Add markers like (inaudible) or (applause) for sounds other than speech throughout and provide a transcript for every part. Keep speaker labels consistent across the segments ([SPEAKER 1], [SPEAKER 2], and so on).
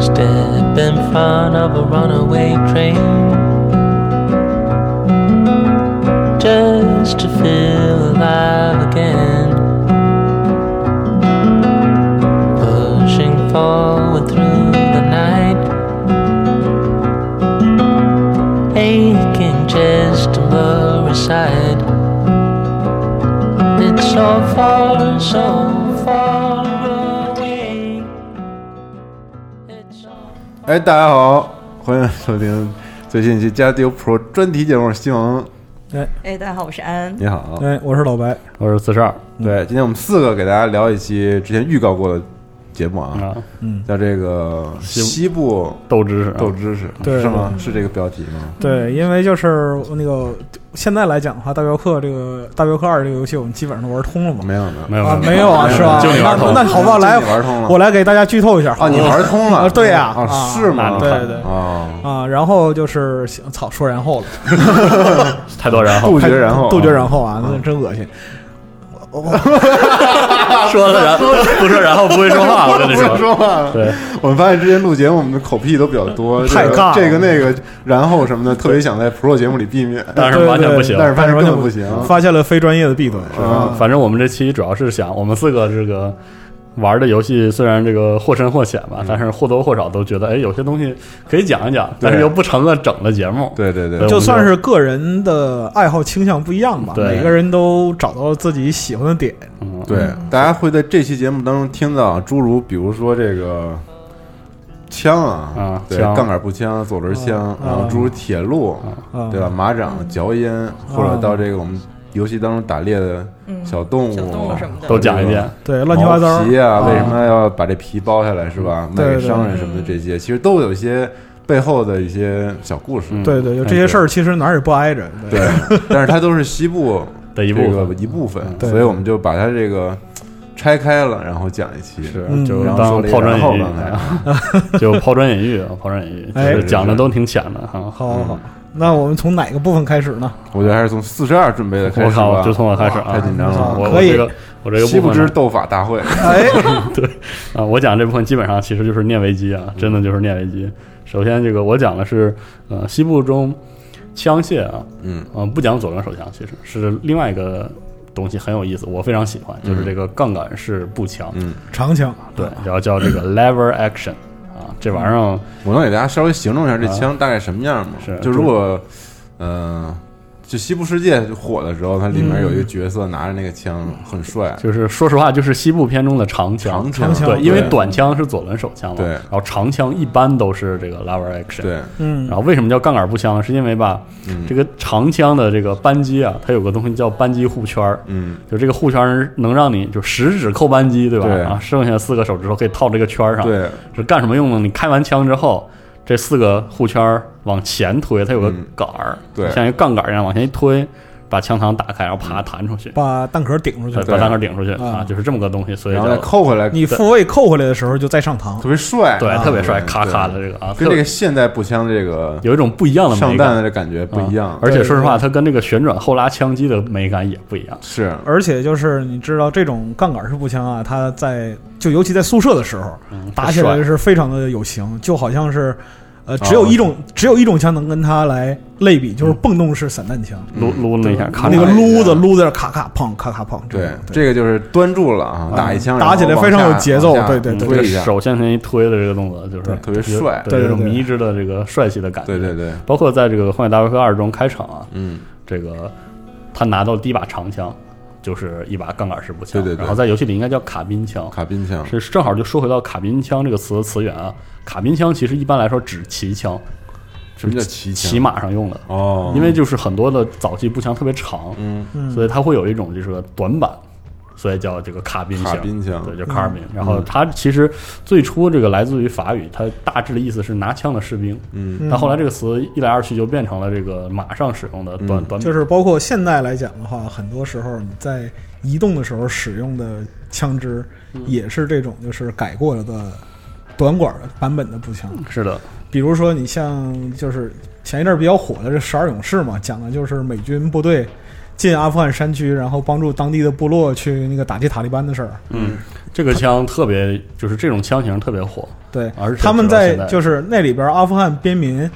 [SPEAKER 1] Step in front of a runaway train just to feel alive again. Pushing forward through the night, aching just to blur aside. It's so far, so far away. It's so
[SPEAKER 2] 哎，大家好，欢迎收听最新一期《加丢 Pro》专题节目。西蒙，
[SPEAKER 3] 哎，大家好，我是安安。
[SPEAKER 2] 你好。
[SPEAKER 4] 哎，我是老白，
[SPEAKER 5] 我是四十二
[SPEAKER 2] 对，今天我们四个给大家聊一期之前预告过的节目
[SPEAKER 4] 嗯
[SPEAKER 2] 啊，
[SPEAKER 5] 啊，
[SPEAKER 2] 叫这个西部
[SPEAKER 5] 斗知识啊，
[SPEAKER 2] 斗知识，
[SPEAKER 4] 嗯对
[SPEAKER 2] 是吗？是这个标题吗？
[SPEAKER 4] 对，
[SPEAKER 5] 嗯
[SPEAKER 4] 因为就是那个现在来讲的话，大镖客这个大镖客二这个游戏，我们基本上都玩通了嘛。
[SPEAKER 2] 没有呢，
[SPEAKER 5] 没有
[SPEAKER 4] 啊，没有啊，是吧？
[SPEAKER 5] 就你
[SPEAKER 4] 那
[SPEAKER 5] 玩通
[SPEAKER 4] 那好吧，来
[SPEAKER 2] 你，玩通了。
[SPEAKER 4] 我来给大家剧透一下
[SPEAKER 2] 哦，你玩通了？
[SPEAKER 4] 啊对呀
[SPEAKER 2] 哦
[SPEAKER 4] 啊
[SPEAKER 2] 是吗？
[SPEAKER 5] 那
[SPEAKER 4] 对对对
[SPEAKER 2] 哦，
[SPEAKER 4] 啊。然后就是操，说然后了，
[SPEAKER 5] 太多然后
[SPEAKER 2] 杜绝然后，嗯
[SPEAKER 4] 杜
[SPEAKER 2] (laughs)
[SPEAKER 4] 绝然后啊，那真恶心。
[SPEAKER 5] 说了然后不说然后不会
[SPEAKER 4] (laughs)
[SPEAKER 5] 说话，我跟你
[SPEAKER 2] 不能
[SPEAKER 5] 说，
[SPEAKER 2] 说话了。
[SPEAKER 5] 对，
[SPEAKER 2] 我们发现之前录节目，我们的口癖都比较多，
[SPEAKER 4] (laughs) 太
[SPEAKER 2] 这个
[SPEAKER 4] 尬了
[SPEAKER 2] 这个那个，然后什么的，特别想在 Pro 节目里避
[SPEAKER 4] (laughs)
[SPEAKER 2] 免，
[SPEAKER 5] 但是完全不行。嗯
[SPEAKER 2] 但是发
[SPEAKER 4] 但
[SPEAKER 2] 现
[SPEAKER 4] 是嗯完
[SPEAKER 2] 根
[SPEAKER 4] 全
[SPEAKER 2] 本不行。
[SPEAKER 4] 发现了非专业的弊端，是吧
[SPEAKER 2] 啊，
[SPEAKER 5] 反正我们这期主要是想，我们四个这个玩的游戏虽然这个或深或浅
[SPEAKER 4] 嗯
[SPEAKER 5] 吧，但是或多或少都觉得，哎，有些东西可以讲一讲，但是又不成了整的节目。
[SPEAKER 2] 对对对
[SPEAKER 5] 对
[SPEAKER 4] 就算是个人的爱好倾向不一样吧，
[SPEAKER 5] 对
[SPEAKER 4] 每个人都找到自己喜欢的点。
[SPEAKER 5] 嗯，
[SPEAKER 2] 对，大家会在这期节目当中听到诸如比如说这个枪啊，
[SPEAKER 5] 啊
[SPEAKER 2] 对，
[SPEAKER 5] 枪
[SPEAKER 2] 杠杆步枪、左轮枪
[SPEAKER 4] 啊，
[SPEAKER 2] 然后诸如铁路，
[SPEAKER 4] 啊
[SPEAKER 2] 对吧？马掌、嚼烟，或者到这个我们游戏当中打猎的小动物、
[SPEAKER 3] 嗯
[SPEAKER 2] 啊
[SPEAKER 3] 小动物什么的
[SPEAKER 5] 都讲一遍。
[SPEAKER 4] 对，乱七八糟
[SPEAKER 2] 毛皮啊，
[SPEAKER 4] 啊
[SPEAKER 2] 为什么要把这皮剥下来是吧？卖
[SPEAKER 4] 对
[SPEAKER 2] 给
[SPEAKER 4] 对
[SPEAKER 2] 商人什么的，这些其实都有一些背后的一些小故事。
[SPEAKER 5] 嗯
[SPEAKER 4] 对对，就这些事儿，其实哪儿也不挨着。对
[SPEAKER 2] 哎对，但是它都是西部
[SPEAKER 5] 的一
[SPEAKER 2] 这
[SPEAKER 5] 部
[SPEAKER 2] 个
[SPEAKER 5] 分
[SPEAKER 2] 一部分，
[SPEAKER 4] 对
[SPEAKER 2] 所以我们就把它这个拆开了，然后讲一期。
[SPEAKER 5] 是
[SPEAKER 4] 嗯
[SPEAKER 5] 就
[SPEAKER 2] 然后说
[SPEAKER 5] 当
[SPEAKER 2] 了一
[SPEAKER 5] 抛砖
[SPEAKER 2] 然后
[SPEAKER 5] 引玉
[SPEAKER 2] 刚才，
[SPEAKER 5] (laughs) 就抛砖引玉，啊，抛砖引玉，就
[SPEAKER 4] 哎
[SPEAKER 5] 是讲的都挺浅的哈。
[SPEAKER 4] 好好
[SPEAKER 2] 嗯
[SPEAKER 4] 好，那我们从哪个部分开始呢？
[SPEAKER 2] 我觉得还是从四十二准备的开
[SPEAKER 5] 我
[SPEAKER 2] 始吧
[SPEAKER 5] 靠，。就从我开始啊，
[SPEAKER 2] 太
[SPEAKER 5] 嗯
[SPEAKER 2] 紧张了
[SPEAKER 5] 我我
[SPEAKER 4] 可以
[SPEAKER 5] 这个我这个
[SPEAKER 2] 西部
[SPEAKER 5] 部分
[SPEAKER 2] 之
[SPEAKER 5] 呢
[SPEAKER 2] 斗法大会，
[SPEAKER 4] 哎，
[SPEAKER 5] 啊，我讲这部分基本上其实就是念维基
[SPEAKER 2] 嗯
[SPEAKER 5] 啊，真的就是念维基。首先，这个我讲的是呃西部中枪械啊，
[SPEAKER 2] 嗯，
[SPEAKER 5] 呃不讲左轮手枪，其实是另外一个东西很有意思，我非常喜欢，就是这个杠杆式步枪，
[SPEAKER 2] 嗯，
[SPEAKER 4] 长枪，
[SPEAKER 5] 对，然后叫这个 lever action 啊，这玩意儿
[SPEAKER 2] 我能给大家稍微形容一下这枪大概什么样吗？
[SPEAKER 5] 啊是
[SPEAKER 2] 就如果，呃，就西部世界火的时候，它里面有一个角色拿着那个枪，很帅，
[SPEAKER 5] 就是说实话，就是西部片中的长枪
[SPEAKER 2] 长。枪，
[SPEAKER 4] 长枪
[SPEAKER 5] 对，因为
[SPEAKER 2] 对
[SPEAKER 5] 短枪是左轮手枪嘛，
[SPEAKER 2] 对
[SPEAKER 5] 然后长枪一般都是这个 lever action，
[SPEAKER 2] 对，
[SPEAKER 4] 嗯
[SPEAKER 5] 然后为什么叫杠杆步枪呢？是因为吧，
[SPEAKER 2] 嗯
[SPEAKER 5] 这个长枪的这个扳机啊，它有个东西叫扳机护圈儿，
[SPEAKER 2] 嗯，
[SPEAKER 5] 就这个护圈儿能让你就食指扣扳机，对吧？
[SPEAKER 2] 对
[SPEAKER 5] 啊，剩下四个手指头可以套这个圈儿上，，
[SPEAKER 2] 对，
[SPEAKER 5] 是干什么用呢？你开完枪之后，这四个护圈儿往前推，它有个
[SPEAKER 2] 嗯
[SPEAKER 5] 杆儿，
[SPEAKER 2] 对
[SPEAKER 5] 像一个杠杆儿一样往前一推，把枪膛打开，然后啪弹出去，
[SPEAKER 4] 把弹壳顶出去
[SPEAKER 5] 把，
[SPEAKER 2] 嗯对
[SPEAKER 5] 把弹杆顶出去
[SPEAKER 4] 啊
[SPEAKER 5] 啊，就是这么个东西，所以
[SPEAKER 2] 然
[SPEAKER 5] 叫
[SPEAKER 2] 后再扣回来，
[SPEAKER 4] 你复位扣回来的时候就再上膛
[SPEAKER 2] 特。别帅，
[SPEAKER 5] 对，特别帅，
[SPEAKER 2] 对
[SPEAKER 5] 咔咔的
[SPEAKER 2] 对
[SPEAKER 5] 这个啊，
[SPEAKER 2] 啊跟
[SPEAKER 5] 特
[SPEAKER 2] 这个现代步枪这个
[SPEAKER 5] 有一种不一样的
[SPEAKER 2] 上
[SPEAKER 5] 美
[SPEAKER 2] 弹
[SPEAKER 5] 感啊
[SPEAKER 2] 的。这感觉不一样，
[SPEAKER 5] 而且说实
[SPEAKER 4] 对对
[SPEAKER 5] 话，
[SPEAKER 4] 对
[SPEAKER 5] 它跟这个旋转后拉枪机的美感也不一样。
[SPEAKER 2] 是
[SPEAKER 4] 而且就是你知道这种杠杆式步枪啊，它在就尤其在宿舍的时候
[SPEAKER 2] 嗯
[SPEAKER 4] 打起来是非常的有型，就好像是，呃，只有一
[SPEAKER 5] 哦
[SPEAKER 4] 种只有一种枪能跟它来类比，
[SPEAKER 5] 嗯
[SPEAKER 4] 就是蹦动式散弹枪，
[SPEAKER 5] 撸撸了一下，哎咔
[SPEAKER 4] 那个
[SPEAKER 5] 嚓
[SPEAKER 4] 撸子撸在那咔咔砰咔咔砰，
[SPEAKER 2] 对
[SPEAKER 4] 种，对
[SPEAKER 2] 这个就是端住了啊，
[SPEAKER 4] 啊
[SPEAKER 2] 打一枪，
[SPEAKER 4] 打
[SPEAKER 2] 然后
[SPEAKER 4] 起来
[SPEAKER 2] 往
[SPEAKER 4] 非常有
[SPEAKER 2] 下
[SPEAKER 4] 节奏
[SPEAKER 2] 往下
[SPEAKER 4] 对对
[SPEAKER 5] 这
[SPEAKER 4] 对
[SPEAKER 2] 推
[SPEAKER 5] 个
[SPEAKER 2] 一下，
[SPEAKER 5] 手向前一推的这个动作，就是
[SPEAKER 2] 特别帅
[SPEAKER 5] 有对这种
[SPEAKER 4] 对对对
[SPEAKER 5] 迷之的这个帅气的感
[SPEAKER 2] 对
[SPEAKER 5] 觉。
[SPEAKER 2] 对对，
[SPEAKER 5] 包括在这个《荒野大镖客二》中开场啊，
[SPEAKER 2] 嗯，
[SPEAKER 5] 这个他拿到第一把长枪，就是一把杠杆式步枪，
[SPEAKER 2] 对对对
[SPEAKER 5] 然后在游戏里应该叫卡宾枪。
[SPEAKER 2] 卡宾枪，
[SPEAKER 5] 是正好就说回到卡宾枪这个词的词源啊，卡宾枪其实一般来说指骑枪，
[SPEAKER 2] 什么叫
[SPEAKER 5] 就是
[SPEAKER 2] 骑枪
[SPEAKER 5] 骑马上用的，
[SPEAKER 2] 哦，
[SPEAKER 5] 因为就是很多的早期步枪特别长，
[SPEAKER 2] 嗯
[SPEAKER 4] 嗯
[SPEAKER 5] 所以它会有一种就是短板，所以叫这个卡宾
[SPEAKER 2] 卡
[SPEAKER 5] 枪。
[SPEAKER 2] 宾嗯枪，
[SPEAKER 5] 嗯对，叫卡尔宾。然后它其实最初这个来自于法语，它大致的意思是拿枪的士兵。
[SPEAKER 2] 嗯，
[SPEAKER 5] 但后来这个词一来二去就变成了这个马上使用的短
[SPEAKER 2] 嗯
[SPEAKER 5] 短
[SPEAKER 4] 就是包括现在来讲的话，很多时候你在移动的时候使用的枪支，也是这种就是改过了的短管的版本的步枪。
[SPEAKER 5] 是的，
[SPEAKER 4] 比如说，你像就是前一阵儿比较火的这《十二勇士》嘛，讲的就是美军部队进阿富汗山区，然后帮助当地的部落去那个打击塔利班的事儿。
[SPEAKER 5] 嗯，这个枪特别就是这种枪型特别火，
[SPEAKER 4] 对，
[SPEAKER 5] 而且
[SPEAKER 4] 他们
[SPEAKER 5] 直
[SPEAKER 4] 在
[SPEAKER 5] 到现
[SPEAKER 4] 就是那里边阿富汗边民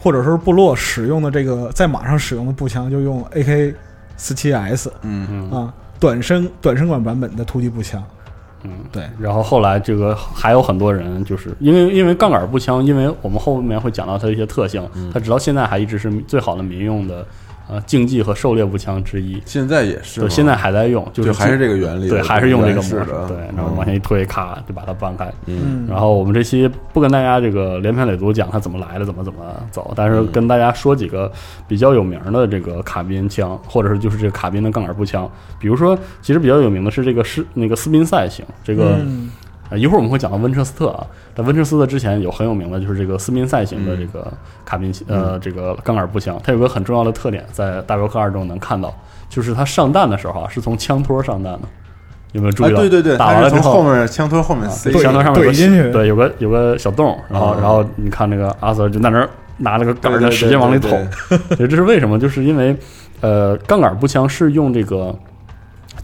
[SPEAKER 4] 或者说部落使用的这个在马上使用的步枪，就用 AK 四七 S
[SPEAKER 2] 嗯，
[SPEAKER 5] 嗯
[SPEAKER 4] 啊短身短身管版本的突击步枪。
[SPEAKER 5] 嗯，
[SPEAKER 4] 对。
[SPEAKER 5] 然后后来这个还有很多人，就是因为因为杠杆步枪，因为我们后面会讲到它的一些特性，
[SPEAKER 2] 嗯
[SPEAKER 5] 它直到现在还一直是最好的民用的呃竞技和狩猎步枪之一，
[SPEAKER 2] 现在也是
[SPEAKER 5] 对，
[SPEAKER 2] 吗，
[SPEAKER 5] 现在还在用，
[SPEAKER 2] 就是还是这个原理，
[SPEAKER 5] 对，还是用这个模
[SPEAKER 2] 式
[SPEAKER 5] 式，
[SPEAKER 2] 的，
[SPEAKER 5] 对，然后往前一推，咔就把它搬开。
[SPEAKER 2] 嗯，
[SPEAKER 5] 然后我们这期不跟大家这个连篇累牍讲它怎么来的，怎么怎么走，但
[SPEAKER 2] 嗯
[SPEAKER 5] 是跟大家说几个比较有名的这个卡宾枪，或者是就是这个卡宾的杠杆步枪，比如说其实比较有名的是这个是那个斯宾塞型，这个、
[SPEAKER 4] 嗯
[SPEAKER 5] 啊，一会儿我们会讲到温彻斯特啊，但温彻斯特之前有很有名的就是这个斯宾塞型的这个
[SPEAKER 2] 嗯
[SPEAKER 5] 卡宾、呃这个杠杆步枪，它有个很重要的特点，在《大镖客二》中能看到，就是它上弹的时候啊是从枪托上弹的，有没有注
[SPEAKER 2] 哎，
[SPEAKER 5] 意到？
[SPEAKER 2] 对对对，
[SPEAKER 5] 打
[SPEAKER 2] 它是
[SPEAKER 5] 完了之
[SPEAKER 2] 从后
[SPEAKER 5] 后。
[SPEAKER 2] 面枪托后面
[SPEAKER 5] 啊
[SPEAKER 2] 塞
[SPEAKER 5] 枪托上面有个
[SPEAKER 4] 怼进去
[SPEAKER 5] 对，有个有个小洞，然后、
[SPEAKER 2] 啊
[SPEAKER 5] 然后你看那个阿 Sir 就在那儿拿了个杆儿，就使劲往里捅， (laughs) 对，这是为什么？就是因为呃，杠杆步枪是用这个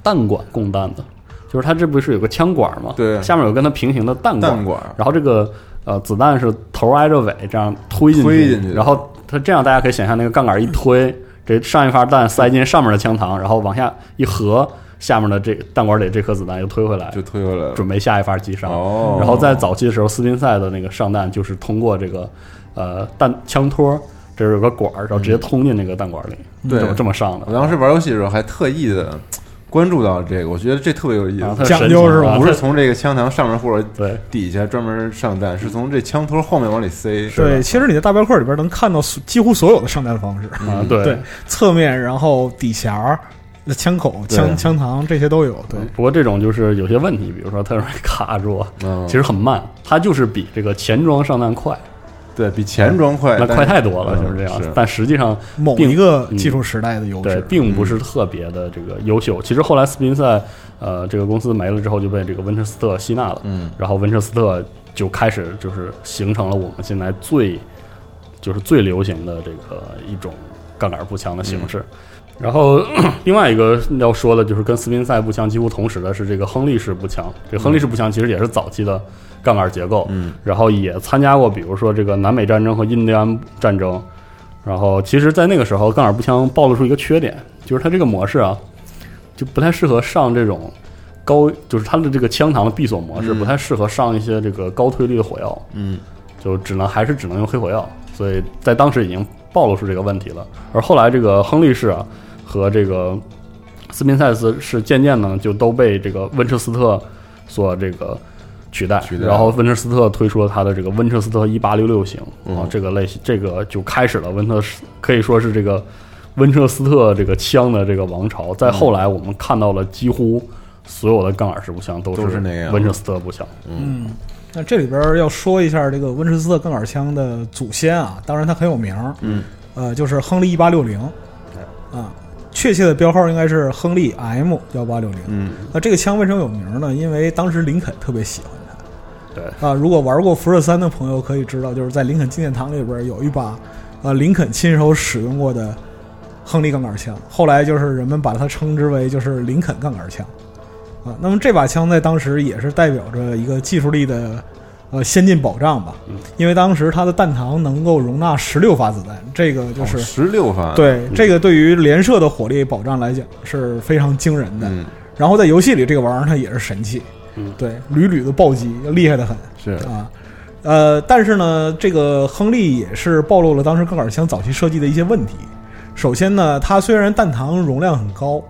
[SPEAKER 5] 弹管供弹的，就是它这不是有个枪管吗？
[SPEAKER 2] 对
[SPEAKER 5] 下面有跟它平行的弹管，
[SPEAKER 2] 弹管儿，
[SPEAKER 5] 然后这个呃子弹是头挨着尾这样推进去，
[SPEAKER 2] 推进去的
[SPEAKER 5] 然后它这样大家可以想象那个杠杆一推，这上一发弹塞进上面的枪膛，然后往下一合，下面的这个弹管里这颗子弹又推回来
[SPEAKER 2] 就，推回来了，
[SPEAKER 5] 准备下一发击伤。
[SPEAKER 2] 哦，
[SPEAKER 5] 然后在早期的时候，斯宾塞的那个上弹就是通过这个呃弹枪托，这儿有个管儿，然后直接通进那个弹管里，
[SPEAKER 2] 嗯对
[SPEAKER 5] 这么这么上的
[SPEAKER 2] 我。当时玩游戏的时候还特意的关注到这个，我觉得这特别有意
[SPEAKER 5] 啊它
[SPEAKER 2] 思。
[SPEAKER 4] 讲
[SPEAKER 5] 神
[SPEAKER 4] 究
[SPEAKER 5] 奇
[SPEAKER 4] 是吧
[SPEAKER 5] 啊
[SPEAKER 2] 不
[SPEAKER 5] 它
[SPEAKER 2] 是从这个枪膛上面或者
[SPEAKER 5] 对
[SPEAKER 2] 底下专门上弹，是从这枪托后面往里塞。
[SPEAKER 4] 对，其实你在大镖客里边能看到所几乎所有的上弹方式，
[SPEAKER 5] 啊
[SPEAKER 2] 嗯
[SPEAKER 5] 对
[SPEAKER 4] 对，侧面，然后底匣儿、枪口、
[SPEAKER 2] 对
[SPEAKER 4] 枪枪膛这些都有。对，
[SPEAKER 5] 不过这种就是有些问题，比如说它容易卡住，啊
[SPEAKER 2] 嗯
[SPEAKER 5] 其实很慢，它就是比这个前装上弹快，
[SPEAKER 2] 对比前装快，
[SPEAKER 5] 那
[SPEAKER 2] 但
[SPEAKER 5] 快太多了，
[SPEAKER 2] 嗯
[SPEAKER 5] 就是这样
[SPEAKER 2] 是。
[SPEAKER 5] 但实际上
[SPEAKER 4] 某
[SPEAKER 5] 并嗯
[SPEAKER 4] 一个技术时代的优
[SPEAKER 5] 对
[SPEAKER 4] 势，
[SPEAKER 5] 并
[SPEAKER 2] 嗯
[SPEAKER 5] 不是特别的这个优秀。其实后来斯宾塞呃这个公司没了之后，就被这个温彻斯特吸纳了，
[SPEAKER 2] 嗯，
[SPEAKER 5] 然后温彻斯特就开始就是形成了我们现在最就是最流行的这个一种杠杆步枪的形式。然后 (clears throat) 另外一个要说的就是跟斯宾塞步枪几乎同时的是这个亨利式步枪。这个亨利式步枪其实也是早期的杠杆结构，
[SPEAKER 2] 嗯，
[SPEAKER 5] 然后也参加过比如说这个南北战争和印第安战争。然后其实，在那个时候，杠杆步枪暴露出一个缺点，就是它这个模式啊，就不太适合上这种高，就是它的这个枪膛的闭锁模式
[SPEAKER 2] 嗯
[SPEAKER 5] 不太适合上一些这个高推力的火药。
[SPEAKER 2] 嗯
[SPEAKER 5] 就只能还是只能用黑火药，所以在当时已经暴露出这个问题了。而后来这个亨利式啊和这个斯宾塞斯是渐渐呢就都被这个温彻斯特所这个取代，
[SPEAKER 2] 取代
[SPEAKER 5] 然后温彻斯特推出了他的这个温彻斯特一八六六型啊
[SPEAKER 2] 嗯，
[SPEAKER 5] 这个类型这个就开始了温特斯可以说是这个温彻斯特这个枪的这个王朝。再
[SPEAKER 2] 嗯
[SPEAKER 5] 后来我们看到了几乎。所有的杠杆式步枪都
[SPEAKER 2] 都是那个样
[SPEAKER 5] 温彻斯特步枪，
[SPEAKER 4] 嗯。那这里边要说一下这个温彻斯特杠杆枪的祖先啊，当然它很有名，
[SPEAKER 2] 嗯，
[SPEAKER 4] 呃，就是亨利一八六零，啊，确切的标号应该是亨利 M 幺八六零。
[SPEAKER 2] 嗯，
[SPEAKER 4] 那这个枪为什么有名呢？因为当时林肯特别喜欢它。
[SPEAKER 5] 对
[SPEAKER 4] 啊，如果玩过辐射三的朋友可以知道，就是在林肯纪念堂里边有一把，呃，林肯亲手使用过的亨利杠杆枪，后来就是人们把它称之为就是林肯杠杆枪。啊，那么这把枪在当时也是代表着一个技术力的呃先进保障吧
[SPEAKER 5] 嗯，
[SPEAKER 4] 因为当时它的弹膛能够容纳十六发子弹，这个就是、
[SPEAKER 2] 十六发，，
[SPEAKER 4] 对，
[SPEAKER 5] 嗯
[SPEAKER 4] 这个对于联射的火力保障来讲是非常惊人的。
[SPEAKER 2] 嗯
[SPEAKER 4] 然后在游戏里，这个玩意儿它也是神器，
[SPEAKER 5] 嗯
[SPEAKER 4] 对，屡屡的暴击，厉害的很
[SPEAKER 2] 是
[SPEAKER 4] 啊。呃，但是呢，这个亨利也是暴露了当时杠杆枪早期设计的一些问题。首先呢，它虽然弹膛容量很高，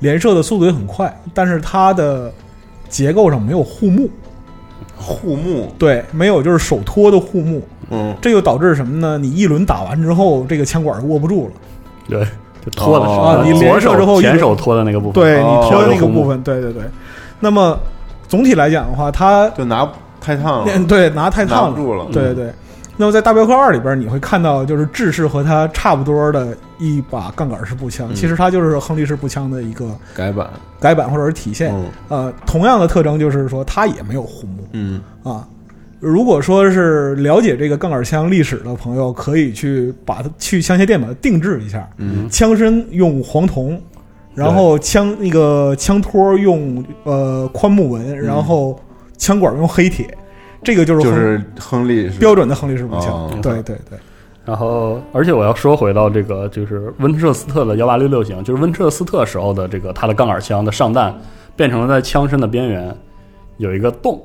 [SPEAKER 4] 连射的速度也很快，但是它的结构上没有护目，
[SPEAKER 2] 护目，
[SPEAKER 4] 对，没有就是手托的护目，
[SPEAKER 2] 嗯，
[SPEAKER 4] 这就导致什么呢？你一轮打完之后，这个枪管儿握不住了。
[SPEAKER 5] 对，就拖的时候，
[SPEAKER 2] 哦
[SPEAKER 4] 你
[SPEAKER 5] 左
[SPEAKER 4] 连射
[SPEAKER 5] 手
[SPEAKER 4] 之后一
[SPEAKER 5] 前
[SPEAKER 4] 直
[SPEAKER 5] 手拖的那个部分，
[SPEAKER 4] 对
[SPEAKER 2] 哦
[SPEAKER 4] 你挑的那个
[SPEAKER 5] 红木
[SPEAKER 4] 部分，对对对。那么总体来讲的话，它
[SPEAKER 2] 就拿太烫了，
[SPEAKER 4] 嗯 (laughs) 对拿太
[SPEAKER 2] 拿
[SPEAKER 4] 烫
[SPEAKER 2] 不
[SPEAKER 4] 了，
[SPEAKER 2] 住了。
[SPEAKER 4] 对对。那么在《大镖客二》里边，你会看到就是制式和它差不多的一把杠杆式步枪，
[SPEAKER 2] 嗯
[SPEAKER 4] 其实它就是亨利式步枪的一个
[SPEAKER 2] 改版，
[SPEAKER 4] 改版或者是体现。
[SPEAKER 2] 嗯
[SPEAKER 4] 呃，同样的特征就是说，它也没有护目
[SPEAKER 2] 嗯，
[SPEAKER 4] 啊。如果说是了解这个杠杆枪历史的朋友，可以去把它去枪械店把它定制一下，
[SPEAKER 2] 嗯
[SPEAKER 4] 枪身用黄铜，然后枪那个枪托用呃宽木纹，然后枪管用黑铁，这个
[SPEAKER 5] 嗯
[SPEAKER 4] 就是
[SPEAKER 2] 就
[SPEAKER 4] 亨
[SPEAKER 2] 是亨利是
[SPEAKER 4] 标准的亨利式步枪。
[SPEAKER 2] 嗯哦
[SPEAKER 4] 对对对，
[SPEAKER 5] 然后，而且我要说回到这个，就是温彻斯特的幺八六六型，就是温彻斯特时候的这个它的杠杆枪的上弹变成了在枪身的边缘有一个洞，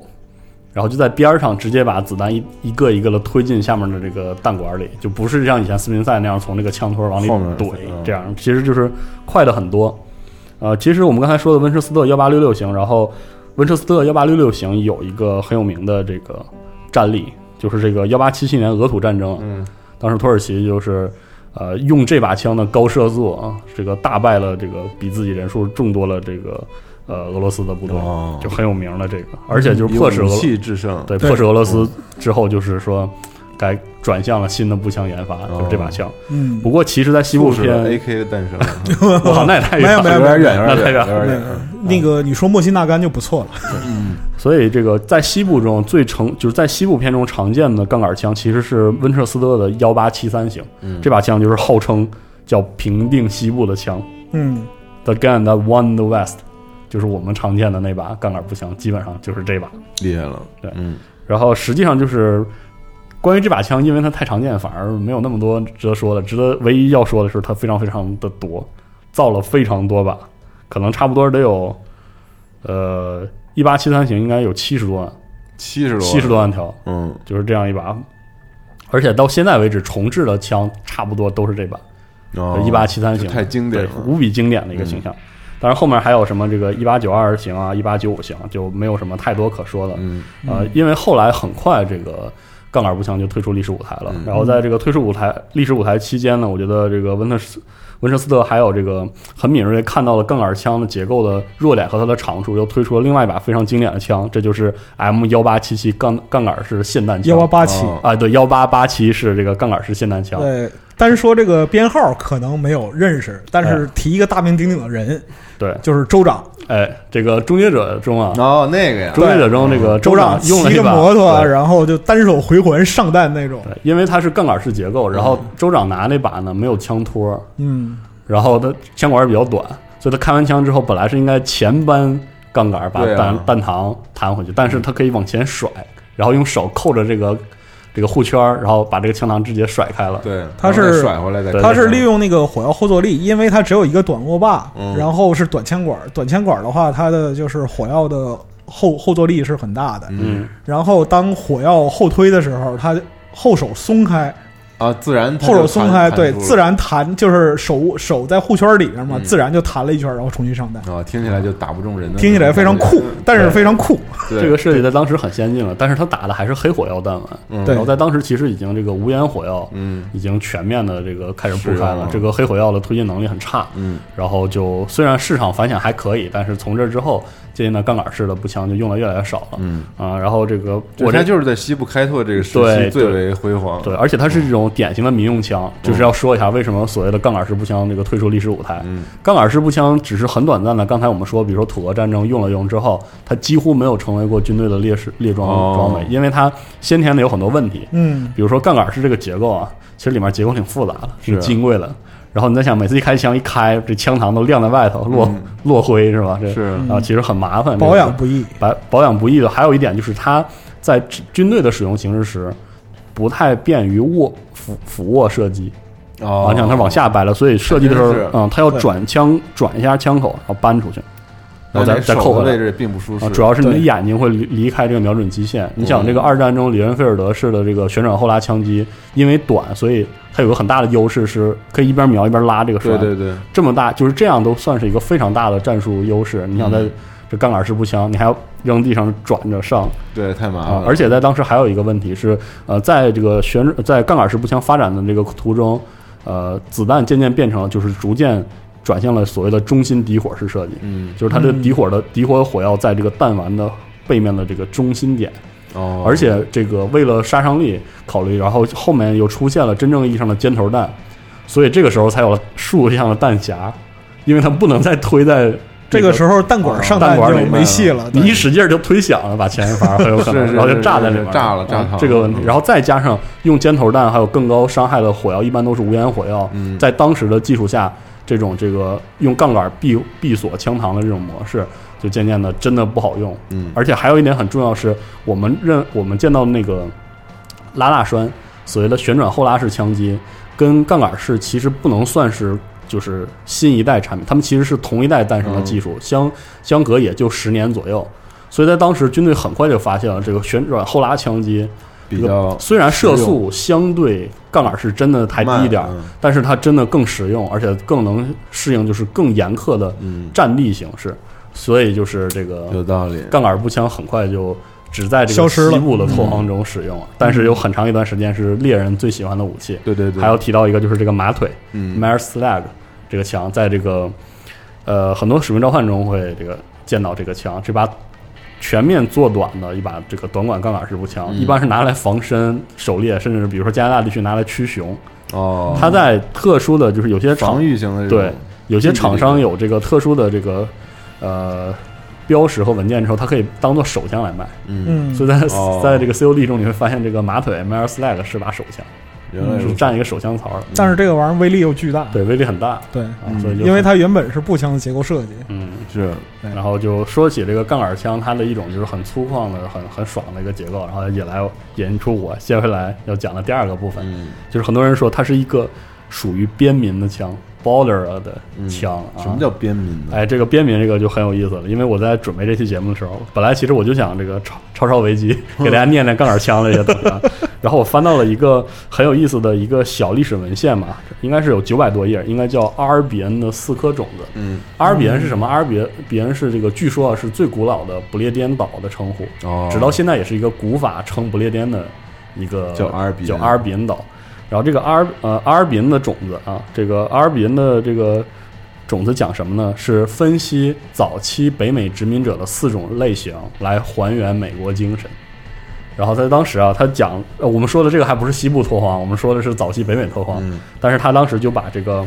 [SPEAKER 5] 然后就在边儿上直接把子弹一一个一个的推进下面的这个弹管里，就不是像以前斯宾塞那样从这个枪托往里
[SPEAKER 2] 后面
[SPEAKER 5] 怼
[SPEAKER 2] 嗯，
[SPEAKER 5] 这样其实就是快的很多。呃，其实我们刚才说的温彻斯特幺八六六型，然后温彻斯特幺八六六型有一个很有名的这个战例，就是这个幺八七七年俄土战争。
[SPEAKER 2] 嗯
[SPEAKER 5] 当时土耳其就是呃用这把枪的高射速啊，这个大败了这个比自己人数众多了这个呃俄罗斯的部队，
[SPEAKER 2] 哦
[SPEAKER 5] 就很有名的这个，而且就是
[SPEAKER 2] 以
[SPEAKER 5] 迫使俄
[SPEAKER 2] 武
[SPEAKER 5] 罗
[SPEAKER 2] 器制胜，
[SPEAKER 5] 对
[SPEAKER 4] 对
[SPEAKER 5] 迫使俄罗斯之后就是说改转向了新的步枪研发，
[SPEAKER 4] 哦
[SPEAKER 5] 就是这把枪。
[SPEAKER 4] 嗯，
[SPEAKER 5] 不过其实，在西部
[SPEAKER 2] 促
[SPEAKER 4] 哦
[SPEAKER 2] 使了
[SPEAKER 5] 片，
[SPEAKER 2] AK 的诞生，
[SPEAKER 5] (laughs) 我靠，那也
[SPEAKER 4] 啊哎
[SPEAKER 5] 太
[SPEAKER 4] 没
[SPEAKER 5] 远
[SPEAKER 4] (laughs) 有没有
[SPEAKER 5] 了。
[SPEAKER 2] 有点远，有
[SPEAKER 5] 那
[SPEAKER 2] 点
[SPEAKER 5] 太
[SPEAKER 2] 远，
[SPEAKER 5] 远
[SPEAKER 2] 有点
[SPEAKER 4] 那
[SPEAKER 2] 远
[SPEAKER 4] 个。那
[SPEAKER 5] 嗯
[SPEAKER 4] 个你说莫辛纳甘就不错了。
[SPEAKER 5] 所以这个在西部中最成就是在西部片中常见的杠杆枪其实是温彻斯特的幺八七三型，
[SPEAKER 2] 嗯
[SPEAKER 5] 这把枪就是号称叫平定西部的枪。
[SPEAKER 4] 嗯，
[SPEAKER 5] The Gun That Won the West，就是我们常见的那把杠杆步枪，基本上就是这把。
[SPEAKER 2] 厉害了，
[SPEAKER 5] 对
[SPEAKER 2] 嗯，
[SPEAKER 5] 然后实际上就是关于这把枪，因为它太常见，反而没有那么多值得说的。值得唯一要说的是，它非常非常的多，造了非常多把，可能差不多得有呃一八七三型应该有七十多万，
[SPEAKER 2] 七十多，
[SPEAKER 5] 七十多，万条，
[SPEAKER 2] 嗯，
[SPEAKER 5] 就是这样一把。而且到现在为止，重制的枪差不多都是这把。
[SPEAKER 2] 哦
[SPEAKER 5] 一八七三型
[SPEAKER 2] 太经典
[SPEAKER 5] 对，
[SPEAKER 2] 了，
[SPEAKER 5] 无比经典的一个形象。
[SPEAKER 4] 嗯
[SPEAKER 5] 当然后面还有什么这个一八九二型啊，一八九五型就没有什么太多可说的。
[SPEAKER 2] 嗯
[SPEAKER 5] 呃，因为后来很快这个杠杆步枪就退出历史舞台了
[SPEAKER 2] 嗯。
[SPEAKER 5] 然后在这个退出舞台历史舞台期间呢，我觉得这个温特斯温彻斯特还有这个很敏锐地看到了杠杆枪的结构的弱点和它的长处，又推出了另外一把非常经典的枪，这就是 M 幺八七七杠杠杆式霰弹
[SPEAKER 4] 幺
[SPEAKER 5] 枪
[SPEAKER 4] 八。八七，
[SPEAKER 2] 哦
[SPEAKER 5] 啊，对，幺八八七是这个杠杆式霰弹枪。
[SPEAKER 4] 对，单说这个编号可能没有认识，但
[SPEAKER 5] 哎
[SPEAKER 4] 是提一个大名鼎鼎的人，
[SPEAKER 5] 对，
[SPEAKER 4] 就是州长。
[SPEAKER 5] 哎，这个终结者中啊，
[SPEAKER 2] 哦，那个呀，
[SPEAKER 5] 终结者中这个
[SPEAKER 4] 嗯州
[SPEAKER 5] 长用了
[SPEAKER 4] 骑
[SPEAKER 5] 一
[SPEAKER 4] 着
[SPEAKER 5] 把
[SPEAKER 4] 摩托，
[SPEAKER 5] 对
[SPEAKER 4] 然后就单手回环上弹那种。
[SPEAKER 5] 对，因为它是杠杆式结构，然后州长拿那把呢没有枪托，
[SPEAKER 4] 嗯，
[SPEAKER 5] 然后它枪管比较短，所以他开完枪之后，本来是应该前扳杠杆把
[SPEAKER 2] 对啊
[SPEAKER 5] 弹、弹膛弹回去，但是他可以往前甩，然后用手扣着这个这个护圈儿，然后把这个枪膛直接甩开了。
[SPEAKER 2] 对，
[SPEAKER 4] 他
[SPEAKER 2] 然后再
[SPEAKER 4] 是
[SPEAKER 2] 甩回来的，
[SPEAKER 5] 对
[SPEAKER 4] 它是利用那个火药后坐力，因为它只有一个短握把
[SPEAKER 2] 嗯，
[SPEAKER 4] 然后是短枪管。短枪管的话，它的就是火药的后后坐力是很大的。
[SPEAKER 2] 嗯
[SPEAKER 4] 然后当火药后推的时候，它后手松开，
[SPEAKER 2] 啊，自然它
[SPEAKER 4] 后手
[SPEAKER 2] 就
[SPEAKER 4] 松
[SPEAKER 2] 弹
[SPEAKER 4] 开，
[SPEAKER 2] 弹
[SPEAKER 4] 对
[SPEAKER 2] 出，了
[SPEAKER 4] 自然弹就是手手在护圈里面嘛，
[SPEAKER 2] 嗯
[SPEAKER 4] 自然就弹了一圈，然后重新
[SPEAKER 5] 嗯
[SPEAKER 4] 上弹。
[SPEAKER 2] 啊，听起来就打不中人的，
[SPEAKER 4] 听起来非常酷，但是非常酷。
[SPEAKER 2] 对，
[SPEAKER 5] 这个设计在当时很先进了，但是他打的还是黑火药弹丸，
[SPEAKER 2] 嗯
[SPEAKER 4] 对
[SPEAKER 5] 然后在当时其实已经这个无烟火药
[SPEAKER 2] 嗯
[SPEAKER 5] 已经全面的这个开始铺开
[SPEAKER 2] 是
[SPEAKER 5] 了
[SPEAKER 2] 啊，
[SPEAKER 5] 这个黑火药的推进能力很差，
[SPEAKER 2] 嗯，
[SPEAKER 5] 然后就虽然市场反响还可以，但是从这之后，渐渐的杠杆式的步枪就用的越来越少了。
[SPEAKER 2] 嗯
[SPEAKER 5] 啊，然后这个
[SPEAKER 2] 我
[SPEAKER 5] 我
[SPEAKER 2] 这
[SPEAKER 5] 这
[SPEAKER 2] 就是在西部开拓这个时期
[SPEAKER 5] 对
[SPEAKER 2] 最
[SPEAKER 5] 对
[SPEAKER 2] 为辉煌，
[SPEAKER 5] 对，而啊且它是这种典型的民用枪，就是要说一下为什么所谓的杠杆式步枪这个退出历史舞台。
[SPEAKER 2] 嗯
[SPEAKER 5] 杠杆式步枪只是很短暂的，刚才我们说，比如说土俄战争用了用之后，它几乎没有成为过军队的列式列装
[SPEAKER 2] 哦
[SPEAKER 5] 装备，因为它先天的有很多问题，
[SPEAKER 4] 嗯，
[SPEAKER 5] 比如说杠杆式这个结构啊，其实里面结构挺复杂的，挺
[SPEAKER 2] 是啊
[SPEAKER 5] 金贵的。然后你在想，每次一开枪一开，这枪膛都亮在外头，落、落灰是吧？这
[SPEAKER 2] 嗯是
[SPEAKER 5] 啊，其实很麻烦，
[SPEAKER 4] 保养
[SPEAKER 5] 这
[SPEAKER 4] 不易。
[SPEAKER 5] 个保保养不易的。还有一点就是，它在军队的使用形式时，不太便于握俯俯握射击，
[SPEAKER 2] 哦，
[SPEAKER 5] 啊，你想它往下掰了，所以射击的时候
[SPEAKER 2] 还真是，
[SPEAKER 5] 嗯，它要
[SPEAKER 4] 对
[SPEAKER 5] 转枪转一下枪口，然后扳出去，然后再
[SPEAKER 2] 但是
[SPEAKER 5] 再扣
[SPEAKER 2] 手
[SPEAKER 5] 回
[SPEAKER 2] 的
[SPEAKER 5] 来
[SPEAKER 2] 位。置并不舒适，
[SPEAKER 5] 啊，主要是你的
[SPEAKER 4] 对
[SPEAKER 5] 眼睛会离离开这个瞄准基线。你想，这个二战中里恩菲尔德式的这个旋转后拉枪机，因为短，所以它有个很大的优势，是可以一边瞄一边拉这个
[SPEAKER 2] 对
[SPEAKER 5] 栓。
[SPEAKER 2] 对对，
[SPEAKER 5] 这么大，就是这样都算是一个非常大的战术优势。你想，在这杠杆式步枪，你还要扔地上转着上
[SPEAKER 2] 对，太麻烦
[SPEAKER 5] 啊
[SPEAKER 2] 了，！
[SPEAKER 5] 而且在当时还有一个问题是，呃，在这个旋在杠杆式步枪发展的这个途中，呃，子弹渐渐变成了就是逐渐转向了所谓的中心底火式设计，
[SPEAKER 2] 嗯
[SPEAKER 5] 就是它的
[SPEAKER 4] 嗯
[SPEAKER 5] 底火的底火火药在这个弹丸的背面的这个中心点，
[SPEAKER 2] 哦，
[SPEAKER 5] 而且这个为了杀伤力考虑，然后后面又出现了真正意义上的尖头弹，所以这个时候才有了数量的弹匣，因为它不能再推在
[SPEAKER 4] 这个时
[SPEAKER 5] 候，
[SPEAKER 4] 候弹管上弹
[SPEAKER 5] 啊弹管
[SPEAKER 4] 就
[SPEAKER 5] 里面
[SPEAKER 4] 没戏了，
[SPEAKER 5] 你一
[SPEAKER 4] 对
[SPEAKER 5] 使劲儿就推响了，把前面发很有可能，
[SPEAKER 2] 是是
[SPEAKER 5] 然后就是炸在
[SPEAKER 2] 是
[SPEAKER 5] 里面了，
[SPEAKER 2] 炸了炸
[SPEAKER 5] 嗯
[SPEAKER 2] 好了
[SPEAKER 5] 这个问题
[SPEAKER 2] 嗯，
[SPEAKER 5] 然后再加上用尖头弹还有更高伤害的火药，一般都是无烟火药，
[SPEAKER 2] 嗯
[SPEAKER 5] 在当时的技术下，这种这个用杠杆闭闭锁枪膛的这种模式，就渐渐的真的不好用。
[SPEAKER 2] 嗯
[SPEAKER 5] 而且还有一点很重要是，我们认我们见到那个拉大栓，所谓的旋转后拉式枪击，跟杠杆式其实不能算是就是新一代产品，他们其实是同一代诞
[SPEAKER 2] 嗯
[SPEAKER 5] 生的技术，相相隔也就十年左右。所以在当时，军队很快就发现了这个旋转后拉枪击，
[SPEAKER 2] 比较
[SPEAKER 5] 虽然射
[SPEAKER 2] 实用
[SPEAKER 5] 速相对杠杆式真的还低一点儿，啊
[SPEAKER 2] 慢嗯
[SPEAKER 5] 但是它真的更实用，而且更能适应就是更严苛的
[SPEAKER 2] 嗯，
[SPEAKER 5] 战力形式。所以就是这个
[SPEAKER 2] 嗯有道理，
[SPEAKER 5] 杠杆步枪很快就只在这
[SPEAKER 4] 消
[SPEAKER 5] 个
[SPEAKER 4] 失了嗯
[SPEAKER 5] 西部的拓荒中使用，但是有很长一段时间是猎人最喜欢的武器。
[SPEAKER 2] 对对对，
[SPEAKER 5] 还要提到一个就是这个马腿
[SPEAKER 2] 嗯
[SPEAKER 5] m a r s l a g 这个枪，在这个呃很多使命召唤中会这个见到这个枪，这把全面做短的一把这个短管杠杆式步枪，
[SPEAKER 2] 嗯
[SPEAKER 5] 一般是拿来防身、狩猎，甚至是比如说加拿大地区拿来驱熊。
[SPEAKER 2] 哦，
[SPEAKER 5] 它在特殊的就是有些场
[SPEAKER 2] 防御型的这
[SPEAKER 5] 对
[SPEAKER 2] 种，
[SPEAKER 5] 有些厂商有这个特殊的这个呃标识和文件之后，它可以当做手枪来卖。
[SPEAKER 2] 嗯，
[SPEAKER 4] 嗯，
[SPEAKER 5] 所以在
[SPEAKER 2] 哦
[SPEAKER 5] 在这个 COD 中，你会发现这个马腿 m a r Slag 是把手枪，
[SPEAKER 2] 原来
[SPEAKER 5] 是
[SPEAKER 2] 如此，
[SPEAKER 5] 占一个手枪槽的，
[SPEAKER 4] 但是这个玩意儿威力又巨大，
[SPEAKER 5] 对，威力很大。
[SPEAKER 4] 对，
[SPEAKER 5] 啊
[SPEAKER 2] 嗯，
[SPEAKER 5] 所以就
[SPEAKER 4] 因为它原本是步枪的结构设计，
[SPEAKER 5] 嗯，
[SPEAKER 2] 是
[SPEAKER 5] 然后就说起这个杠杆枪，它的一种就是很粗犷的、很很爽的一个结构，然后也来引出我接下来要讲的第二个部分，
[SPEAKER 2] 嗯，
[SPEAKER 5] 就是很多人说它是一个属于边民的枪 （border 的
[SPEAKER 2] 嗯
[SPEAKER 5] 枪）啊。
[SPEAKER 2] 什么叫边民呢？
[SPEAKER 5] 哎，这个边民这个就很有意思了，因为我在准备这期节目的时候，本来其实我就想这个抄抄抄维基，给大家念念杠杆枪这些东
[SPEAKER 2] (laughs)
[SPEAKER 5] 西啊，然后我翻到了一个很有意思的一个小历史文献嘛，应该是有九百多页，应该叫阿尔比恩的四颗种子。
[SPEAKER 2] 嗯，
[SPEAKER 5] 阿尔比恩是什么？阿尔比比恩是这个据说啊是最古老的不列颠岛的称呼，
[SPEAKER 2] 哦，
[SPEAKER 5] 直到现在也是一个古法称不列颠的一个
[SPEAKER 2] 叫阿尔比恩
[SPEAKER 5] 叫阿尔比恩岛。然后这个阿尔呃阿尔比恩的种子啊，这个阿尔比恩的这个种子讲什么呢？是分析早期北美殖民者的四种类型，来还原美国精神。然后在当时啊，他讲、呃我们说的这个还不是西部拓荒，我们说的是早期北美拓荒。
[SPEAKER 2] 嗯
[SPEAKER 5] 但是他当时就把这个，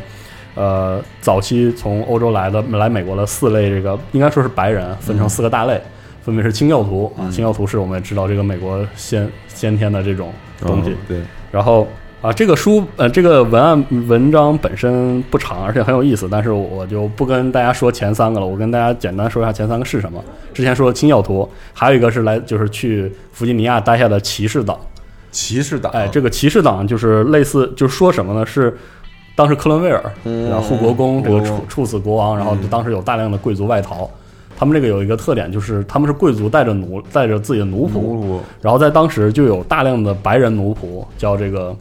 [SPEAKER 5] 呃，早期从欧洲来的来美国的四类这个应该说是白人分成四个大类，分别是清教徒啊，
[SPEAKER 2] 嗯
[SPEAKER 5] 清教徒是我们也知道这个美国先先天的这种东西，
[SPEAKER 2] 哦对，
[SPEAKER 5] 然后啊，这个书呃，这个文案文章本身不长，而且很有意思，但是我就不跟大家说前三个了，我跟大家简单说一下前三个是什么。之前说的清教徒，还有一个是来就是去弗吉尼亚待下的骑士党，
[SPEAKER 2] 骑士党，
[SPEAKER 5] 哎，这个骑士党就是类似，就是说什么呢？是当时克伦威尔，
[SPEAKER 2] 嗯
[SPEAKER 5] 然后护国公这个
[SPEAKER 2] 国
[SPEAKER 5] 处
[SPEAKER 2] 公
[SPEAKER 5] 处死国王，然后当时有大量的贵族外逃。他们这个有一个特点，就是他们是贵族带着奴带着自己的奴仆，
[SPEAKER 2] 奴仆，
[SPEAKER 5] 然后在当时就有大量的白人奴仆，叫这个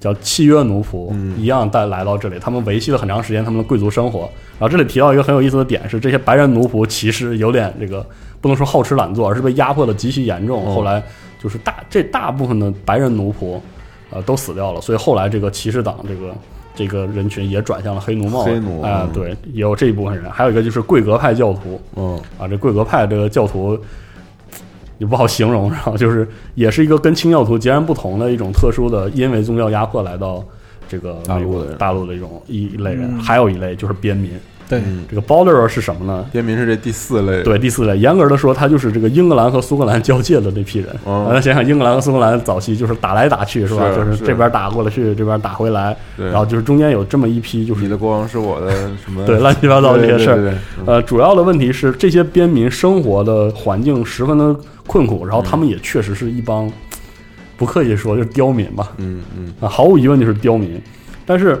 [SPEAKER 5] 叫契约奴仆，
[SPEAKER 2] 嗯
[SPEAKER 5] 一样带来到这里，他们维系了很长时间他们的贵族生活。然后这里提到一个很有意思的点是，这些白人奴仆其实有点这个不能说好吃懒做，而是被压迫的极其严重。
[SPEAKER 2] 哦
[SPEAKER 5] 后来就是大这大部分的白人奴仆，呃，都死掉了，所以后来这个骑士党这个。这个人群也转向了黑奴帽，
[SPEAKER 2] 黑奴
[SPEAKER 5] 啊、
[SPEAKER 2] 嗯
[SPEAKER 5] 对，也有这一部分人，还有一个就是贵格派教徒，
[SPEAKER 2] 嗯
[SPEAKER 5] 啊，这贵格派这个教徒也不好形容，然后就是也是一个跟清教徒截然不同的一种特殊的，因为宗教压迫来到这个
[SPEAKER 2] 大
[SPEAKER 5] 美
[SPEAKER 2] 陆
[SPEAKER 5] 国
[SPEAKER 2] 的人
[SPEAKER 5] 大陆的一种一一类人，
[SPEAKER 4] 嗯
[SPEAKER 5] 还有一类就是边民。
[SPEAKER 4] 对，
[SPEAKER 2] 嗯，
[SPEAKER 5] 这个 border 是什么呢？
[SPEAKER 2] 边民是这第四类，，
[SPEAKER 5] 对，第四类，严格的说，他就是这个英格兰和苏格兰 (laughs) 交界的那批人。
[SPEAKER 2] 哦
[SPEAKER 5] 大家想想，英格兰和苏格兰早期就是打来打去，是吧？
[SPEAKER 2] 是
[SPEAKER 5] 就是
[SPEAKER 2] 是
[SPEAKER 5] 这边打过来去，这边打回来，
[SPEAKER 2] 对
[SPEAKER 5] 然后就是中间有这么一批，就是
[SPEAKER 2] 你的国王是我的什么？
[SPEAKER 5] 对乱七八糟这些
[SPEAKER 2] 对
[SPEAKER 5] 事
[SPEAKER 2] 对
[SPEAKER 5] 儿
[SPEAKER 2] 对。对
[SPEAKER 5] 呃，主要的问题是这些边民生活的环境十分的困苦，然后他们也确实是一帮，不客气说就是刁民吧，
[SPEAKER 2] 嗯嗯
[SPEAKER 5] 啊，毫无疑问就是刁民。但是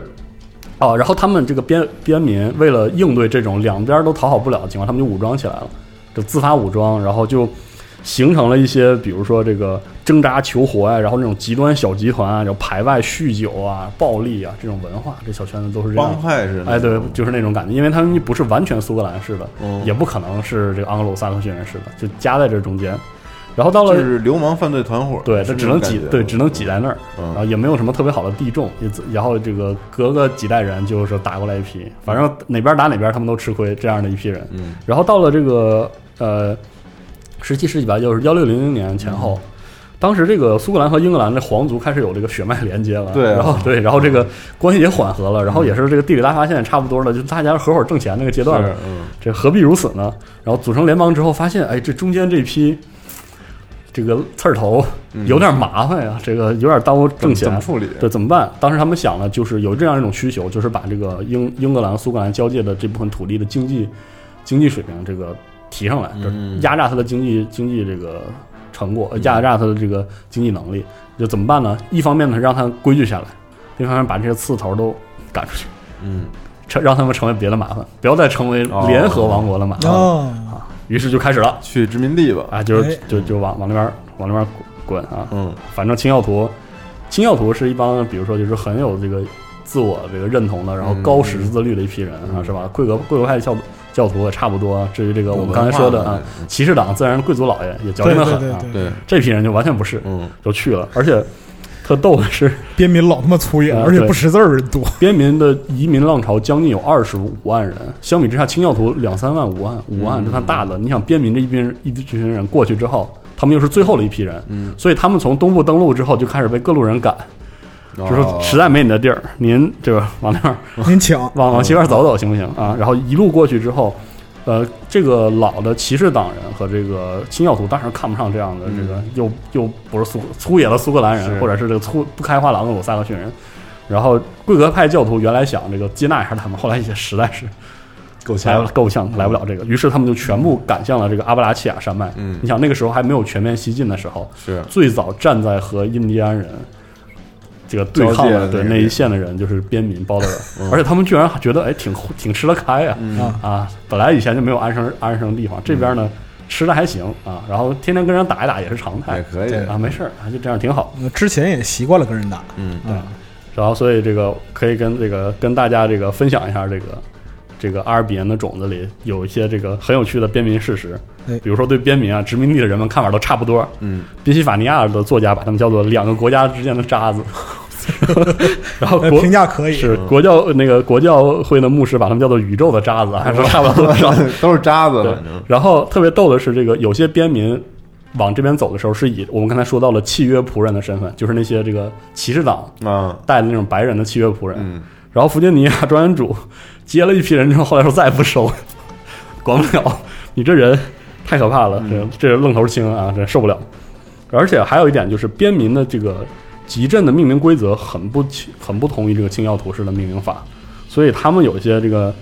[SPEAKER 5] 啊，然后他们这个边边民为了应对这种两边儿都讨好不了的情况，他们就武装起来了，就自发武装，然后就形成了一些，比如说这个挣扎求活呀、然后那种极端小集团啊，然后排外、酗酒啊、暴力啊这种文化，这小圈子都是这样
[SPEAKER 2] 帮。派是那
[SPEAKER 5] 哎，对
[SPEAKER 2] 种，
[SPEAKER 5] 就是那种感觉，因为他们不是完全苏格兰式的，
[SPEAKER 2] 嗯
[SPEAKER 5] 也不可能是这个盎格鲁撒克逊人式的，就夹在这中间。然后到
[SPEAKER 2] 就
[SPEAKER 5] 了
[SPEAKER 2] 是流氓犯罪团伙，
[SPEAKER 5] 对，
[SPEAKER 2] 是
[SPEAKER 5] 它
[SPEAKER 2] 这
[SPEAKER 5] 只
[SPEAKER 2] 种
[SPEAKER 5] 能
[SPEAKER 2] 感
[SPEAKER 5] 挤
[SPEAKER 2] 觉，
[SPEAKER 5] 对，只能挤在那儿，然后
[SPEAKER 2] 嗯，
[SPEAKER 5] 也没有什么特别好的地种，也自然后这个隔个几代人就是打过来一批，反正哪边打哪边，他们都吃亏这样的一批人。
[SPEAKER 2] 嗯
[SPEAKER 5] 然后到了这个呃十七世纪吧，就是幺六零零年前后。当时这个苏格兰和英格兰的皇族开始有这个血脉连接了，
[SPEAKER 2] 对啊
[SPEAKER 5] 然后对，然后这个关系也缓和了，然后也是这个地理大发现也差不多了，就大家合伙挣钱那个阶段了
[SPEAKER 2] 是，嗯，
[SPEAKER 5] 这何必如此呢？然后组成联邦之后，发现哎，这中间这批这个刺儿头
[SPEAKER 2] 嗯
[SPEAKER 5] 有点麻烦呀，这个有点耽误挣
[SPEAKER 2] 怎么
[SPEAKER 5] 钱。
[SPEAKER 2] 处理？
[SPEAKER 5] 对，怎么办？当时他们想呢，就是有这样一种需求，就是把这个英英格兰、苏格兰交界的这部分土地的经济经济水平这个提上来，就是
[SPEAKER 2] 嗯
[SPEAKER 5] 压榨它的经济经济这个成果，呃
[SPEAKER 4] 嗯
[SPEAKER 5] 压榨它的这个经济能力。就怎么办呢？一方面呢，让它规矩下来；另一方面，把这些刺头都赶出去，
[SPEAKER 2] 嗯，
[SPEAKER 5] 成让他们成为别的麻烦，不要再成为联合王国的麻烦。
[SPEAKER 4] 哦，
[SPEAKER 5] 于是就开始了
[SPEAKER 2] 去殖民地吧，
[SPEAKER 5] 啊，就是
[SPEAKER 4] 哎
[SPEAKER 5] 就就往往那边往那边滚啊！
[SPEAKER 2] 嗯
[SPEAKER 5] 反正清教徒，清教徒是一帮比如说就是很有这个自我这个认同的，然后
[SPEAKER 2] 嗯
[SPEAKER 5] 高识字率的一批人啊，
[SPEAKER 2] 嗯
[SPEAKER 5] 是吧？贵格贵格派教教徒也差不多。至于这个
[SPEAKER 2] 有
[SPEAKER 5] 我们刚才说的啊
[SPEAKER 2] 文化，的
[SPEAKER 5] 骑士党自然贵族老爷也矫
[SPEAKER 4] 对
[SPEAKER 5] 情
[SPEAKER 4] 对
[SPEAKER 5] 的很
[SPEAKER 4] 对
[SPEAKER 5] 啊，
[SPEAKER 4] 对，
[SPEAKER 2] 对，
[SPEAKER 5] 这批人就完全不是，
[SPEAKER 2] 嗯
[SPEAKER 5] 就去了，而且。特逗的是，
[SPEAKER 4] 边民老他妈粗野，
[SPEAKER 5] 啊
[SPEAKER 4] 而且
[SPEAKER 5] 对
[SPEAKER 4] 不识字儿人
[SPEAKER 5] (laughs)
[SPEAKER 4] 多，
[SPEAKER 5] 边民的移民浪潮将近有二十五万人，相比之下，清教徒两三万、五万、五万
[SPEAKER 2] 嗯
[SPEAKER 5] 就算大的。你想，边民这一批人一群人过去之后，他们又是最后的一批人，
[SPEAKER 2] 嗯，
[SPEAKER 5] 所以他们从东部登陆之后就开始被各路人赶，
[SPEAKER 2] 就
[SPEAKER 5] 就
[SPEAKER 2] 哦
[SPEAKER 5] 说实在没你的地儿，您这个往那
[SPEAKER 2] (laughs)
[SPEAKER 5] 儿
[SPEAKER 4] 您请。呃
[SPEAKER 5] 往往西边走走行不行
[SPEAKER 2] 哦
[SPEAKER 5] 啊？然后一路过去之后，呃，这个老的骑士党人和这个清教徒当然看不上这样的这个、又又不是苏粗野的苏格兰人，
[SPEAKER 2] 嗯是
[SPEAKER 5] 或者是这个粗不开化狼的鲁萨克逊人。然后贵格派教徒原来想这个接纳一下他们，后来也实在是
[SPEAKER 2] 够
[SPEAKER 5] 来
[SPEAKER 2] 呛
[SPEAKER 5] 不了，够呛，来不了这个，于是他们就全部赶向了这个阿巴拉契亚山脉。
[SPEAKER 2] 嗯
[SPEAKER 5] 你想那个时候还没有全面西进的时候，
[SPEAKER 2] 是
[SPEAKER 5] 最早站在和印第安人这个对抗
[SPEAKER 2] 交界
[SPEAKER 5] 的
[SPEAKER 2] 的那个
[SPEAKER 5] 对那一线的人，就是边民包的人，
[SPEAKER 2] 嗯
[SPEAKER 5] 而且他们居然觉得哎挺挺吃得开啊、
[SPEAKER 2] 嗯
[SPEAKER 5] 啊！本来以前就没有安生安生地方，这边呢、吃的还行啊，然后天天跟人打一打也是常态，
[SPEAKER 2] 也可以，
[SPEAKER 5] 啊，没事儿，啊就这样挺好。
[SPEAKER 4] 呃之前也习惯了跟人打，
[SPEAKER 2] 嗯
[SPEAKER 4] 啊，
[SPEAKER 5] 然后所以这个可以跟这个跟大家这个分享一下这个。这个阿尔比恩的种子里有一些这个很有趣的边民事实
[SPEAKER 4] 哎，
[SPEAKER 5] 比如说对边民啊殖民地的人们看法都差不多，
[SPEAKER 2] 嗯
[SPEAKER 5] 宾夕法尼亚的作家把他们叫做两个国家之间的渣子， (laughs) 然后
[SPEAKER 4] 呃
[SPEAKER 5] 国
[SPEAKER 4] 评价可以，
[SPEAKER 5] 是国教那个国教会的牧师把他们叫做宇宙的渣子，还是 (laughs) 差不了多少。
[SPEAKER 2] (laughs) 都是渣子，
[SPEAKER 5] (laughs) 对
[SPEAKER 2] 反正，
[SPEAKER 5] 然后特别逗的是，这个有些边民往这边走的时候，是以我们刚才说到了契约仆人的身份，就是那些这个骑士党
[SPEAKER 2] 啊，
[SPEAKER 5] 带的那种白人的契约仆人。
[SPEAKER 2] 嗯，
[SPEAKER 5] 然后弗吉尼亚庄园主 (laughs) 接了一批人之后，后来说再也不收 (laughs) 了，管不了，你这人太可怕了，这这人愣头青啊，这受不了。而且还有一点就是边民的这个集镇的命名规则很不清很不同于这个清教徒式的命名法，所以他们有一些这个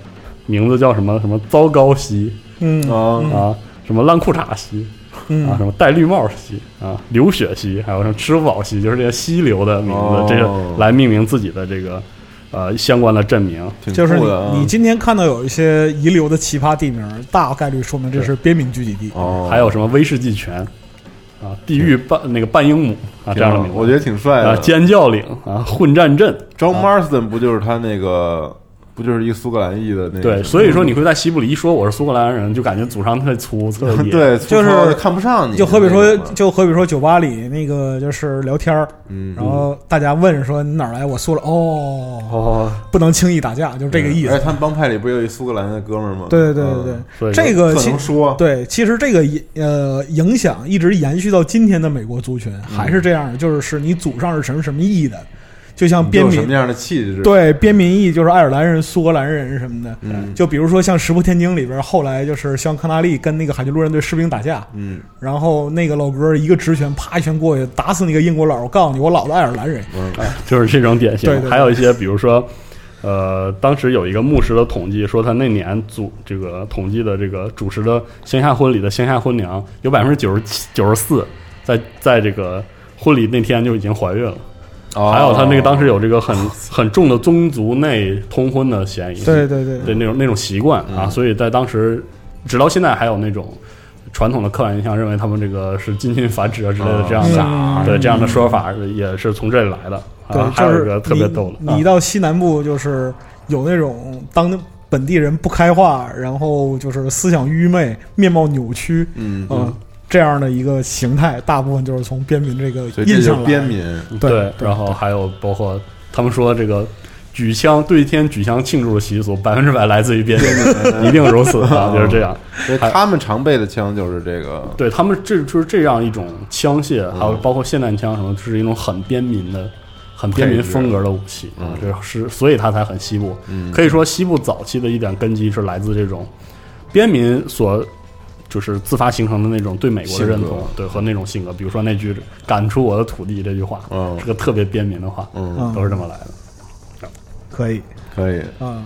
[SPEAKER 5] 名字叫什么什么糟糕西
[SPEAKER 4] 嗯
[SPEAKER 2] 啊
[SPEAKER 4] 嗯
[SPEAKER 5] 啊，什么烂裤衩西啊，
[SPEAKER 4] 嗯
[SPEAKER 5] 什么戴绿帽西啊，流血西，还有什么吃不饱西，就是这些溪流的名
[SPEAKER 2] 哦
[SPEAKER 5] 字，这个来命名自己的这个呃相关的镇名。
[SPEAKER 2] 挺
[SPEAKER 4] 就是
[SPEAKER 2] 酷
[SPEAKER 4] 你
[SPEAKER 2] 的啊
[SPEAKER 4] 你今天看到有一些遗留的奇葩地名，大概率说明这是边民聚集地。
[SPEAKER 2] 哦，
[SPEAKER 5] 还有什么威士忌泉啊，地狱半那个半英亩啊这样的名字，
[SPEAKER 2] 我觉得挺帅
[SPEAKER 5] 啊
[SPEAKER 2] 的。
[SPEAKER 5] 尖叫岭啊混战镇，
[SPEAKER 2] John Marston 不就是他那个，不就是一个苏格兰裔的那个？嗯
[SPEAKER 5] 对，所以说你会在西部里一说我是苏格兰人，就感觉祖上特别粗特
[SPEAKER 2] (laughs)
[SPEAKER 5] 别，
[SPEAKER 2] 对，
[SPEAKER 4] 就是
[SPEAKER 2] 粗糙的看不上你，
[SPEAKER 4] 就好比说
[SPEAKER 2] 那种，嘛
[SPEAKER 4] 就好比说酒吧里那个就是聊天儿，
[SPEAKER 2] 嗯，
[SPEAKER 4] 然后大家问说你哪儿来？我苏了哦，
[SPEAKER 5] 哦，
[SPEAKER 4] 不能轻易打架，就是这个意
[SPEAKER 2] 而
[SPEAKER 4] 思
[SPEAKER 2] 且。他们帮派里不是有一苏格兰的哥们儿吗？
[SPEAKER 4] 对对对
[SPEAKER 2] 嗯，
[SPEAKER 4] 对，
[SPEAKER 5] 所以
[SPEAKER 4] 这个
[SPEAKER 2] 特
[SPEAKER 4] 其
[SPEAKER 2] 能说，
[SPEAKER 4] 对，其实这个也呃影响一直延续到今天的美国族群，还是这样的，就是是你祖上是什么什么裔的，就像
[SPEAKER 2] 你就
[SPEAKER 4] 边
[SPEAKER 2] 有什么
[SPEAKER 4] 民
[SPEAKER 2] 样的气质？，
[SPEAKER 4] 对边民裔就是爱尔兰人、苏格兰人什么的。
[SPEAKER 2] 嗯
[SPEAKER 4] 就比如说像《石破天惊》里边，后来就是像康纳利跟那个海军陆战队士兵打架，
[SPEAKER 2] 嗯
[SPEAKER 4] 然后那个老哥一个直拳，啪一拳过去打死那个英国佬。我告诉你，我老子爱尔兰人。
[SPEAKER 5] 就是这种典型。
[SPEAKER 4] 对对对
[SPEAKER 5] 还有一些比如说。呃，当时有一个牧师的统计说，他那年组这个统计的这个主持的乡下婚礼的乡下婚娘有百分之九十七九十四，在在这个婚礼那天就已经怀孕了。
[SPEAKER 2] 哦
[SPEAKER 5] 还有他那个当时有这个很很重的宗族内通婚的嫌疑，
[SPEAKER 4] 对对对，
[SPEAKER 5] 对那种那种习惯啊，
[SPEAKER 2] 嗯
[SPEAKER 5] 所以在当时，直到现在还有那种传统的刻板印象，认为他们这个是近亲繁殖啊之类的
[SPEAKER 2] 啊
[SPEAKER 5] 这样
[SPEAKER 4] 傻
[SPEAKER 5] 的，
[SPEAKER 4] 嗯
[SPEAKER 5] 对这样的说法也是从这里来的。
[SPEAKER 4] 对
[SPEAKER 5] 啊，，还
[SPEAKER 4] 就
[SPEAKER 5] 有
[SPEAKER 4] 是
[SPEAKER 5] 一个特别逗的，啊
[SPEAKER 4] 你你到西南部就是有那种当本地人不开化，然后就是思想愚昧、面貌扭曲，
[SPEAKER 2] 嗯
[SPEAKER 4] 嗯，这样的一个形态，大部分就是从边民这个
[SPEAKER 2] 所以这
[SPEAKER 4] 印
[SPEAKER 2] 就
[SPEAKER 4] 象
[SPEAKER 2] 是
[SPEAKER 4] 来。
[SPEAKER 2] 边民，
[SPEAKER 4] 对
[SPEAKER 5] 对，
[SPEAKER 4] 对
[SPEAKER 5] 然后还有包括他们说这个举枪对天举枪庆祝的习俗，百分之百来自于边民，一定如此啊，就是这样。
[SPEAKER 2] 所以他们常备的枪就是这个，
[SPEAKER 5] 对他们这就是这样一种枪械，还有
[SPEAKER 2] 嗯
[SPEAKER 5] 包括霰弹枪什么，这是一种很边民的、很边民风格的武器
[SPEAKER 2] 嗯
[SPEAKER 5] 啊，这是所以它才很西部。
[SPEAKER 2] 嗯，
[SPEAKER 5] 可以说西部早期的一点根基是来自这种边民所就是自发形成的那种对美国的认
[SPEAKER 2] 性
[SPEAKER 5] 同
[SPEAKER 2] 格，
[SPEAKER 5] 对和那种性格，比如说那句“赶出我的土地”这句话，
[SPEAKER 2] 嗯
[SPEAKER 5] 是个特别边民的话，
[SPEAKER 2] 嗯，
[SPEAKER 4] 嗯
[SPEAKER 5] 都是这么来的。
[SPEAKER 4] 可以
[SPEAKER 2] 可以，
[SPEAKER 4] 啊，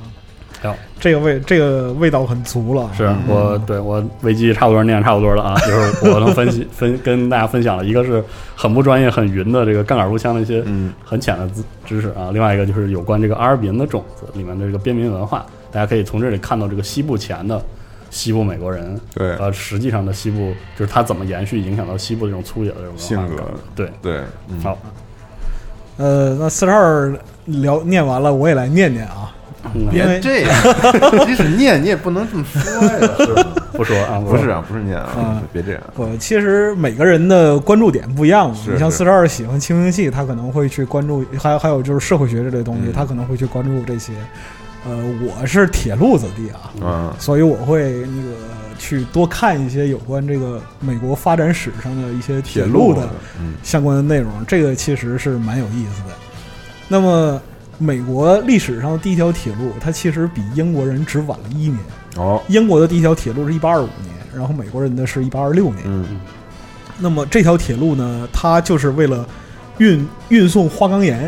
[SPEAKER 5] 还有
[SPEAKER 4] 这个味这个味道很足了。
[SPEAKER 5] 是
[SPEAKER 2] 嗯
[SPEAKER 5] 我对我危机差不多念差不多了啊，就是我能分析分跟大家分享了，一个是很不专业很云的这个杠杆步枪的一些
[SPEAKER 2] 嗯
[SPEAKER 5] 很浅的知知识啊，另外一个就是有关这个阿尔比恩的种子里面的这个边民文化，大家可以从这里看到这个西部前的西部美国人，
[SPEAKER 2] 对
[SPEAKER 5] 呃，实际上的西部就是他怎么延续影响到西部这种粗野的这种文化
[SPEAKER 2] 性格
[SPEAKER 5] 感觉对，
[SPEAKER 2] 对，嗯
[SPEAKER 5] 好，
[SPEAKER 4] 呃，那四十二聊念完了，我也来念念啊。
[SPEAKER 5] 嗯
[SPEAKER 4] 因
[SPEAKER 2] 别
[SPEAKER 4] 为
[SPEAKER 2] 这样， (laughs) 即使念你也不能这么说呀，是吧？
[SPEAKER 5] (laughs) 不说啊，
[SPEAKER 2] 不是
[SPEAKER 5] 说
[SPEAKER 2] 啊，不是念啊
[SPEAKER 4] 啊，
[SPEAKER 2] 别这样，
[SPEAKER 4] 我其实每个人的关注点不一样嘛。
[SPEAKER 2] 是
[SPEAKER 4] 你像
[SPEAKER 2] 是
[SPEAKER 4] 四十二喜欢清明系，他可能会去关注，还有还有就是社会学这类东西，
[SPEAKER 2] 嗯
[SPEAKER 4] 他可能会去关注这些。呃，我是铁路子弟啊，
[SPEAKER 2] 嗯
[SPEAKER 4] 所以我会那个去多看一些有关这个美国发展史上的一些铁路的
[SPEAKER 2] 嗯
[SPEAKER 4] 相关的内容，这个其实是蛮有意思的。那么，美国历史上的第一条铁路，它其实比英国人只晚了一年。
[SPEAKER 2] 哦
[SPEAKER 4] 英国的第一条铁路是一八二五年，然后美国人的是一八二六年。
[SPEAKER 2] 嗯
[SPEAKER 4] 那么这条铁路呢，它就是为了运运送花岗岩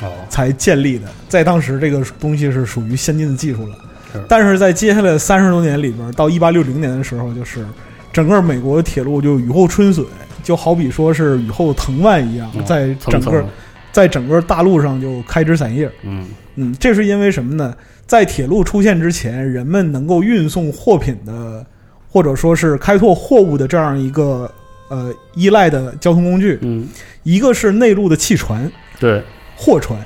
[SPEAKER 5] 哦，
[SPEAKER 4] 才建立的，在当时这个东西是属于先进的技术了
[SPEAKER 5] 是。
[SPEAKER 4] 但是在接下来三十多年里边，到一八六零年的时候，就是整个美国的铁路就雨后春笋，就好比说是雨后藤蔓一样，
[SPEAKER 5] 嗯
[SPEAKER 4] 在
[SPEAKER 5] 蹭
[SPEAKER 4] 整
[SPEAKER 5] 蹭
[SPEAKER 4] 个在整个大陆上就开枝散叶。
[SPEAKER 5] 嗯
[SPEAKER 4] 嗯，这是因为什么呢？在铁路出现之前，人们能够运送货品的，或者说是开拓货物的这样一个呃依赖的交通工具，
[SPEAKER 5] 嗯，
[SPEAKER 4] 一个是内陆的汽船、
[SPEAKER 5] 对，
[SPEAKER 4] 货船，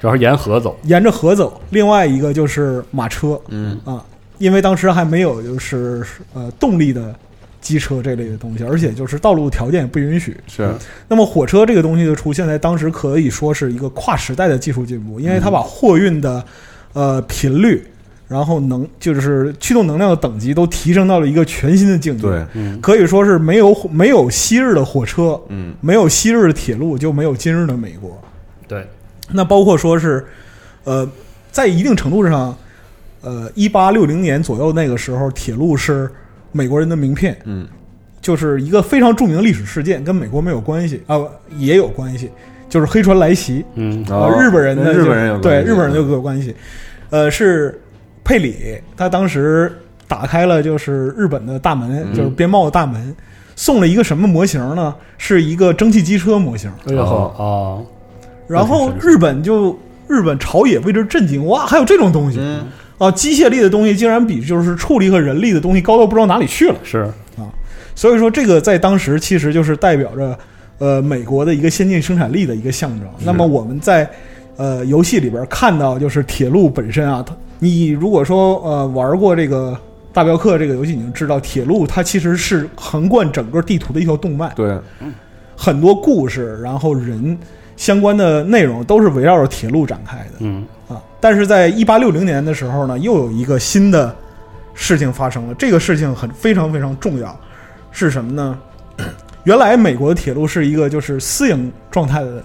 [SPEAKER 5] 主要是沿河走，
[SPEAKER 4] 沿着河走；另外一个就是马车
[SPEAKER 2] 嗯
[SPEAKER 4] 啊，因为当时还没有就是呃动力的机车这类的东西，而且就是道路条件也不允许，
[SPEAKER 2] 是
[SPEAKER 4] 那么火车这个东西就出现在当时可以说是一个跨时代的技术进步，因为它把货运的呃频率，然后能就是驱动能量的等级都提升到了一个全新的境界。
[SPEAKER 2] 对，
[SPEAKER 5] 嗯
[SPEAKER 4] 可以说是没有没有昔日的火车，
[SPEAKER 2] 嗯
[SPEAKER 4] 没有昔日的铁路，就没有今日的美国。
[SPEAKER 5] 对，
[SPEAKER 4] 那包括说是，呃，在一定程度上，呃，一八六零年左右那个时候，铁路是美国人的名片。
[SPEAKER 2] 嗯
[SPEAKER 4] 就是一个非常著名的历史事件，跟美国没有关系啊、也有关系，就是黑船来袭，
[SPEAKER 5] 嗯
[SPEAKER 4] 呃，
[SPEAKER 2] 哦
[SPEAKER 4] 日本人的
[SPEAKER 2] 跟
[SPEAKER 4] 就
[SPEAKER 2] 日本人有
[SPEAKER 4] 对
[SPEAKER 2] 关系
[SPEAKER 4] 日本人就有关系，呃，是佩里他当时打开了就是日本的大门，
[SPEAKER 2] 嗯
[SPEAKER 4] 就是边贸的大门，送了一个什么模型呢？是一个蒸汽机车模型，
[SPEAKER 5] 哎呦
[SPEAKER 2] 哦
[SPEAKER 5] 哦，
[SPEAKER 4] 然后日本就日本朝野为之震惊，哇，还有这种东西、
[SPEAKER 2] 嗯
[SPEAKER 4] 啊！机械力的东西竟然比就是畜力和人力的东西高到不知道哪里去了。
[SPEAKER 5] 是
[SPEAKER 4] 所以说，这个在当时其实就是代表着呃美国的一个先进生产力的一个象征。那么我们在呃游戏里边看到，就是铁路本身啊，它你如果说呃玩过这个《大镖客》这个游戏，你就知道铁路它其实是横贯整个地图的一条动脉，
[SPEAKER 2] 对，
[SPEAKER 4] 很多故事，然后人相关的内容都是围绕着铁路展开的。
[SPEAKER 5] 嗯
[SPEAKER 4] 啊。但是在一八六零年的时候呢，又有一个新的事情发生了。这个事情很非常非常重要，是什么呢？ (clears throat) 原来美国的铁路是一个就是私营状态的，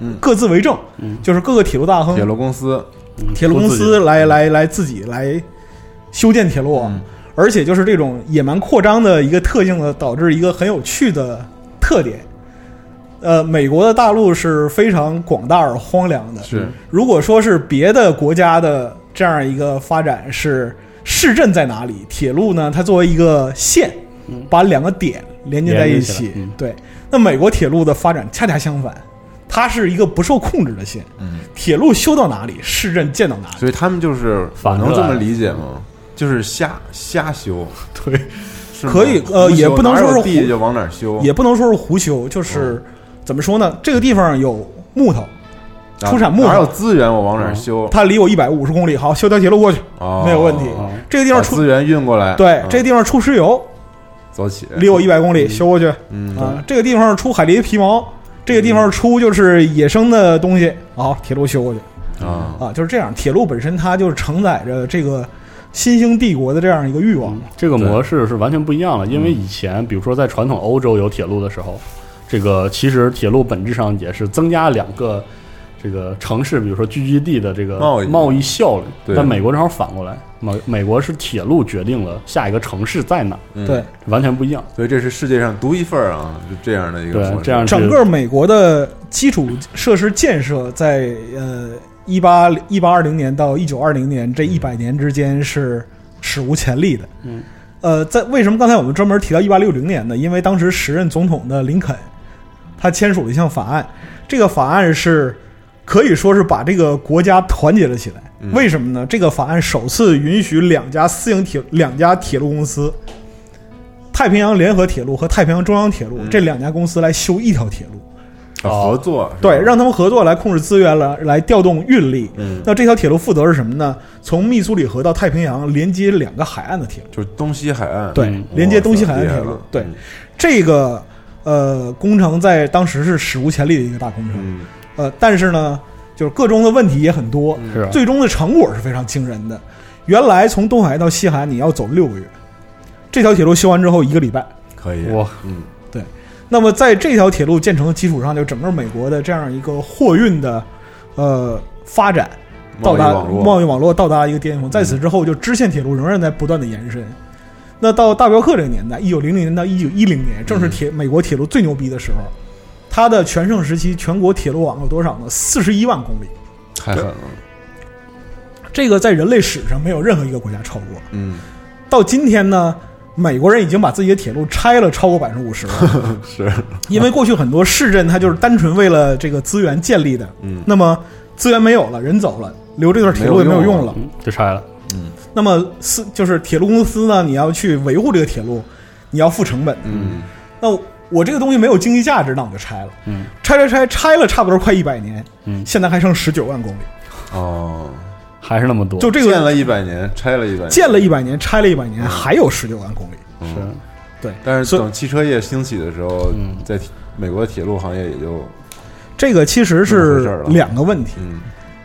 [SPEAKER 2] 嗯
[SPEAKER 4] 各自为政，
[SPEAKER 5] 嗯
[SPEAKER 4] 就是各个铁路大亨
[SPEAKER 2] 铁、路公司，
[SPEAKER 5] 嗯
[SPEAKER 4] 铁路公
[SPEAKER 5] 都自
[SPEAKER 4] 司
[SPEAKER 5] 己
[SPEAKER 4] 来来来自己来修建铁路，
[SPEAKER 2] 嗯
[SPEAKER 4] 而且就是这种野蛮扩张的一个特性呢，导致一个很有趣的特点。呃，美国的大陆是非常广大而荒凉的，
[SPEAKER 2] 是
[SPEAKER 4] 如果说是别的国家的这样一个发展是市镇在哪里，铁路呢，它作为一个线，把两个点连接在一起
[SPEAKER 5] 连接起来。嗯
[SPEAKER 4] 对，那美国铁路的发展恰恰相反，它是一个不受控制的线，
[SPEAKER 2] 嗯，
[SPEAKER 4] 铁路修到哪里，市镇建到哪里。
[SPEAKER 2] 所以他们就是
[SPEAKER 5] 反着
[SPEAKER 2] 能这么
[SPEAKER 5] 来
[SPEAKER 2] 理解吗？就是瞎瞎修，
[SPEAKER 5] 对，
[SPEAKER 2] 是吗
[SPEAKER 4] 可以呃
[SPEAKER 2] 胡
[SPEAKER 4] 也
[SPEAKER 2] 修
[SPEAKER 4] 不能
[SPEAKER 2] 哪
[SPEAKER 4] 说
[SPEAKER 2] 有
[SPEAKER 4] 是
[SPEAKER 2] 地
[SPEAKER 4] 胡
[SPEAKER 2] 就往哪儿修，
[SPEAKER 4] 也不能说是胡修，
[SPEAKER 2] 嗯
[SPEAKER 4] 就是怎么说呢？这个地方有木头，
[SPEAKER 2] 啊
[SPEAKER 4] 出产木头
[SPEAKER 2] 哪有资源我往哪儿修，
[SPEAKER 4] 它离我一百五十公里，好，修条铁路过去，
[SPEAKER 2] 哦
[SPEAKER 4] 没有问题
[SPEAKER 2] 哦
[SPEAKER 4] 这个地
[SPEAKER 2] 把
[SPEAKER 4] 方出
[SPEAKER 2] 资源运过来，
[SPEAKER 4] 对
[SPEAKER 2] 嗯，
[SPEAKER 4] 这地方出石油，
[SPEAKER 2] 早起，
[SPEAKER 4] 离我一百公里，修过去
[SPEAKER 2] 嗯
[SPEAKER 4] 啊。这个地方出海狸皮毛，这个地方出就是野生的东西，好，铁路修过去
[SPEAKER 2] 啊，
[SPEAKER 4] 啊，就是这样。铁路本身它就是承载着这个新兴帝国的这样一个欲望，
[SPEAKER 5] 这个
[SPEAKER 2] 对嗯
[SPEAKER 5] 模式是完全不一样了，因为以前比如说在传统欧洲有铁路的时候，这个其实铁路本质上也是增加两个这个城市，比如说聚居地的这个
[SPEAKER 2] 贸易
[SPEAKER 5] 贸易效率。
[SPEAKER 2] 对
[SPEAKER 5] 但美国正好反过来，美美国是铁路决定了下一个城市在哪，
[SPEAKER 2] 嗯
[SPEAKER 4] 对，
[SPEAKER 5] 完全不一样。
[SPEAKER 2] 所以这是世界上独一份儿啊，就这样的一个
[SPEAKER 5] 对
[SPEAKER 2] 模式啊
[SPEAKER 5] 这样
[SPEAKER 4] 整个美国的基础设施建设在呃一八一八二零年到一九二零年这
[SPEAKER 2] 嗯
[SPEAKER 4] 一百年之间是史无前例的。
[SPEAKER 5] 嗯，
[SPEAKER 4] 呃，在为什么刚才我们专门提到一八六零年呢？因为当时时任总统的林肯，他签署了一项法案，这个法案是可以说是把这个国家团结了起来。
[SPEAKER 2] 嗯
[SPEAKER 4] 为什么呢？这个法案首次允许两家私营铁两家铁路公司。太平洋联合铁路和太平洋中央铁路、
[SPEAKER 2] 嗯
[SPEAKER 4] 这两家公司来修一条铁路，
[SPEAKER 5] 哦
[SPEAKER 2] 合作，是吧
[SPEAKER 4] 对，让他们合作来控制资源，来来调动运力。
[SPEAKER 2] 嗯，
[SPEAKER 4] 那这条铁路负责是什么呢？从密苏里河到太平洋连接两个海岸的铁路，
[SPEAKER 2] 就是东西海岸，
[SPEAKER 4] 对
[SPEAKER 5] 嗯
[SPEAKER 4] 连接东西海岸
[SPEAKER 2] 哇
[SPEAKER 4] 铁
[SPEAKER 2] 塞
[SPEAKER 4] 路
[SPEAKER 2] 厉害了。
[SPEAKER 4] 对，这个呃工程在当时是史无前例的一个大工程。
[SPEAKER 2] 嗯，
[SPEAKER 4] 呃，但是呢，就是各中的问题也很多，
[SPEAKER 5] 是啊，
[SPEAKER 4] 最终的成果是非常惊人的。原来从东海到西海你要走六个月，这条铁路修完之后一个礼拜。
[SPEAKER 2] 可以，
[SPEAKER 5] 哇，
[SPEAKER 2] 嗯，
[SPEAKER 4] 那么在这条铁路建成的基础上，就整个美国的这样一个货运的呃发展，到达
[SPEAKER 2] 贸易网络嗯
[SPEAKER 4] 贸易网络到达一个巅峰。在此之后，就支线铁路仍然在不断的延伸。那到大镖客这个年代，一九零零年到一九一零年，
[SPEAKER 2] 嗯
[SPEAKER 4] 正是铁美国铁路最牛逼的时候。它的全盛时期，全国铁路网有多少呢？四十一万公里，
[SPEAKER 2] 太狠了，
[SPEAKER 4] 这个在人类史上没有任何一个国家超过。
[SPEAKER 2] 嗯，
[SPEAKER 4] 到今天呢，美国人已经把自己的铁路拆了超过百分之五十了。
[SPEAKER 2] (laughs) 是，
[SPEAKER 4] 因为过去很多市镇它就是单纯为了这个资源建立的，
[SPEAKER 2] 嗯，
[SPEAKER 4] 那么资源没有了，人走了，留这段铁路也没有用了。
[SPEAKER 5] 嗯，就拆了。
[SPEAKER 4] 那么私就是铁路公司呢，你要去维护这个铁路，你要付成本。
[SPEAKER 2] 嗯，
[SPEAKER 4] 那我这个东西没有经济价值，那我就拆了。
[SPEAKER 5] 嗯，
[SPEAKER 4] 拆拆拆拆了，差不多快一百年，
[SPEAKER 5] 嗯
[SPEAKER 4] 现在还剩十九万公里。
[SPEAKER 2] 哦，
[SPEAKER 5] 还是那么多，
[SPEAKER 4] 就这
[SPEAKER 2] 建
[SPEAKER 4] 个
[SPEAKER 2] 了一百年，拆了一百年，
[SPEAKER 4] 建了一百年，拆了一百年，还有十九万公里。
[SPEAKER 2] 嗯
[SPEAKER 5] 是
[SPEAKER 2] 但是
[SPEAKER 4] 所以
[SPEAKER 2] 等汽车业兴起的时候
[SPEAKER 5] 嗯，
[SPEAKER 2] 在铁美国的铁路行业也就
[SPEAKER 4] 这个其实
[SPEAKER 2] 这么回事
[SPEAKER 4] 是
[SPEAKER 2] 儿了
[SPEAKER 4] 两个问题。
[SPEAKER 2] 嗯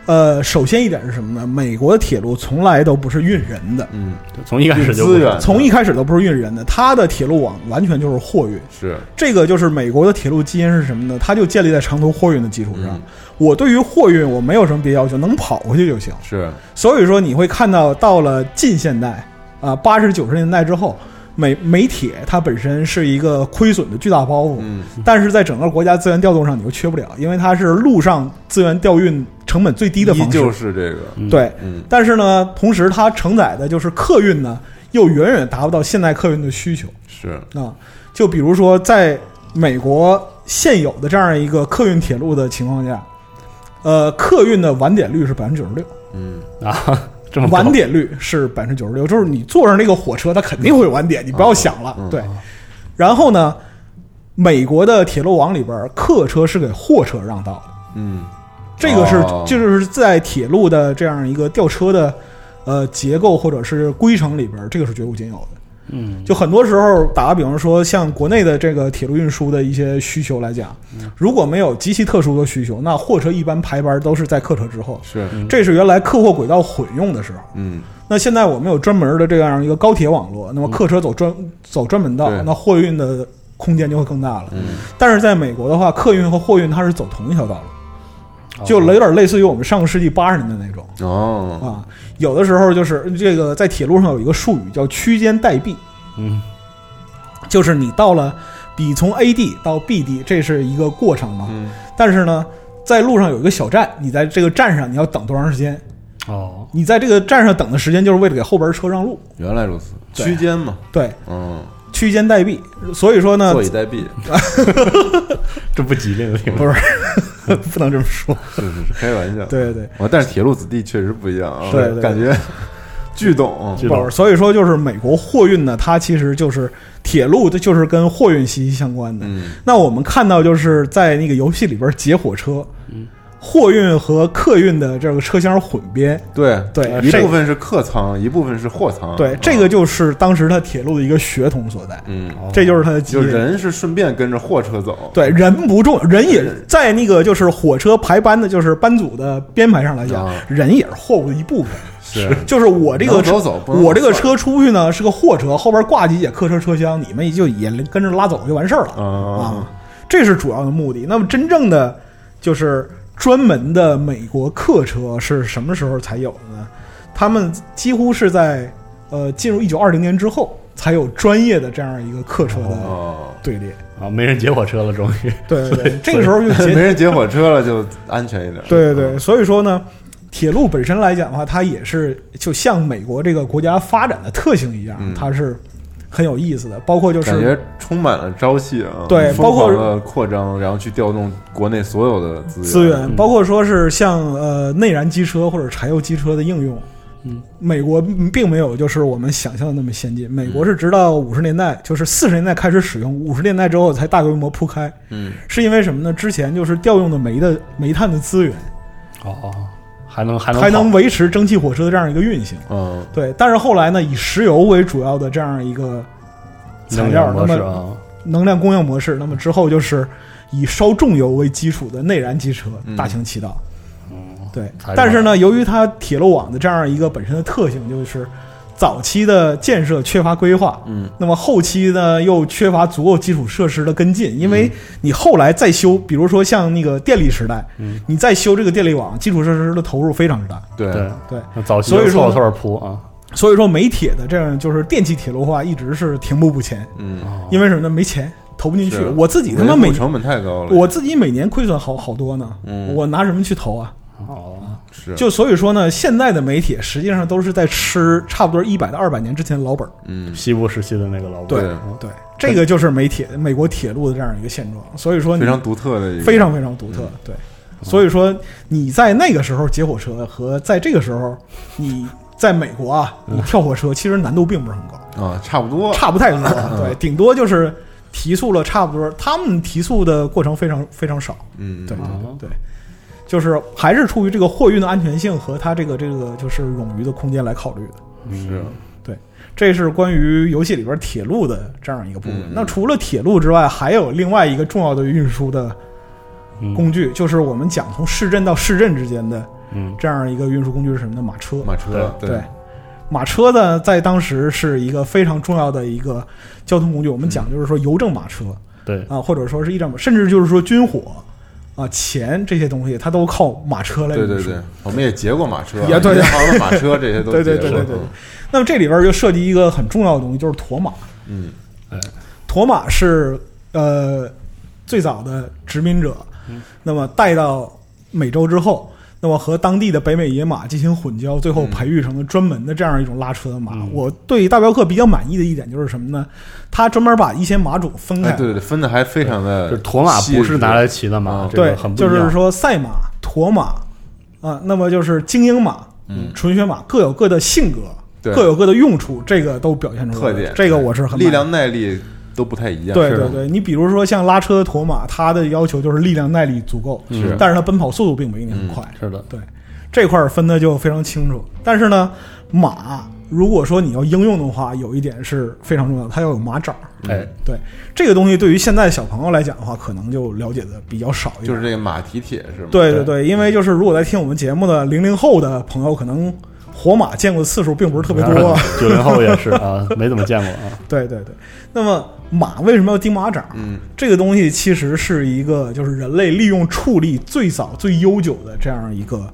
[SPEAKER 4] 呃，首先一点是什么呢？美国铁路从来都不是运人的，
[SPEAKER 2] 嗯
[SPEAKER 5] 从一开始就
[SPEAKER 2] 资源
[SPEAKER 4] 从一开始都不是运人的，它的铁路网完全就是货运。
[SPEAKER 2] 是
[SPEAKER 4] 这个就是美国的铁路基因是什么呢？它就建立在长途货运的基础上。
[SPEAKER 2] 嗯
[SPEAKER 4] 我对于货运我没有什么别要求，能跑回去就行。
[SPEAKER 2] 是
[SPEAKER 4] 所以说你会看到，到了近现代啊，八十九十年代之后，美美铁它本身是一个亏损的巨大包袱，
[SPEAKER 2] 嗯
[SPEAKER 4] 但是在整个国家资源调动上你又缺不了，因为它是陆上资源调运成本最低的
[SPEAKER 2] 依
[SPEAKER 4] 方式。
[SPEAKER 2] 旧是这个
[SPEAKER 5] 嗯
[SPEAKER 4] 对，
[SPEAKER 2] 嗯
[SPEAKER 4] 但是呢，同时它承载的就是客运呢，又远远达不到现代客运的需求。
[SPEAKER 2] 是
[SPEAKER 4] 啊，就比如说在美国现有的这样一个客运铁路的情况下，呃，客运的晚点率是百分之九十六，
[SPEAKER 2] 嗯
[SPEAKER 5] 啊， (laughs) 这么高
[SPEAKER 4] 晚点率是百分之九十六，就是你坐上那个火车，它肯定会晚点，你不要想了。
[SPEAKER 2] 嗯
[SPEAKER 4] 对， (laughs) 然后呢，美国的铁路网里边，客车是给货车让道的，
[SPEAKER 2] 嗯
[SPEAKER 4] 这个是
[SPEAKER 2] 哦
[SPEAKER 4] 这就是在铁路的这样一个吊车的呃结构或者是规程里边，这个是绝无仅有的。
[SPEAKER 5] 嗯，
[SPEAKER 4] 就很多时候，打个比方说，像国内的这个铁路运输的一些需求来讲，如果没有极其特殊的需求，那货车一般排班都是在客车之后。
[SPEAKER 2] 是
[SPEAKER 5] 嗯
[SPEAKER 4] 这是原来客货轨道混用的时候。
[SPEAKER 2] 嗯
[SPEAKER 4] 那现在我们有专门的这样一个高铁网络，那么客车走专走专门道
[SPEAKER 2] 对，
[SPEAKER 4] 那货运的空间就会更大了。
[SPEAKER 2] 嗯
[SPEAKER 4] 但是在美国的话，客运和货运它是走同一条道路，就
[SPEAKER 5] 哦
[SPEAKER 4] 有点类似于我们上个世纪八十年代那种
[SPEAKER 2] 哦
[SPEAKER 4] 啊。有的时候就是这个在铁路上有一个术语叫区间代币，
[SPEAKER 5] 嗯
[SPEAKER 4] 就是你到了，比从 A 地到 B 地，这是一个过程嘛。
[SPEAKER 2] 嗯
[SPEAKER 4] 但是呢，在路上有一个小站，你在这个站上你要等多长时间？
[SPEAKER 5] 哦，
[SPEAKER 4] 你在这个站上等的时间，就是为了给后边车让路，
[SPEAKER 2] 原来如此
[SPEAKER 4] 对
[SPEAKER 2] 区间嘛
[SPEAKER 4] 对，
[SPEAKER 2] 嗯
[SPEAKER 4] 区间代币。所以说呢，
[SPEAKER 2] 坐以待毙
[SPEAKER 5] 这不吉利的地方
[SPEAKER 4] 不是不能这么说，
[SPEAKER 2] 是是是开玩笑
[SPEAKER 4] 对对对。
[SPEAKER 2] 啊但是铁路子弟确实不一样啊
[SPEAKER 4] 对对对
[SPEAKER 2] 感觉巨懂
[SPEAKER 5] 巨
[SPEAKER 4] 不是，所以说就是美国货运呢，它其实就是铁路，它就是跟货运息息相关的。
[SPEAKER 2] 嗯嗯
[SPEAKER 4] 那我们看到就是在那个游戏里边劫火车，货运和客运的这个车厢混编。
[SPEAKER 2] 对
[SPEAKER 4] 对
[SPEAKER 2] 一
[SPEAKER 4] 这个
[SPEAKER 2] 部分是客舱，一部分是货舱。
[SPEAKER 4] 对
[SPEAKER 2] 啊，
[SPEAKER 4] 这个就是当时它铁路的一个血统所在，
[SPEAKER 2] 嗯，
[SPEAKER 4] 这就是它的基
[SPEAKER 2] 就
[SPEAKER 4] 因。
[SPEAKER 2] 人是顺便跟着货车走。
[SPEAKER 4] 对人不重，人也在那个就是火车排班的，就是班组的编排上来讲，
[SPEAKER 2] 啊
[SPEAKER 4] 人也是货物的一部分。
[SPEAKER 2] 是，
[SPEAKER 4] 就是我这个
[SPEAKER 2] 能
[SPEAKER 4] 车，
[SPEAKER 2] 走走不能
[SPEAKER 4] 我这
[SPEAKER 2] 走
[SPEAKER 4] 个车出去呢是个货车，后边挂几节客车车厢，你们就也跟着拉走就完事儿了、
[SPEAKER 2] 啊
[SPEAKER 4] 啊，这是主要的目的。那么真正的就是专门的美国客车是什么时候才有的呢？他们几乎是在呃进入一九二零年之后才有专业的这样一个客车的
[SPEAKER 2] 哦，
[SPEAKER 4] 队列。
[SPEAKER 5] 啊，没人接火车了，终于。
[SPEAKER 4] 对对对，这个时候就
[SPEAKER 2] 没 (laughs) 嗯
[SPEAKER 4] 结
[SPEAKER 2] 人接火车了就安全一点。啊
[SPEAKER 4] 对对对，所以说呢，铁路本身来讲的话，它也是就像美国这个国家发展的特性一样，
[SPEAKER 2] 嗯
[SPEAKER 4] 它是很有意思的。包括就
[SPEAKER 2] 感
[SPEAKER 4] 是
[SPEAKER 2] 觉充满了朝气啊！
[SPEAKER 4] 对
[SPEAKER 2] 疯狂
[SPEAKER 4] 包括
[SPEAKER 2] 的扩张，然后去调动国内所有的资源。
[SPEAKER 4] 资源，包括说是像呃内燃机车或者柴油机车的应用。
[SPEAKER 5] 嗯，
[SPEAKER 4] 美国并没有就是我们想象的那么
[SPEAKER 2] 嗯
[SPEAKER 4] 先进。美国是直到五十年代，就是四十年代开始使用，五十年代之后才大规模铺开。
[SPEAKER 2] 嗯，
[SPEAKER 4] 是因为什么呢？之前就是调用的煤的煤炭的资源，
[SPEAKER 5] 哦哦，还能还能
[SPEAKER 4] 还
[SPEAKER 5] 跑
[SPEAKER 4] 能维持蒸汽火车的这样一个运行。
[SPEAKER 2] 嗯，
[SPEAKER 4] 对，但是后来呢，以石油为主要的这样一个材料，那
[SPEAKER 5] 能源模式
[SPEAKER 4] 么
[SPEAKER 5] 啊，
[SPEAKER 4] 能量供应模式，那么之后就是以烧重油为基础的内燃机车大行其道。
[SPEAKER 5] 嗯，
[SPEAKER 4] 对
[SPEAKER 5] 材料，
[SPEAKER 4] 但是呢，由于它铁路网的这样一个本身的特性，就是早期的建设缺乏规划，
[SPEAKER 2] 嗯，
[SPEAKER 4] 那么后期呢又缺乏足够基础设施的跟进，因为
[SPEAKER 5] 嗯
[SPEAKER 4] 你后来再修，比如说像那个电力时代，
[SPEAKER 5] 嗯
[SPEAKER 4] 你再修这个电力网，基础设施的投入非常之大。
[SPEAKER 2] 对
[SPEAKER 5] 对，
[SPEAKER 4] 对，
[SPEAKER 5] 那早期
[SPEAKER 4] 所以说
[SPEAKER 5] 错错铺啊，
[SPEAKER 4] 所以说，煤铁的这样就是电气铁路化一直是停步不前，
[SPEAKER 2] 嗯，
[SPEAKER 4] 因为什么呢？没钱投不进去
[SPEAKER 2] 是。
[SPEAKER 4] 哦
[SPEAKER 2] 啊
[SPEAKER 4] 我自己他妈
[SPEAKER 2] 维
[SPEAKER 4] 每
[SPEAKER 2] 护成本太高了，
[SPEAKER 4] 我自己每年亏损好好多呢，
[SPEAKER 2] 嗯
[SPEAKER 4] 我拿什么去投啊？
[SPEAKER 5] 哦，
[SPEAKER 2] 是
[SPEAKER 4] 就所以说呢，现在的煤铁实际上都是在吃差不多一百到二百年之前的老本儿。
[SPEAKER 2] 嗯，
[SPEAKER 5] 西部时期的那个老板，
[SPEAKER 2] 对哦
[SPEAKER 5] 嗯
[SPEAKER 4] 对，这个就是煤铁美国铁路的这样一个现状。所以说你
[SPEAKER 2] 非常独特嗯哦的一个，
[SPEAKER 4] 嗯非常非常独特，对。所以说你在那个时候接火车和在这个时候你在美国啊，
[SPEAKER 2] 嗯
[SPEAKER 4] 你跳火车其实难度并不是很高。
[SPEAKER 2] 啊，差不多，
[SPEAKER 4] (laughs) 差不太多，对，顶多就是提速了差不多。他们提速的过程非常非常少，
[SPEAKER 2] 嗯，
[SPEAKER 4] 对
[SPEAKER 5] 嗯
[SPEAKER 4] 对对，就是还是出于这个货运的安全性和它这个这个就是冗余的空间来考虑的。
[SPEAKER 2] 是，
[SPEAKER 4] 嗯这是关于游戏里边铁路的这样一个部分。
[SPEAKER 2] 嗯
[SPEAKER 4] 那除了铁路之外，还有另外一个重要的运输的
[SPEAKER 5] 嗯
[SPEAKER 4] 工具，就是我们讲从市镇到市镇之间的
[SPEAKER 5] 嗯，
[SPEAKER 4] 这样一个运输工具是什么呢？马车。
[SPEAKER 2] 马车，
[SPEAKER 4] 对，马车呢，在当时是一个非常重要的一个交通工具。我们讲就是说邮政马车
[SPEAKER 5] 对，
[SPEAKER 4] 啊，或者说是驿站马，甚至就是说军火啊、钱这些东西，它都靠马车来运
[SPEAKER 2] 对
[SPEAKER 4] 输。
[SPEAKER 2] 对对，我们也劫过马车，啊
[SPEAKER 4] 也对
[SPEAKER 2] 银
[SPEAKER 4] 对
[SPEAKER 2] 行的马车这些都
[SPEAKER 4] 对对
[SPEAKER 2] 劫过
[SPEAKER 4] 对对对那么这里边就涉及一个很重要的东西，就是驮马。
[SPEAKER 2] 嗯，
[SPEAKER 4] 驮马是呃最早的殖民者，那么带到美洲之后。那么和当地的北美野马进行混交，最后培育成了专门的这样一种拉车的马。
[SPEAKER 5] 嗯
[SPEAKER 4] 我对大镖客比较满意的一点就是什么呢？他专门把一些马种分开，
[SPEAKER 2] 哎，对对对，分的还非常的，
[SPEAKER 5] 嗯就是驮马不是拿来骑的
[SPEAKER 2] 嗯
[SPEAKER 5] 马，这
[SPEAKER 4] 对
[SPEAKER 5] 个很，不一
[SPEAKER 4] 就
[SPEAKER 5] 样
[SPEAKER 4] 是说赛马、驮马啊，那么就是精英马、
[SPEAKER 2] 嗯
[SPEAKER 4] 纯血马各有各的性格，
[SPEAKER 2] 对
[SPEAKER 4] 各有各的用处，这个都表现出来
[SPEAKER 2] 特
[SPEAKER 4] 了
[SPEAKER 2] 点，
[SPEAKER 4] 这个我是很
[SPEAKER 2] 力
[SPEAKER 4] 满意
[SPEAKER 2] 量耐力都不太一样，
[SPEAKER 4] 对
[SPEAKER 2] 是
[SPEAKER 4] 对
[SPEAKER 2] 吧，
[SPEAKER 4] 对，你比如说像拉车的驮马，它的要求就是力量耐力足够，嗯
[SPEAKER 2] 是嗯
[SPEAKER 4] 但是它奔跑速度并不一定很快。
[SPEAKER 5] 是的，
[SPEAKER 4] 对，这块儿分的就非常清楚。但是呢，马如果说你要应用的话，有一点是非常重要的，它要有马掌。
[SPEAKER 5] 哎，
[SPEAKER 4] 对这个东西，对于现在小朋友来讲的话，可能就了解的比较少一点。
[SPEAKER 2] 就是这个马蹄铁是吗？
[SPEAKER 4] 对对对，因为就是如果在听我们节目的零零后的朋友，可能活马见过的次数并不是特
[SPEAKER 2] (laughs)
[SPEAKER 4] 别多。
[SPEAKER 5] (laughs) 九零后也是啊，没怎么见过啊，
[SPEAKER 4] 对对对，那么马为什么要钉马掌？
[SPEAKER 2] 嗯，
[SPEAKER 4] 这个东西其实是一个，就是人类利用畜力最早、最悠久的这样一个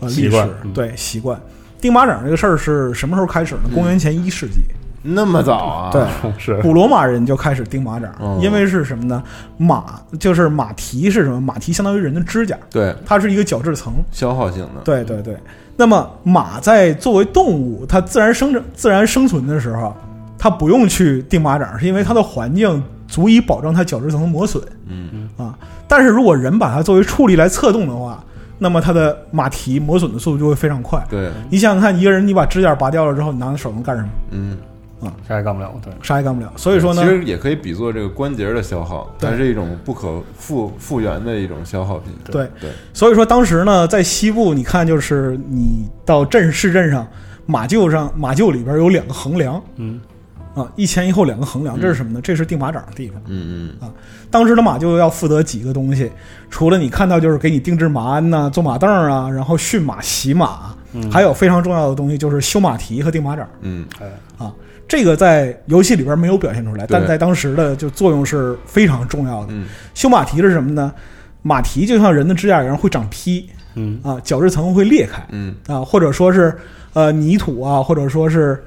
[SPEAKER 4] 呃
[SPEAKER 5] 习
[SPEAKER 4] 历
[SPEAKER 5] 惯
[SPEAKER 4] 史
[SPEAKER 5] 嗯，
[SPEAKER 4] 对习惯。钉马掌这个事儿是什么时候开始呢？公元前一世
[SPEAKER 5] (laughs)
[SPEAKER 4] 纪，
[SPEAKER 2] 那么早啊？
[SPEAKER 4] 对，
[SPEAKER 5] 是
[SPEAKER 4] 古罗马人就开始钉马掌
[SPEAKER 2] 哦，
[SPEAKER 4] 因为是什么呢？马就是马蹄是什么？马蹄相当于人的指甲，
[SPEAKER 2] 对，
[SPEAKER 4] 它是一个角质层。
[SPEAKER 2] 消耗性的，
[SPEAKER 4] 对对对。那么马在作为动物，它自然生长、自然生存的时候，它不用去钉马掌，是因为它的环境足以保证它角质层的磨损。
[SPEAKER 2] 嗯
[SPEAKER 4] 啊，但是如果人把它作为畜力来侧动的话，那么它的马蹄磨损的速度就会非常快。
[SPEAKER 2] 对，
[SPEAKER 4] 你想想看，一个人你把指甲拔掉了之后，你拿在手上干什么？
[SPEAKER 2] 嗯，
[SPEAKER 4] 啊，
[SPEAKER 5] 啥也干不了。对，
[SPEAKER 4] 啥也干不了。所以说呢，
[SPEAKER 2] 其实也可以比作这个关节的消耗，它是一种不可复复原的一种消耗品。
[SPEAKER 4] 对
[SPEAKER 2] 对，
[SPEAKER 4] 所以说当时呢，在西部，你看就是你到镇市镇上，马厩上马厩里边有两个横梁
[SPEAKER 5] 嗯
[SPEAKER 4] 啊，一前一后两个横梁，这是什么呢？这是定马掌的地方。
[SPEAKER 2] 嗯嗯
[SPEAKER 4] 当时的马厩要负责几个东西，除了你看到就是给你定制马鞍呐、做马凳啊，然后驯马、洗马，
[SPEAKER 5] 嗯
[SPEAKER 4] 还有非常重要的东西就是修马蹄和定马掌。
[SPEAKER 2] 嗯，
[SPEAKER 4] 啊，这个在游戏里边没有表现出来，
[SPEAKER 2] 对
[SPEAKER 4] 但在当时的就作用是非常重要的。
[SPEAKER 2] 嗯
[SPEAKER 4] 修马蹄是什么呢？马蹄就像人的指甲一样会长劈
[SPEAKER 5] 嗯
[SPEAKER 4] 啊，角质层会裂开
[SPEAKER 2] 嗯
[SPEAKER 4] 啊，或者说是呃泥土啊，或者说是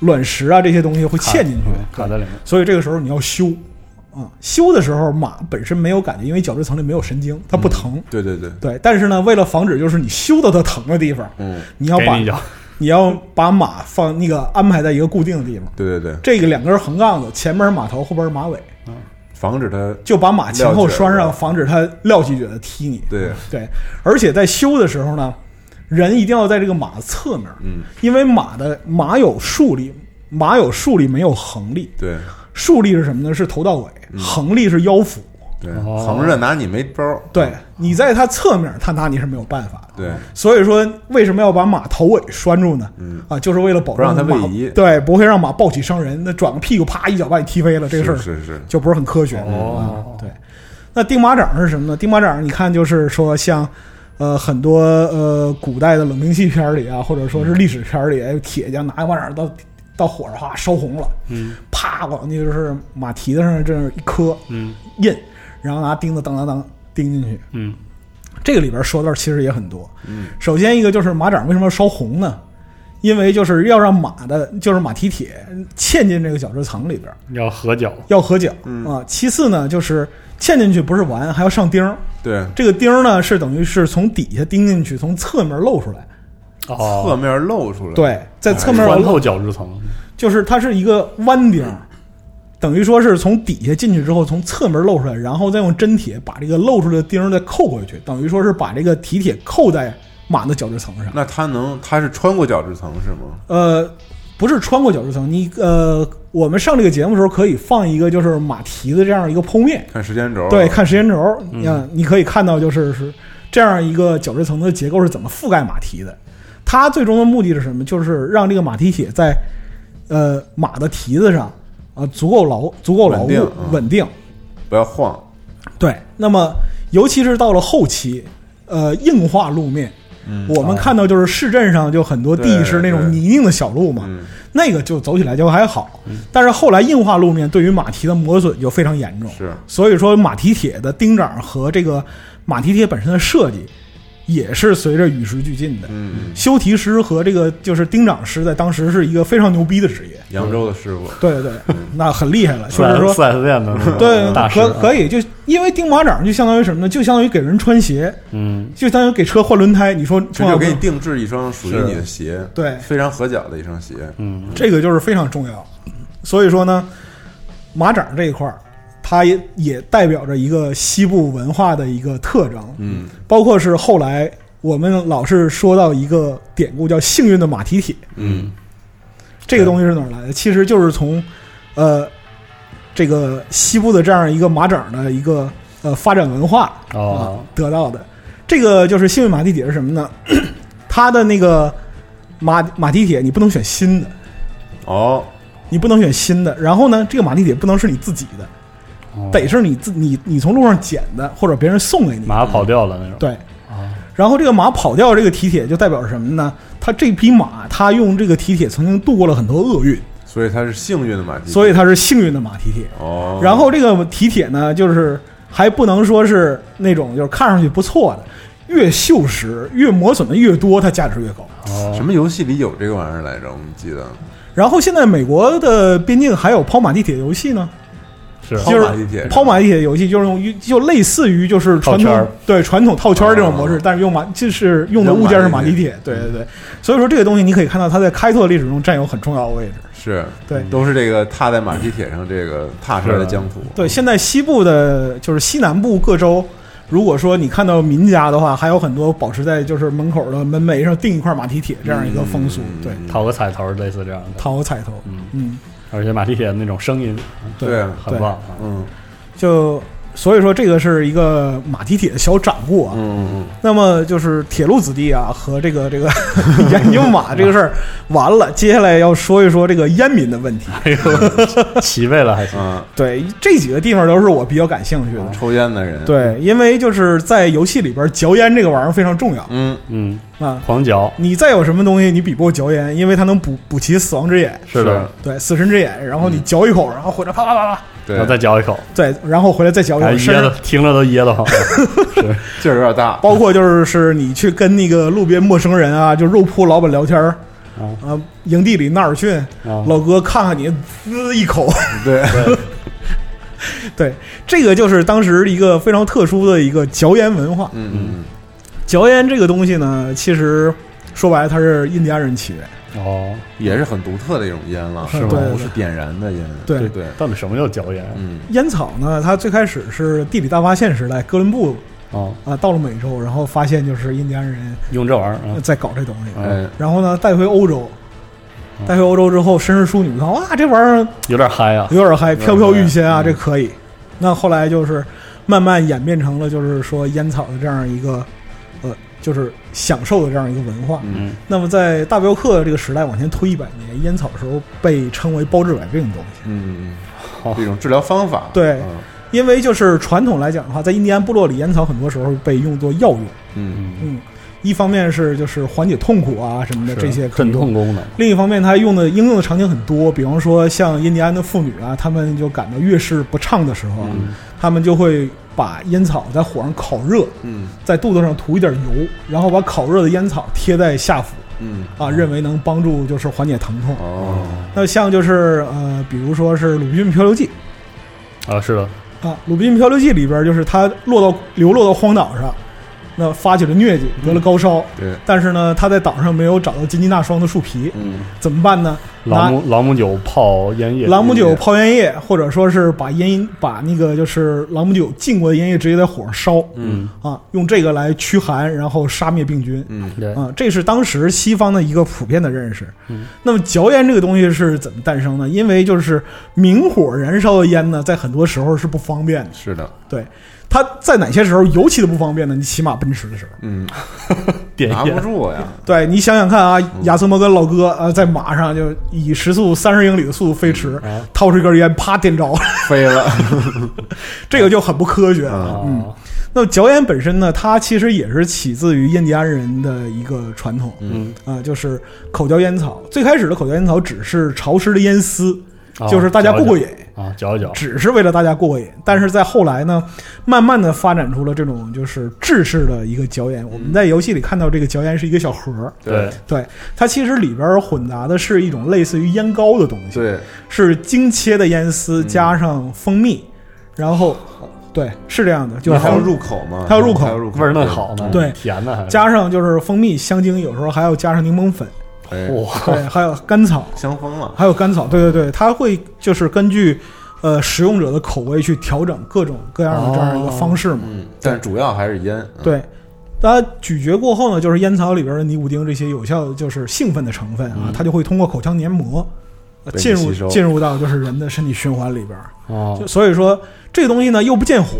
[SPEAKER 4] 卵石啊这些东西会嵌进去啊
[SPEAKER 5] 嗯，卡在里面。
[SPEAKER 4] 所以这个时候你要修啊，修的时候马本身没有感觉，因为角质层里没有神经，它不疼。
[SPEAKER 5] 嗯
[SPEAKER 2] 对对对，
[SPEAKER 4] 对，但是呢，为了防止就是你修到它疼的地方，
[SPEAKER 2] 嗯
[SPEAKER 4] 你要
[SPEAKER 5] 给
[SPEAKER 4] 把
[SPEAKER 5] 你一脚，
[SPEAKER 4] 你要把马放那个安排在一个固定的地方。
[SPEAKER 2] 对对对，
[SPEAKER 4] 这个两根横杠子，前面是马头，后边是马尾，
[SPEAKER 2] 防止它
[SPEAKER 4] 就把马前后拴
[SPEAKER 2] 撂蹶
[SPEAKER 4] 上，
[SPEAKER 2] 子
[SPEAKER 4] 防止它撂起蹶子踢你。
[SPEAKER 2] 对，
[SPEAKER 4] 对，而且在修的时候呢，人一定要在这个马的侧面，
[SPEAKER 2] 嗯
[SPEAKER 4] 因为马的马有竖力，马有竖力没有横力，
[SPEAKER 2] 对
[SPEAKER 4] 竖力是什么呢？是头到尾，
[SPEAKER 2] 嗯
[SPEAKER 4] 横力是腰腹。
[SPEAKER 2] 对，
[SPEAKER 5] 哦
[SPEAKER 2] 横着拿你没招儿，
[SPEAKER 4] 对你在它侧面，它拿你是没有办法的。
[SPEAKER 2] 嗯对，
[SPEAKER 4] 所以说，为什么要把马头尾拴住呢？啊，就是为了保
[SPEAKER 2] 嗯不让它
[SPEAKER 4] 证马
[SPEAKER 2] 位移
[SPEAKER 4] 对，不会让马暴起伤人。那转个屁股，啪一脚把你踢飞了，这个事儿
[SPEAKER 2] 是是是，
[SPEAKER 4] 就不是很科学。
[SPEAKER 5] 哦
[SPEAKER 4] 啊，对。那钉马掌是什么呢？钉马掌，你看就是说像，呃，很多呃古代的冷兵器片儿里啊，或者
[SPEAKER 5] 嗯
[SPEAKER 4] 说是历史片儿里，哎铁匠拿个马掌到到火上哗烧红了，
[SPEAKER 5] 嗯
[SPEAKER 4] 啪往那就是马蹄子上这样一磕
[SPEAKER 5] 嗯
[SPEAKER 4] 印，然后拿钉子当当当钉进去。
[SPEAKER 5] 嗯
[SPEAKER 4] 这个里边说的其实也很多。嗯，首先一个就是马掌为什么要烧红呢？因为就是要让马的，就是马蹄铁嵌进这个角质层里边，
[SPEAKER 5] 嗯要合脚，
[SPEAKER 4] 要合脚啊。其次呢，就是嵌进去不是完，还要上钉儿。
[SPEAKER 2] 对，
[SPEAKER 4] 这个钉儿呢是等于是从底下钉进去，从侧面露出来。
[SPEAKER 2] 侧
[SPEAKER 5] 哦，
[SPEAKER 2] 面露出来，
[SPEAKER 4] 对，在侧面
[SPEAKER 5] 穿
[SPEAKER 4] 露，
[SPEAKER 5] 透角质层，
[SPEAKER 4] 就是它是一个弯钉儿，等于说是从底下进去之后，从侧面露出来，然后再用真铁把这个露出来的钉儿再扣回去，等于说是把这个蹄铁扣在马的角质层上。
[SPEAKER 2] 那它能，它是穿过角质层是吗？
[SPEAKER 4] 呃，不是穿过角质层，你呃，我们上这个节目的时候可以放一个就是马蹄子这样一个剖面，
[SPEAKER 2] 看时间轴，啊
[SPEAKER 4] 对，看时间轴，嗯，你可以看到就是是这样一个角质层的结构是怎么覆盖马蹄的。它最终的目的是什么？就是让这个马蹄铁在呃马的蹄子上啊足够牢、足够牢
[SPEAKER 2] 稳
[SPEAKER 4] 固、
[SPEAKER 2] 定
[SPEAKER 4] 稳
[SPEAKER 2] 嗯
[SPEAKER 4] 定。
[SPEAKER 2] 不要晃，
[SPEAKER 4] 对，那么尤其是到了后期，呃，硬化路面，
[SPEAKER 2] 嗯
[SPEAKER 4] 我们看到就是市镇上就很多地
[SPEAKER 2] 哦对
[SPEAKER 4] 是那种
[SPEAKER 2] 对
[SPEAKER 4] 泥泞的小路嘛，
[SPEAKER 2] 嗯，
[SPEAKER 4] 那个就走起来就还好。但是后来硬化路面对于马蹄的磨损就非常严重，
[SPEAKER 2] 是，
[SPEAKER 4] 所以说马蹄铁的钉掌和这个马蹄铁本身的设计也是随着与时俱进的。
[SPEAKER 2] 嗯，嗯
[SPEAKER 4] 修蹄师和这个就是钉掌师在当时是一个非常牛逼的职业，
[SPEAKER 2] 扬州的师傅，
[SPEAKER 4] 对对对，那很厉害了，
[SPEAKER 5] 四
[SPEAKER 4] 就是
[SPEAKER 5] S
[SPEAKER 4] 说
[SPEAKER 5] 四 S 店的那种
[SPEAKER 4] 对
[SPEAKER 5] 大师啊
[SPEAKER 4] 可，可以，就因为钉马掌就相当于什么呢？就相当于给人穿鞋，
[SPEAKER 5] 嗯
[SPEAKER 4] 就相当于给车换轮胎。你说
[SPEAKER 2] 这
[SPEAKER 4] 重要
[SPEAKER 2] 就
[SPEAKER 4] 不
[SPEAKER 2] 给你定制一双属于你的鞋，
[SPEAKER 4] 对
[SPEAKER 2] 非常合脚的一双鞋，
[SPEAKER 5] 嗯
[SPEAKER 4] 这个就是非常重要。所以说呢，马掌这一块儿，它也也代表着一个西部文化的一个特征，
[SPEAKER 2] 嗯，
[SPEAKER 4] 包括是后来我们老是说到一个典故叫“幸运的马蹄铁
[SPEAKER 2] 嗯”，
[SPEAKER 4] 这个东西是哪儿来的？其实就是从，呃，这个西部的这样一个马掌的一个呃发展文化啊
[SPEAKER 5] 哦
[SPEAKER 4] 得到的。这个就是幸运马蹄铁是什么呢？ (clears throat) 它的那个马马蹄铁你不能选新的，
[SPEAKER 2] 哦，
[SPEAKER 4] 你不能选新的。然后呢，这个马蹄铁不能是你自己的，
[SPEAKER 5] 哦
[SPEAKER 4] 啊得是你自你你从路上捡的或者别人送给你。
[SPEAKER 5] 马跑掉了那种，
[SPEAKER 4] 对，
[SPEAKER 5] 啊
[SPEAKER 4] 然后这个马跑掉这个蹄铁就代表什么呢？它这匹马，它用这个蹄铁曾经度过了很多厄运，
[SPEAKER 2] 所以它是幸运的马蹄，
[SPEAKER 4] 所以它是幸运的马蹄铁。
[SPEAKER 2] 嗯哦，
[SPEAKER 4] 然后这个蹄铁呢，就是还不能说是那种就是看上去不错的，越锈蚀、越磨损的越多，它价值越高。
[SPEAKER 5] 哦
[SPEAKER 2] 什么游戏里有这个玩意儿来着？我们记得
[SPEAKER 4] 然后现在美国的边境还有抛马地铁游戏呢，
[SPEAKER 5] 是
[SPEAKER 2] 抛
[SPEAKER 4] 就
[SPEAKER 2] 马地铁
[SPEAKER 4] 是抛马地铁游戏就是用就类似于就是传
[SPEAKER 5] 套圈儿
[SPEAKER 4] 统对传统套圈儿这种模式
[SPEAKER 2] 哦，
[SPEAKER 4] 但是用马就是用的物件是马地铁，对对对。所以说这个东西你可以看到它在开拓历史中占有很重要的位置。
[SPEAKER 2] 是，
[SPEAKER 4] 对
[SPEAKER 2] 都是这个踏在马蹄铁上这个踏出来的
[SPEAKER 5] 是
[SPEAKER 2] 疆土，
[SPEAKER 4] 对，现在西部的就是西南部各州，如果说你看到民家的话，还有很多保持在就是门口的门
[SPEAKER 2] 嗯
[SPEAKER 4] 楣上钉一块马蹄铁这样一个风俗，对，
[SPEAKER 5] 讨个彩头，类似这样的。
[SPEAKER 4] 讨个彩头。
[SPEAKER 5] 嗯，
[SPEAKER 4] 嗯，
[SPEAKER 5] 而且马蹄铁的那种声音
[SPEAKER 2] 对啊
[SPEAKER 5] 很棒
[SPEAKER 4] (laughs)
[SPEAKER 5] 啊。
[SPEAKER 2] 嗯
[SPEAKER 4] 就所以说这个是一个马蹄铁的小展布啊。
[SPEAKER 2] 嗯
[SPEAKER 4] 那么就是铁路子弟啊和这个这个研究马这个事儿完了，接下来要说一说这个烟民的问题。
[SPEAKER 5] 哎呦，齐备了还
[SPEAKER 2] 嗯
[SPEAKER 5] 行。
[SPEAKER 2] 嗯，
[SPEAKER 4] 对，这几个地方都是我比较感兴趣的
[SPEAKER 2] 嗯。抽烟的人，，
[SPEAKER 4] 对，因为就是在游戏里边嚼烟这个玩意儿非常重要
[SPEAKER 2] 嗯
[SPEAKER 5] 嗯，
[SPEAKER 4] 啊。
[SPEAKER 5] 狂嚼
[SPEAKER 4] 你再有什么东西，你比不过嚼烟，因为它能补补齐死亡之眼，
[SPEAKER 5] 是的，
[SPEAKER 4] 对，死神之眼。然后你嚼一口，然后回来啪啪啪啪，
[SPEAKER 2] 对
[SPEAKER 5] 然后，再嚼一口，
[SPEAKER 4] 对，然后回来再嚼一
[SPEAKER 5] 哎，
[SPEAKER 4] 口，
[SPEAKER 5] 噎
[SPEAKER 4] 甚至
[SPEAKER 5] 的听着都
[SPEAKER 4] (laughs)
[SPEAKER 5] 噎得慌。
[SPEAKER 2] 劲儿有点大，
[SPEAKER 4] 包括就是是你去跟那个路边陌生人啊，就肉铺老板聊天儿
[SPEAKER 5] 啊，
[SPEAKER 4] 啊，营地里纳尔逊
[SPEAKER 5] 啊
[SPEAKER 4] 老哥看看你，滋一口，
[SPEAKER 2] 对，
[SPEAKER 4] (laughs) 对，这个就是当时一个非常特殊的一个嚼烟文化。
[SPEAKER 2] 嗯嗯
[SPEAKER 4] 嚼烟这个东西呢，其实说白了它是印第安人起源，
[SPEAKER 5] 哦，
[SPEAKER 2] 嗯，也是很独特的一种烟了，
[SPEAKER 4] 是吗对
[SPEAKER 2] 不是点燃的烟，
[SPEAKER 4] 对
[SPEAKER 2] 对对，
[SPEAKER 5] 到底什么叫嚼啊烟？
[SPEAKER 2] 嗯
[SPEAKER 4] 烟草呢，它最开始是地理大发现时代，哥伦布
[SPEAKER 5] 哦，
[SPEAKER 4] 啊到了美洲，然后发现就是印第安人
[SPEAKER 5] 用这玩意儿啊，
[SPEAKER 4] 在搞这东西，
[SPEAKER 2] 哎，
[SPEAKER 4] 然后呢带回欧洲
[SPEAKER 5] 嗯。
[SPEAKER 4] 带回欧洲之后，绅士淑女看，哇，这玩意儿
[SPEAKER 5] 有点嗨啊。
[SPEAKER 4] (laughs) 有点嗨，
[SPEAKER 2] 有点嗨
[SPEAKER 4] 飘飘欲仙啊，
[SPEAKER 2] 嗯
[SPEAKER 4] 这可以。那后来就是慢慢演变成了，就是说烟草的这样一个，呃，就是享受的这样一个文化。
[SPEAKER 2] 嗯
[SPEAKER 5] 嗯，
[SPEAKER 4] 那么在大镖客这个时代往前推一百年，烟草时候被称为包治百病的东西，
[SPEAKER 2] 嗯，
[SPEAKER 5] 好
[SPEAKER 2] 嗯这种治疗方法，
[SPEAKER 4] 对
[SPEAKER 2] 嗯
[SPEAKER 4] 因为就是传统来讲的话，在印第安部落里，烟草很多时候被用作药用。
[SPEAKER 2] 嗯
[SPEAKER 5] 嗯，
[SPEAKER 4] 嗯，一方面是就是缓解痛苦啊什么的
[SPEAKER 5] 是
[SPEAKER 4] 这些可以
[SPEAKER 5] 镇
[SPEAKER 4] 用
[SPEAKER 5] 痛功能。
[SPEAKER 4] 另一方面，它用的应用的场景很多，比方说像印第安的妇女啊，她们就感到月事不畅的时候，啊
[SPEAKER 2] 嗯
[SPEAKER 4] 她们就会把烟草在火上烤热，
[SPEAKER 2] 嗯
[SPEAKER 4] 在肚子上涂一点油，然后把烤热的烟草贴在下腹
[SPEAKER 2] 嗯，
[SPEAKER 4] 啊，认为能帮助就是缓解疼痛。
[SPEAKER 2] 哦，
[SPEAKER 4] 那像就是呃，比如说是《鲁滨逊漂流记
[SPEAKER 5] 啊，是的，》
[SPEAKER 4] 啊，《鲁滨逊漂流记》里边就是他落到流落到荒岛上，那发起了疟疾，得了高烧，
[SPEAKER 2] 对，
[SPEAKER 4] 但是呢，他在岛上没有找到金鸡纳霜的树皮，
[SPEAKER 2] 嗯
[SPEAKER 4] 怎么办呢？拿
[SPEAKER 5] 朗姆朗姆酒泡烟叶，
[SPEAKER 4] 朗姆酒泡烟叶，或者说是把烟把那个就是朗姆酒浸过的烟叶直接在火上烧
[SPEAKER 2] 嗯
[SPEAKER 5] 嗯，
[SPEAKER 4] 啊，用这个来驱寒，然后杀灭病菌
[SPEAKER 2] 嗯
[SPEAKER 5] 对，
[SPEAKER 4] 啊，这是当时西方的一个普遍的认识
[SPEAKER 5] 嗯。
[SPEAKER 4] 那么嚼烟这个东西是怎么诞生呢？因为就是明火燃烧的烟呢，在很多时候是不方便的。
[SPEAKER 2] 是的，
[SPEAKER 4] 对，它在哪些时候尤其的不方便呢？你骑马奔驰的时候。
[SPEAKER 2] 嗯，
[SPEAKER 5] 点
[SPEAKER 2] 拿不
[SPEAKER 5] 烟，
[SPEAKER 2] 住呀，
[SPEAKER 4] 对你想想看啊，亚瑟摩根老哥啊，在马上就以时速三十英里的速度飞驰，
[SPEAKER 5] 啊
[SPEAKER 4] 掏出一根烟，啪点着，
[SPEAKER 2] 飞了，
[SPEAKER 4] 这个就很不科
[SPEAKER 2] 嗯
[SPEAKER 4] 学啊。
[SPEAKER 5] 啊，
[SPEAKER 4] 那嚼烟本身呢，它其实也是起自于印第安人的一个传统
[SPEAKER 5] 嗯，
[SPEAKER 4] 啊，就是口嚼烟草。最开始的口嚼烟草只是潮湿的烟丝，
[SPEAKER 2] 哦
[SPEAKER 5] 啊
[SPEAKER 4] 就是大家过过瘾，
[SPEAKER 5] 啊，嚼一嚼，
[SPEAKER 4] 只是为了大家过过瘾。但是在后来呢，慢慢的发展出了这种就是制式的一个嚼烟。我们在游戏里看到这个嚼烟是一个小盒儿，
[SPEAKER 5] 对，
[SPEAKER 4] 对，它其实里边儿混杂的是一种类似于烟膏的东西，
[SPEAKER 2] 对，
[SPEAKER 4] 是精切的烟丝
[SPEAKER 2] 嗯
[SPEAKER 4] 加上蜂蜜，然后对，是这样的，就是
[SPEAKER 2] 那还要
[SPEAKER 4] 蜂
[SPEAKER 2] 入口吗？
[SPEAKER 4] 还要入口
[SPEAKER 2] 还要入口，嗯
[SPEAKER 5] 味儿弄好呢，
[SPEAKER 4] 对
[SPEAKER 5] 甜的还是
[SPEAKER 4] 加上就是蜂蜜、香精，有时候还要加上柠檬粉，
[SPEAKER 2] 哎
[SPEAKER 5] 哇，
[SPEAKER 4] (laughs) 对，还有甘草，
[SPEAKER 2] 香疯了，
[SPEAKER 4] 还有甘草，对对对，它会就是根据呃使用者的口味去调整各种各样的这样一个方式嘛，
[SPEAKER 2] 嗯，但主要还是烟，嗯，
[SPEAKER 4] 对。大家咀嚼过后呢，就是烟草里边的尼古丁这些有效的就是兴奋的成分啊，它就会通过口腔黏膜呃
[SPEAKER 2] 嗯被你
[SPEAKER 4] 进
[SPEAKER 2] 吸收
[SPEAKER 4] 入进入到就是人的身体循环里边儿。
[SPEAKER 5] 哦
[SPEAKER 4] 就，所以说这个东西呢又不见火，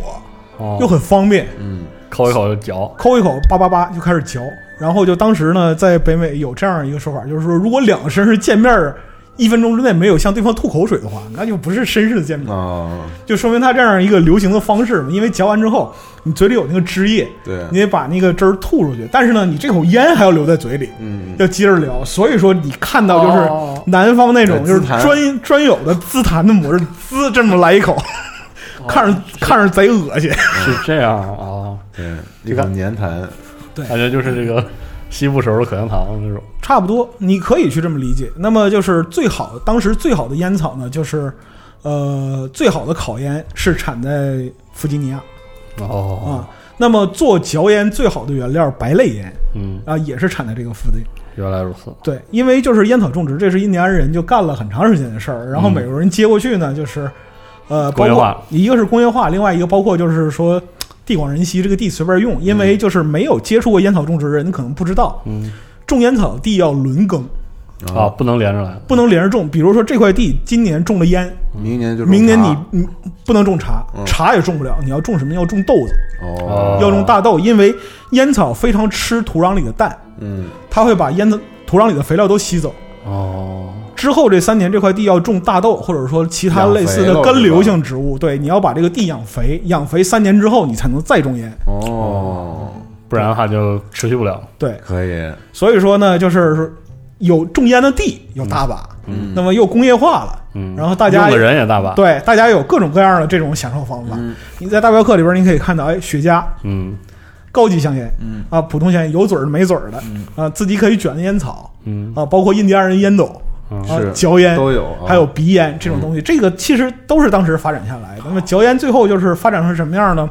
[SPEAKER 5] 哦
[SPEAKER 4] 又很方便，
[SPEAKER 2] 嗯，
[SPEAKER 5] 抠一口就嚼，
[SPEAKER 4] 抠一口叭叭叭就开始嚼。然后就当时呢，在北美有这样一个说法，就是说如果两个绅士见面儿一分钟之内没有向对方吐口水的话，那就不是绅士的见面，
[SPEAKER 2] 哦，
[SPEAKER 4] 就说明他这样一个流行的方式嘛。因为嚼完之后，你嘴里有那个汁液，
[SPEAKER 2] 对，
[SPEAKER 4] 你得把那个汁儿吐出去，但是呢，你这口烟还要留在嘴里。
[SPEAKER 2] 嗯，
[SPEAKER 4] 要接着聊，所以说你看到
[SPEAKER 5] 哦
[SPEAKER 4] 就是南方那种
[SPEAKER 2] 对
[SPEAKER 4] 就是
[SPEAKER 2] 自弹
[SPEAKER 4] 专专有的自弹的模式，滋这么来一口， (laughs) 看着看着贼恶心。
[SPEAKER 5] 是这样啊，
[SPEAKER 2] 对，一口粘痰，
[SPEAKER 5] 感觉就是这个西部时候的口香糖那种，
[SPEAKER 4] 差不多，你可以去这么理解。那么就是最好，当时最好的烟草呢，就是，呃，最好的烤烟是产在弗吉尼亚
[SPEAKER 5] 哦，
[SPEAKER 4] 啊。那么做嚼烟最好的原料白类烟
[SPEAKER 5] 嗯，
[SPEAKER 4] 啊，也是产在这个附近。
[SPEAKER 5] 原来如此，
[SPEAKER 4] 对，因为就是烟草种植，这是印第安人就干了很长时间的事儿。然后美国人接过去呢，就是，呃，
[SPEAKER 5] 工
[SPEAKER 4] 包
[SPEAKER 5] 业化
[SPEAKER 4] 括一个是工业化，另外一个包括就是说地广人稀，这个地随便用。因为就是没有接触过烟草种植的人，你可能不知道
[SPEAKER 5] 嗯，
[SPEAKER 4] 种烟草地要轮耕。
[SPEAKER 5] 啊，不能连着来。
[SPEAKER 4] 不能连着种。比如说这块地今年种了烟，
[SPEAKER 2] 明年就
[SPEAKER 4] 明年
[SPEAKER 2] 种
[SPEAKER 4] 你
[SPEAKER 2] 茶
[SPEAKER 4] 你不能种茶
[SPEAKER 2] 嗯，
[SPEAKER 4] 茶也种不了。你要种什么？要种豆子，
[SPEAKER 2] 哦，
[SPEAKER 4] 要种大豆，因为烟草非常吃土壤里的氮，
[SPEAKER 2] 嗯
[SPEAKER 4] 它会把烟的土壤里的肥料都吸走。
[SPEAKER 5] 哦，
[SPEAKER 4] 之后这三年，这块地要种大豆，或者说其他类似的根瘤性植物。对，你要把这个地养肥，养肥三年之后，你才能再种烟。
[SPEAKER 2] 哦，
[SPEAKER 5] 不然的话就持续不了。
[SPEAKER 4] 对，
[SPEAKER 2] 可以，
[SPEAKER 4] 所以说呢，就是说有种烟的地有大把，
[SPEAKER 2] 嗯，
[SPEAKER 4] 那么又工业化了，
[SPEAKER 5] 嗯，
[SPEAKER 4] 然后大家
[SPEAKER 5] 用的人也大把。
[SPEAKER 4] 对大家有各种各样的这种享受方法。
[SPEAKER 2] 嗯
[SPEAKER 4] 你在大镖客里边，你可以看到，哎，雪茄
[SPEAKER 5] 嗯
[SPEAKER 4] 高级香烟
[SPEAKER 2] 嗯
[SPEAKER 4] 啊，普通香烟有嘴儿的没嘴儿的
[SPEAKER 2] 嗯
[SPEAKER 4] 啊，自己可以卷的烟草
[SPEAKER 5] 嗯
[SPEAKER 4] 啊，包括印第安人烟斗
[SPEAKER 5] 嗯
[SPEAKER 4] 啊
[SPEAKER 2] 是、
[SPEAKER 4] 嚼烟，
[SPEAKER 2] 都有，嗯啊
[SPEAKER 4] 还有鼻烟这种东西，这个其实都是当时发展下来的。那么嚼烟最后就是发展成什么样呢？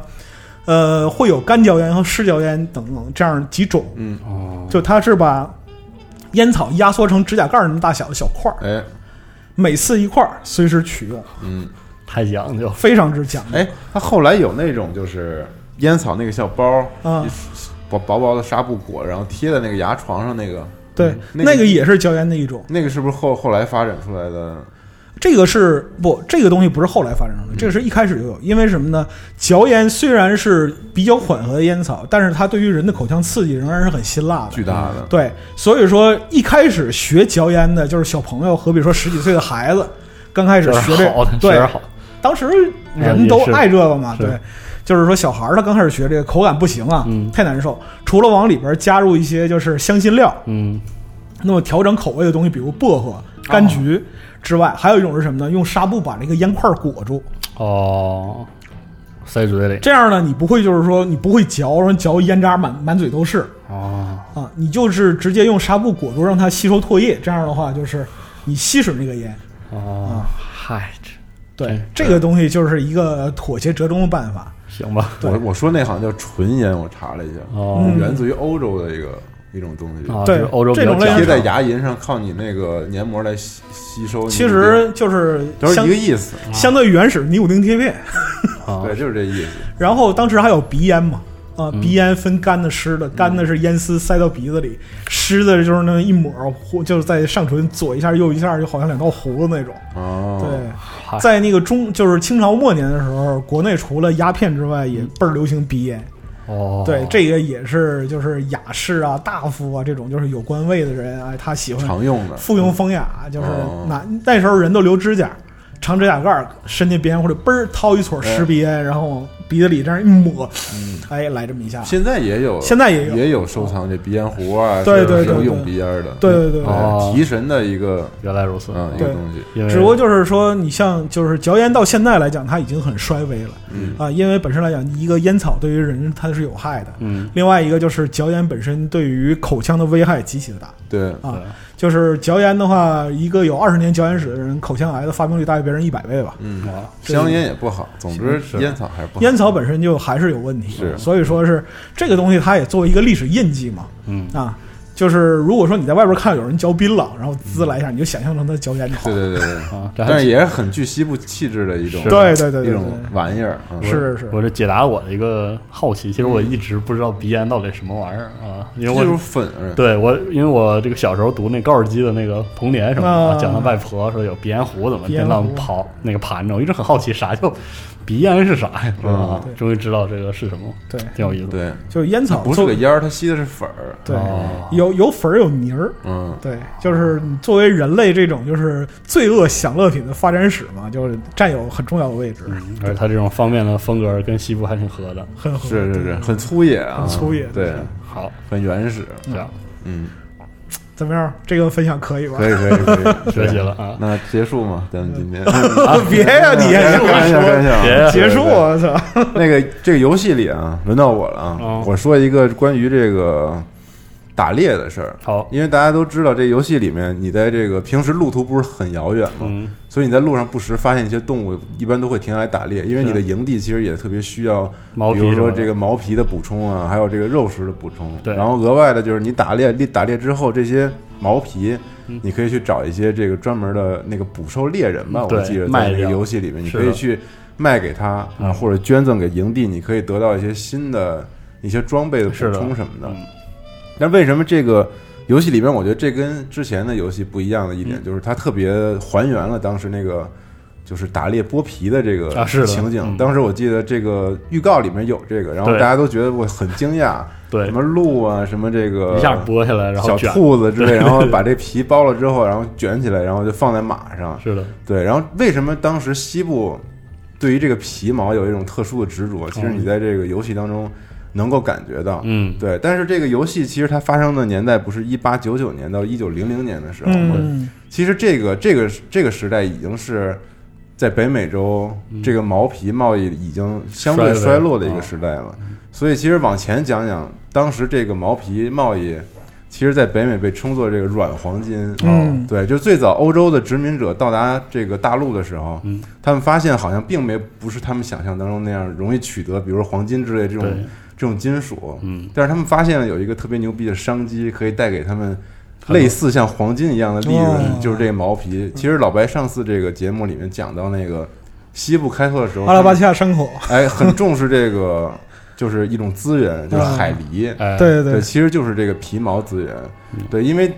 [SPEAKER 4] 呃，会有干嚼烟和湿嚼烟等等这样几种，
[SPEAKER 2] 嗯，
[SPEAKER 5] 哦，
[SPEAKER 4] 就它是把烟草压缩成指甲盖儿那么大小的小块儿，
[SPEAKER 2] 哎，
[SPEAKER 4] 每次一块儿，随时取用，
[SPEAKER 2] 嗯，
[SPEAKER 5] 太讲究。
[SPEAKER 4] 非常之讲究。
[SPEAKER 2] 哎，他后来有那种就是烟草那个小包，
[SPEAKER 4] 啊，
[SPEAKER 2] 薄薄薄的纱布裹，然后贴在那个牙床上那个，
[SPEAKER 4] 对，
[SPEAKER 2] 嗯那
[SPEAKER 4] 那
[SPEAKER 2] 个
[SPEAKER 4] 个也是嚼烟的一种。
[SPEAKER 2] 那个是不是后后来发展出来的？
[SPEAKER 4] 这个是不，这个东西不是后来发展出来
[SPEAKER 5] 嗯
[SPEAKER 4] 的，这个是一开始就有。因为什么呢？嚼烟虽然是比较缓和的烟草，但是它对于人的口腔刺激仍然是很辛辣的
[SPEAKER 2] 巨。大的，
[SPEAKER 4] 对，所以说一开始学嚼烟的就是小朋友，何比说十几岁的孩子，刚开始学这
[SPEAKER 5] 好的，确
[SPEAKER 4] 对
[SPEAKER 5] 实，好。
[SPEAKER 4] 当时人都爱这个嘛，
[SPEAKER 5] 是
[SPEAKER 4] 对，就是说小孩儿他刚开始学这个口感不行啊，
[SPEAKER 5] 嗯
[SPEAKER 4] 太难受，除了往里边加入一些就是香辛料，
[SPEAKER 5] 嗯，
[SPEAKER 4] 那么调整口味的东西，比如薄
[SPEAKER 2] 哦
[SPEAKER 4] 荷、柑橘之外，还有一种是什么呢？用纱布把这个烟块裹住，
[SPEAKER 5] 哦，塞嘴里。
[SPEAKER 4] 这样呢，你不会就是说你不会嚼，然后嚼烟渣满满嘴都是
[SPEAKER 5] 哦，
[SPEAKER 4] 啊，你就是直接用纱布裹住，让它吸收唾液。这样的话，就是你吸吮这个烟。
[SPEAKER 5] 哦，嗨，这
[SPEAKER 4] 嗯对
[SPEAKER 5] 嗯，
[SPEAKER 4] 这个东西就是一个妥协折中的办法。
[SPEAKER 5] 行吧。
[SPEAKER 4] 对
[SPEAKER 2] 我我说那好像叫纯烟，我查了一下，
[SPEAKER 5] 哦，
[SPEAKER 4] 嗯
[SPEAKER 2] 源自于欧洲的一个一种东西，
[SPEAKER 5] 啊，
[SPEAKER 4] 对
[SPEAKER 5] 就是欧洲比较
[SPEAKER 4] 这种类型
[SPEAKER 2] 贴
[SPEAKER 5] 讲
[SPEAKER 2] 在
[SPEAKER 5] 究
[SPEAKER 2] 牙龈上，靠你那个黏膜来吸吸收。
[SPEAKER 4] 其实就是
[SPEAKER 2] 都是
[SPEAKER 4] 相哦
[SPEAKER 2] 一个意思，
[SPEAKER 4] 相对于原始尼古丁贴片，
[SPEAKER 5] 啊
[SPEAKER 2] 对，就是这意思。
[SPEAKER 4] 然后当时还有鼻烟嘛。啊，
[SPEAKER 5] 嗯
[SPEAKER 4] 鼻烟分干的、湿的，干的是烟丝塞到鼻子里，湿的就是那么一抹，呼就是在上唇左一下右一下，就好像两道胡子那种。
[SPEAKER 2] 哦，
[SPEAKER 4] 对，
[SPEAKER 5] 嗨
[SPEAKER 4] 在那个中就是清朝末年的时候，国内除了鸦片之外，也倍儿流行鼻烟。
[SPEAKER 5] 哦，
[SPEAKER 4] 对，这个也是就是雅士啊、大夫啊这种就是有官位的人啊，他喜欢
[SPEAKER 2] 常用的
[SPEAKER 4] 附庸风雅，就是
[SPEAKER 2] 哦
[SPEAKER 4] 拿那时候人都留指甲，长指甲盖儿伸进鼻烟或者嘣儿掏一撮
[SPEAKER 5] 哎
[SPEAKER 4] 湿鼻烟，然后往鼻子里这样一抹，哎，来这么一下。
[SPEAKER 2] 嗯现在也有，
[SPEAKER 4] 现在也有
[SPEAKER 2] 也有收藏这鼻烟壶啊，
[SPEAKER 4] 对
[SPEAKER 2] 是
[SPEAKER 4] 对对
[SPEAKER 2] 有
[SPEAKER 4] 对
[SPEAKER 2] 用鼻烟的，哎
[SPEAKER 4] 对对对对
[SPEAKER 5] 哦
[SPEAKER 2] 提神的一个
[SPEAKER 5] 原来如此。
[SPEAKER 2] 嗯一
[SPEAKER 4] 对
[SPEAKER 2] 个东西，
[SPEAKER 5] 因为
[SPEAKER 4] 只不过就是说，你像就是嚼烟到现在来讲，它已经很衰微了
[SPEAKER 2] 嗯
[SPEAKER 4] 啊，因为本身来讲，一个烟草对于人它是有害的，
[SPEAKER 5] 嗯，
[SPEAKER 4] 另外一个就是嚼烟本身对于口腔的危害极其的大。
[SPEAKER 2] 对，
[SPEAKER 4] 啊
[SPEAKER 5] 对，
[SPEAKER 4] 就是嚼烟的话，一个有二十年嚼烟史的人，口腔癌的发病率大约别人一百倍吧。
[SPEAKER 2] 嗯，
[SPEAKER 5] 啊，
[SPEAKER 2] 香烟也不好，总之
[SPEAKER 5] 是
[SPEAKER 2] 烟草还是不好，
[SPEAKER 4] 烟草本身就还是有问题，
[SPEAKER 2] 是
[SPEAKER 4] 所以说是这个东西，它也作为一个历史印记嘛，
[SPEAKER 5] 嗯，
[SPEAKER 4] 啊，就是如果说你在外边看到有人嚼槟榔，然后滋来一下，你就想象成他嚼烟就好
[SPEAKER 2] 对
[SPEAKER 4] 了。
[SPEAKER 2] 对对对，
[SPEAKER 5] 啊，这还
[SPEAKER 2] 但是也是很具西部气质的一种，
[SPEAKER 5] 是
[SPEAKER 4] 对对对
[SPEAKER 2] 一
[SPEAKER 4] 对
[SPEAKER 2] 种
[SPEAKER 4] 对，
[SPEAKER 2] 玩意儿，嗯
[SPEAKER 4] 是是
[SPEAKER 5] 我这解答我的一个好奇，其实我一直不知道鼻炎到底什么玩意儿啊，因为我
[SPEAKER 2] 就是嗯粉儿，
[SPEAKER 5] 对我，因为我这个小时候读那高尔基的那个童年什么的，
[SPEAKER 4] 啊
[SPEAKER 5] 讲他外婆说有鼻烟壶怎么
[SPEAKER 4] 鼻烟
[SPEAKER 5] 跟
[SPEAKER 4] 壶
[SPEAKER 5] 浪刨那个盘着，我一直很好奇啥叫鼻烟是啥呀，是吧
[SPEAKER 4] 对？
[SPEAKER 5] 终于知道这个是什么，
[SPEAKER 4] 对，
[SPEAKER 5] 挺有意思的。
[SPEAKER 2] 嗯对，
[SPEAKER 4] 就是烟
[SPEAKER 2] 它
[SPEAKER 4] 草
[SPEAKER 2] 不是
[SPEAKER 4] 作
[SPEAKER 2] 个烟儿，它吸的是粉儿，
[SPEAKER 4] 对
[SPEAKER 5] 哦
[SPEAKER 4] 有有粉儿有泥儿，
[SPEAKER 2] 嗯，
[SPEAKER 4] 对，就是你作为人类这种就是罪恶享乐品的发展史嘛，就是占有很重要的位置，
[SPEAKER 5] 嗯，而且他这种方面的风格跟西部还挺
[SPEAKER 4] (laughs)
[SPEAKER 5] 合的。
[SPEAKER 4] 很很
[SPEAKER 2] 是是是，很粗野啊，
[SPEAKER 4] 很粗野
[SPEAKER 2] 对，
[SPEAKER 5] 好，
[SPEAKER 2] 很原始，
[SPEAKER 5] 这样
[SPEAKER 2] 嗯，
[SPEAKER 4] 怎么样？这个分享可以吧？
[SPEAKER 2] 可以可以可以，
[SPEAKER 5] 学习了啊，
[SPEAKER 2] 那结束吗？咱们今天
[SPEAKER 4] (laughs)
[SPEAKER 2] (laughs)
[SPEAKER 4] 别呀、你
[SPEAKER 2] 开玩笑，开玩
[SPEAKER 4] 你 (laughs)
[SPEAKER 2] 笑
[SPEAKER 5] 别
[SPEAKER 2] 啊，
[SPEAKER 4] 结束，
[SPEAKER 2] 对对
[SPEAKER 4] 我操！
[SPEAKER 5] (laughs)
[SPEAKER 2] 那个这个游戏里啊，轮到我了啊
[SPEAKER 5] 哦！
[SPEAKER 2] 我说一个关于这个打猎的事儿，
[SPEAKER 5] 好，
[SPEAKER 2] 因为大家都知道，这游戏里面你在这个平时路途不是很遥远嘛，
[SPEAKER 5] 嗯
[SPEAKER 2] 所以你在路上不时发现一些动物，一般都会停下来打猎，因为
[SPEAKER 5] 是
[SPEAKER 2] 你的营地其实也特别需要
[SPEAKER 5] 毛皮
[SPEAKER 2] 比如
[SPEAKER 5] 什么
[SPEAKER 2] 说
[SPEAKER 5] 的
[SPEAKER 2] 这个毛皮的补充啊，还有这个肉食的补充。
[SPEAKER 5] 对
[SPEAKER 2] 然后额外的就是你打猎，猎打猎之后这些毛皮。
[SPEAKER 5] 嗯
[SPEAKER 2] 你可以去找一些这个专门的那个捕兽猎人吧，我
[SPEAKER 5] 对
[SPEAKER 2] 记得
[SPEAKER 5] 卖
[SPEAKER 2] 在那个
[SPEAKER 5] 掉
[SPEAKER 2] 游戏里面，你
[SPEAKER 5] 是
[SPEAKER 2] 可以
[SPEAKER 5] 的
[SPEAKER 2] 去卖给他啊，
[SPEAKER 5] 嗯
[SPEAKER 2] 或者捐赠给营地，你可以得到一些新的一些装备的补
[SPEAKER 5] 是的
[SPEAKER 2] 充什么的。
[SPEAKER 5] 嗯
[SPEAKER 2] 但为什么这个游戏里边，我觉得这跟之前的游戏不一样的一
[SPEAKER 5] 嗯
[SPEAKER 2] 点，就是它特别还原了当时那个就是打猎剥皮的这个
[SPEAKER 5] 啊是的
[SPEAKER 2] 情景。
[SPEAKER 5] 嗯
[SPEAKER 2] 当时我记得这个预告里面有这个，然后
[SPEAKER 5] 对
[SPEAKER 2] 大家都觉得我很惊讶，
[SPEAKER 5] 对
[SPEAKER 2] 什么鹿啊，什么这个
[SPEAKER 5] 一下剥下来，然后
[SPEAKER 2] 小
[SPEAKER 5] 卷，
[SPEAKER 2] 兔子之类，
[SPEAKER 5] 对
[SPEAKER 2] 然后把这皮剥了之后，然后卷起来，然后就放在马上。
[SPEAKER 5] 是的，
[SPEAKER 2] 对，然后为什么当时西部对于这个皮毛有一种特殊的执着？其实你在这个游戏当中能够感觉到，
[SPEAKER 5] 嗯，
[SPEAKER 2] 对。但是这个游戏其实它发生的年代不是一八九九年到一九零零年的时候吗？
[SPEAKER 4] 嗯，
[SPEAKER 2] 其实这个这个这个时代已经是在北美洲这个毛皮贸易已经相对衰落的一个时代了。所以其实往前讲讲，当时这个毛皮贸易。其实，在北美被称作这个软黄金，啊
[SPEAKER 4] 嗯
[SPEAKER 2] 对，就最早欧洲的殖民者到达这个大陆的时候，他们发现好像并没不是他们想象当中那样容易取得，比如说黄金之类这种
[SPEAKER 5] 对
[SPEAKER 2] 这种金属，
[SPEAKER 5] 嗯，
[SPEAKER 2] 但是他们发现了有一个特别牛逼的商机，可以带给他们
[SPEAKER 5] 很
[SPEAKER 2] 类似像黄金一样的利润，
[SPEAKER 4] 哦
[SPEAKER 2] 就是这个毛皮。其实老白上次这个节目里面讲到那个西部开拓的时候，
[SPEAKER 4] 阿拉巴契亚山口，
[SPEAKER 2] 哎，很重视这个，就是一种资源，就是海
[SPEAKER 4] 啊
[SPEAKER 2] 狸，
[SPEAKER 5] 哎，
[SPEAKER 4] 对嗯
[SPEAKER 2] 对，
[SPEAKER 4] 对，
[SPEAKER 2] 其实就是这个皮毛资源，对，因为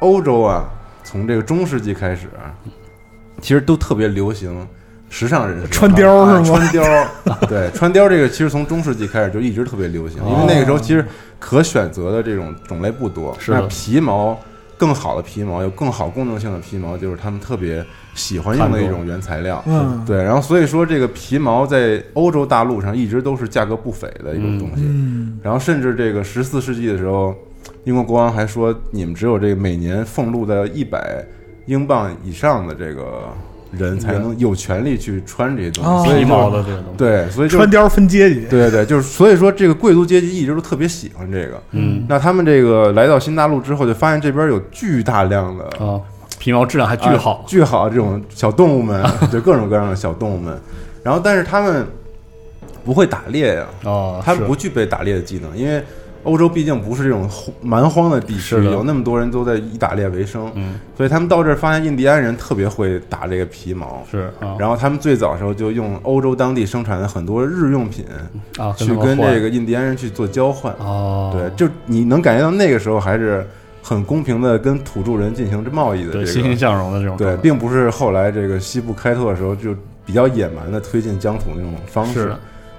[SPEAKER 2] 欧洲啊，从这个中世纪开始啊，其实都特别流行。时尚人士
[SPEAKER 4] 穿貂儿
[SPEAKER 2] 哎
[SPEAKER 4] 是吗
[SPEAKER 2] 穿貂
[SPEAKER 4] (laughs)
[SPEAKER 2] 儿，对，穿貂儿这个其实从中世纪开始就一直特别流
[SPEAKER 4] 哦
[SPEAKER 2] 行，因为那个时候其实可选择的这种种类不多。
[SPEAKER 5] 是的
[SPEAKER 2] 那皮毛更好的皮毛，有更好功能性的皮毛，就是他们特别喜欢用的一
[SPEAKER 5] 看
[SPEAKER 2] 种原材料。
[SPEAKER 4] 嗯
[SPEAKER 2] 对，然后所以说这个皮毛在欧洲大陆上一直都是价格不菲的一种东西。
[SPEAKER 4] 嗯，
[SPEAKER 2] 然后甚至这个十四世纪的时候，英国国王还说，你们只有这个每年俸禄的一百英镑以上的这个人才能有权利去穿这些东
[SPEAKER 4] 嗯哦
[SPEAKER 2] 西，所以
[SPEAKER 5] 皮
[SPEAKER 2] 就
[SPEAKER 5] 毛的这个东西，
[SPEAKER 2] 对，所以就
[SPEAKER 4] 穿貂分阶级，
[SPEAKER 2] 对对，就是所以说这个贵族阶级一直都特别喜欢这个。
[SPEAKER 5] 嗯
[SPEAKER 2] 那他们这个来到新大陆之后，就发现这边有巨大量的
[SPEAKER 5] 啊，皮毛质量还巨
[SPEAKER 2] 啊
[SPEAKER 5] 好，
[SPEAKER 2] 巨好！这种小动物
[SPEAKER 5] (laughs)
[SPEAKER 2] 们，对各种各样的小动物们，然后但是他们不会打猎呀、
[SPEAKER 5] 哦，
[SPEAKER 2] 他
[SPEAKER 5] 是
[SPEAKER 2] 们不具备打猎的技能，因为欧洲毕竟不是这种荒蛮荒的地区，
[SPEAKER 5] 是的
[SPEAKER 2] 有那么多人都在以打猎为生，
[SPEAKER 5] 嗯
[SPEAKER 2] 所以他们到这儿发现印第安人特别会打这个皮毛，
[SPEAKER 5] 是啊，
[SPEAKER 2] 然后他们最早的时候就用欧洲当地生产的很多日用品
[SPEAKER 5] 啊
[SPEAKER 2] 去
[SPEAKER 5] 他们
[SPEAKER 2] 跟
[SPEAKER 5] 换
[SPEAKER 2] 这个印第安人去做交换，
[SPEAKER 5] 哦，
[SPEAKER 2] 对，就你能感觉到那个时候还是很公平的跟土著人进行这贸易的
[SPEAKER 5] 对
[SPEAKER 2] 这
[SPEAKER 5] 欣
[SPEAKER 2] 个
[SPEAKER 5] 欣向荣的这种
[SPEAKER 2] 对，
[SPEAKER 5] 状态
[SPEAKER 2] 并不是后来这个西部开拓的时候就比较野蛮的推进疆土那种方
[SPEAKER 5] 是
[SPEAKER 2] 式
[SPEAKER 5] 的。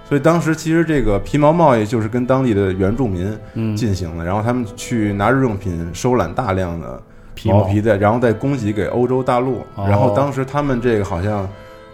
[SPEAKER 2] 所以当时其实这个皮毛贸易就是跟当地的原住民
[SPEAKER 5] 嗯
[SPEAKER 2] 进行的，然后他们去拿日用品收揽大量的
[SPEAKER 5] 皮
[SPEAKER 2] 毛皮，再然后再供给给欧洲大陆。
[SPEAKER 5] 哦
[SPEAKER 2] 然后当时他们这个好像，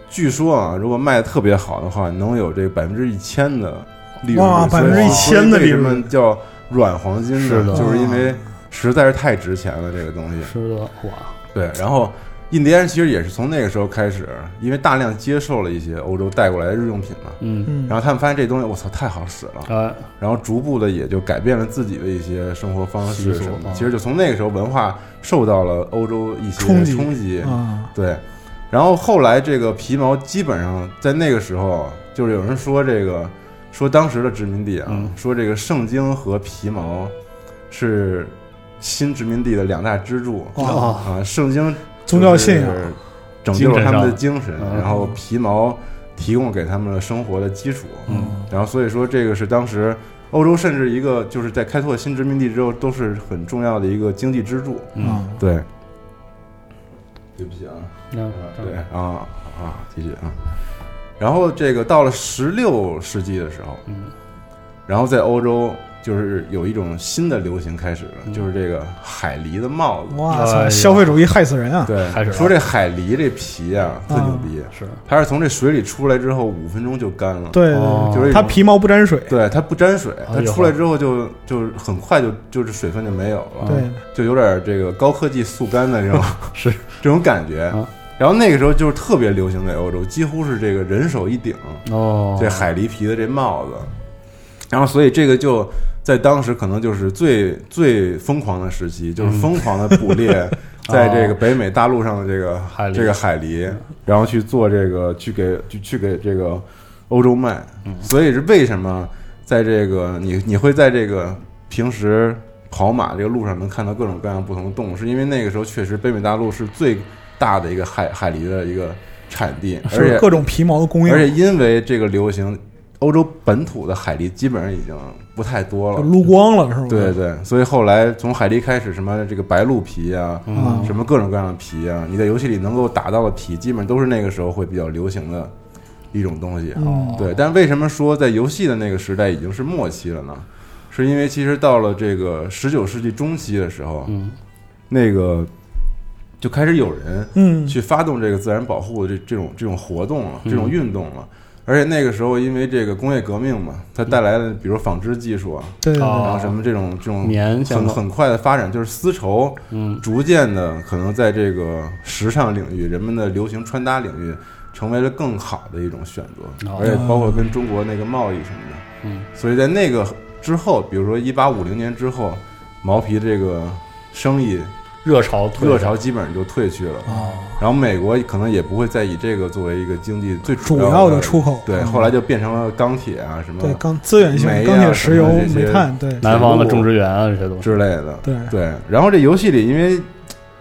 [SPEAKER 2] 据说啊，如果卖的特别好的话，能有这百分之一千的利润率。
[SPEAKER 4] 哇
[SPEAKER 2] 所以
[SPEAKER 4] 1000%的
[SPEAKER 2] 所以为
[SPEAKER 4] 利润
[SPEAKER 2] 什么叫软黄金呢？
[SPEAKER 5] 是的
[SPEAKER 2] 就是因为实在是太值钱了这个东西。
[SPEAKER 5] 是的，哇，
[SPEAKER 2] 对，然后印第安人其实也是从那个时候开始，因为大量接受了一些欧洲带过来的日用品嘛，
[SPEAKER 5] 嗯，
[SPEAKER 4] 嗯
[SPEAKER 2] 然后他们发现这东西我操太好使了，
[SPEAKER 5] 哎，
[SPEAKER 2] 然后逐步的也就改变了自己的一些生活方式
[SPEAKER 5] 习俗
[SPEAKER 2] 什么的。
[SPEAKER 5] 啊
[SPEAKER 2] 其实就从那个时候文化受到了欧洲一些
[SPEAKER 4] 冲击
[SPEAKER 2] 冲击，
[SPEAKER 4] 啊，
[SPEAKER 2] 对。然后后来这个皮毛基本上在那个时候，就是有人说这个说当时的殖民地啊，
[SPEAKER 5] 嗯
[SPEAKER 2] 说这个圣经和皮毛是新殖民地的两大支柱。
[SPEAKER 4] 哇，
[SPEAKER 2] 啊，圣经
[SPEAKER 4] 宗教信仰
[SPEAKER 2] 就是拯救了他们的精神，
[SPEAKER 5] 嗯
[SPEAKER 2] 然后皮毛提供给他们的生活的基础，
[SPEAKER 5] 嗯，
[SPEAKER 2] 然后所以说这个是当时欧洲甚至一个就是在开拓新殖民地之后都是很重要的一个经济支柱。
[SPEAKER 5] 嗯，
[SPEAKER 4] 啊，
[SPEAKER 2] 对，对不起啊，
[SPEAKER 5] 那
[SPEAKER 2] 对啊啊，继续啊。然后这个到了十六世纪的时候，
[SPEAKER 5] 嗯，
[SPEAKER 2] 然后在欧洲就是有一种新的流行开始了，
[SPEAKER 5] 嗯
[SPEAKER 2] 就是这个海狸的帽子。
[SPEAKER 4] 哇
[SPEAKER 5] 哎呀
[SPEAKER 4] 操，消费主义害死人啊！
[SPEAKER 2] 对，
[SPEAKER 5] 开始了
[SPEAKER 2] 说这海狸这皮啊，特牛逼，
[SPEAKER 5] 是
[SPEAKER 2] 它是从这水里出来之后五分钟就干了，，
[SPEAKER 4] 对
[SPEAKER 5] 哦
[SPEAKER 4] 对
[SPEAKER 2] 就是一种
[SPEAKER 4] 对，它皮毛不沾水，
[SPEAKER 2] 对，它不沾水，
[SPEAKER 5] 哎
[SPEAKER 2] 它
[SPEAKER 5] 呦
[SPEAKER 2] 出来之后就就是很快就就是水分就没有了，
[SPEAKER 4] 对，
[SPEAKER 2] 就有点这个高科技速干的这种
[SPEAKER 5] 是
[SPEAKER 2] 这种感觉
[SPEAKER 5] 啊。
[SPEAKER 2] 然后那个时候就是特别流行在欧洲，几乎是这个人手一顶
[SPEAKER 5] 哦，
[SPEAKER 2] 这海狸皮的这帽子，然后所以这个就在当时可能就是最最疯狂的时期，就是疯狂的捕猎。 (laughs) 在这个北美大陆上的这个
[SPEAKER 5] 嗯海狸
[SPEAKER 2] 这个海狸，然后去做这个去给去去给这个欧洲卖，所以是为什么在这个你你会在这个平时跑马这个路上能看到各种各样不同的动物，是因为那个时候确实北美大陆是最大的一个海海狸的一个产地，而且
[SPEAKER 4] 是各种皮毛的供
[SPEAKER 2] 而且
[SPEAKER 4] 应，
[SPEAKER 2] 因为这个流行，欧洲本土的海狸基本上已经不太多
[SPEAKER 4] 就
[SPEAKER 2] 了。
[SPEAKER 4] 撸光了是吗？
[SPEAKER 2] 对对，所以后来从海狸开始，什么这个白鹿皮啊，
[SPEAKER 4] 啊，
[SPEAKER 2] 什么各种各样的皮啊，你在游戏里能够打到的皮，基本都是那个时候会比较流行的一种东西。啊
[SPEAKER 4] 嗯
[SPEAKER 2] 对，但为什么说在游戏的那个时代已经是末期了呢？是因为其实到了这个十九世纪中期的时候，
[SPEAKER 5] 嗯
[SPEAKER 2] 那个就开始有人
[SPEAKER 4] 嗯
[SPEAKER 2] 去发动这个自然保护的这这种这种活动了，
[SPEAKER 5] 嗯
[SPEAKER 2] 这种运动了。而且那个时候，因为这个工业革命嘛，它带来了比如纺织技术啊，
[SPEAKER 4] 对对
[SPEAKER 5] 哦
[SPEAKER 4] 对，
[SPEAKER 2] 然后什么这种这种
[SPEAKER 5] 棉相
[SPEAKER 2] 很
[SPEAKER 5] 关，
[SPEAKER 2] 很快的发展，就是丝绸
[SPEAKER 5] 嗯
[SPEAKER 2] 逐渐的可能在这个时尚领域、人们的流行穿搭领域成为了更好的一种选择，
[SPEAKER 5] 哦
[SPEAKER 2] 而且包括跟中国那个贸易什么的。
[SPEAKER 5] 嗯
[SPEAKER 2] 所以在那个之后，比如说一八五零年之后，毛皮这个生意
[SPEAKER 5] 热潮退哦
[SPEAKER 2] 热潮基本上就退去了。
[SPEAKER 4] 啊，
[SPEAKER 2] 然后美国可能也不会再以这个作为一个经济最
[SPEAKER 4] 主
[SPEAKER 2] 要
[SPEAKER 4] 要的出口
[SPEAKER 2] 对，
[SPEAKER 4] 嗯
[SPEAKER 2] 后来就变成了钢铁啊什么
[SPEAKER 4] 对钢资源性
[SPEAKER 2] 煤啊
[SPEAKER 4] 钢铁、石油
[SPEAKER 2] 什么、这些
[SPEAKER 4] 煤炭，对
[SPEAKER 5] 南方的种植园啊这些东西，
[SPEAKER 2] 之类的。
[SPEAKER 4] 对
[SPEAKER 2] 对，然后这游戏里，因为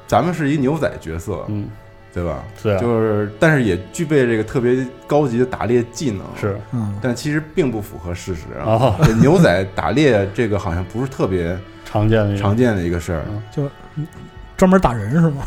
[SPEAKER 2] 咱们是一牛仔角色，
[SPEAKER 5] 嗯
[SPEAKER 2] 对吧？
[SPEAKER 5] 对啊
[SPEAKER 2] 就是，但是也具备这个特别高级的打猎技能，
[SPEAKER 5] 是，
[SPEAKER 4] 嗯，
[SPEAKER 2] 但其实并不符合事实啊。
[SPEAKER 5] 啊
[SPEAKER 2] 这牛仔打猎这个好像不是特别
[SPEAKER 5] (laughs) 常见的一种
[SPEAKER 2] 常见的一个事儿，
[SPEAKER 5] 嗯
[SPEAKER 4] 专门打人是吗？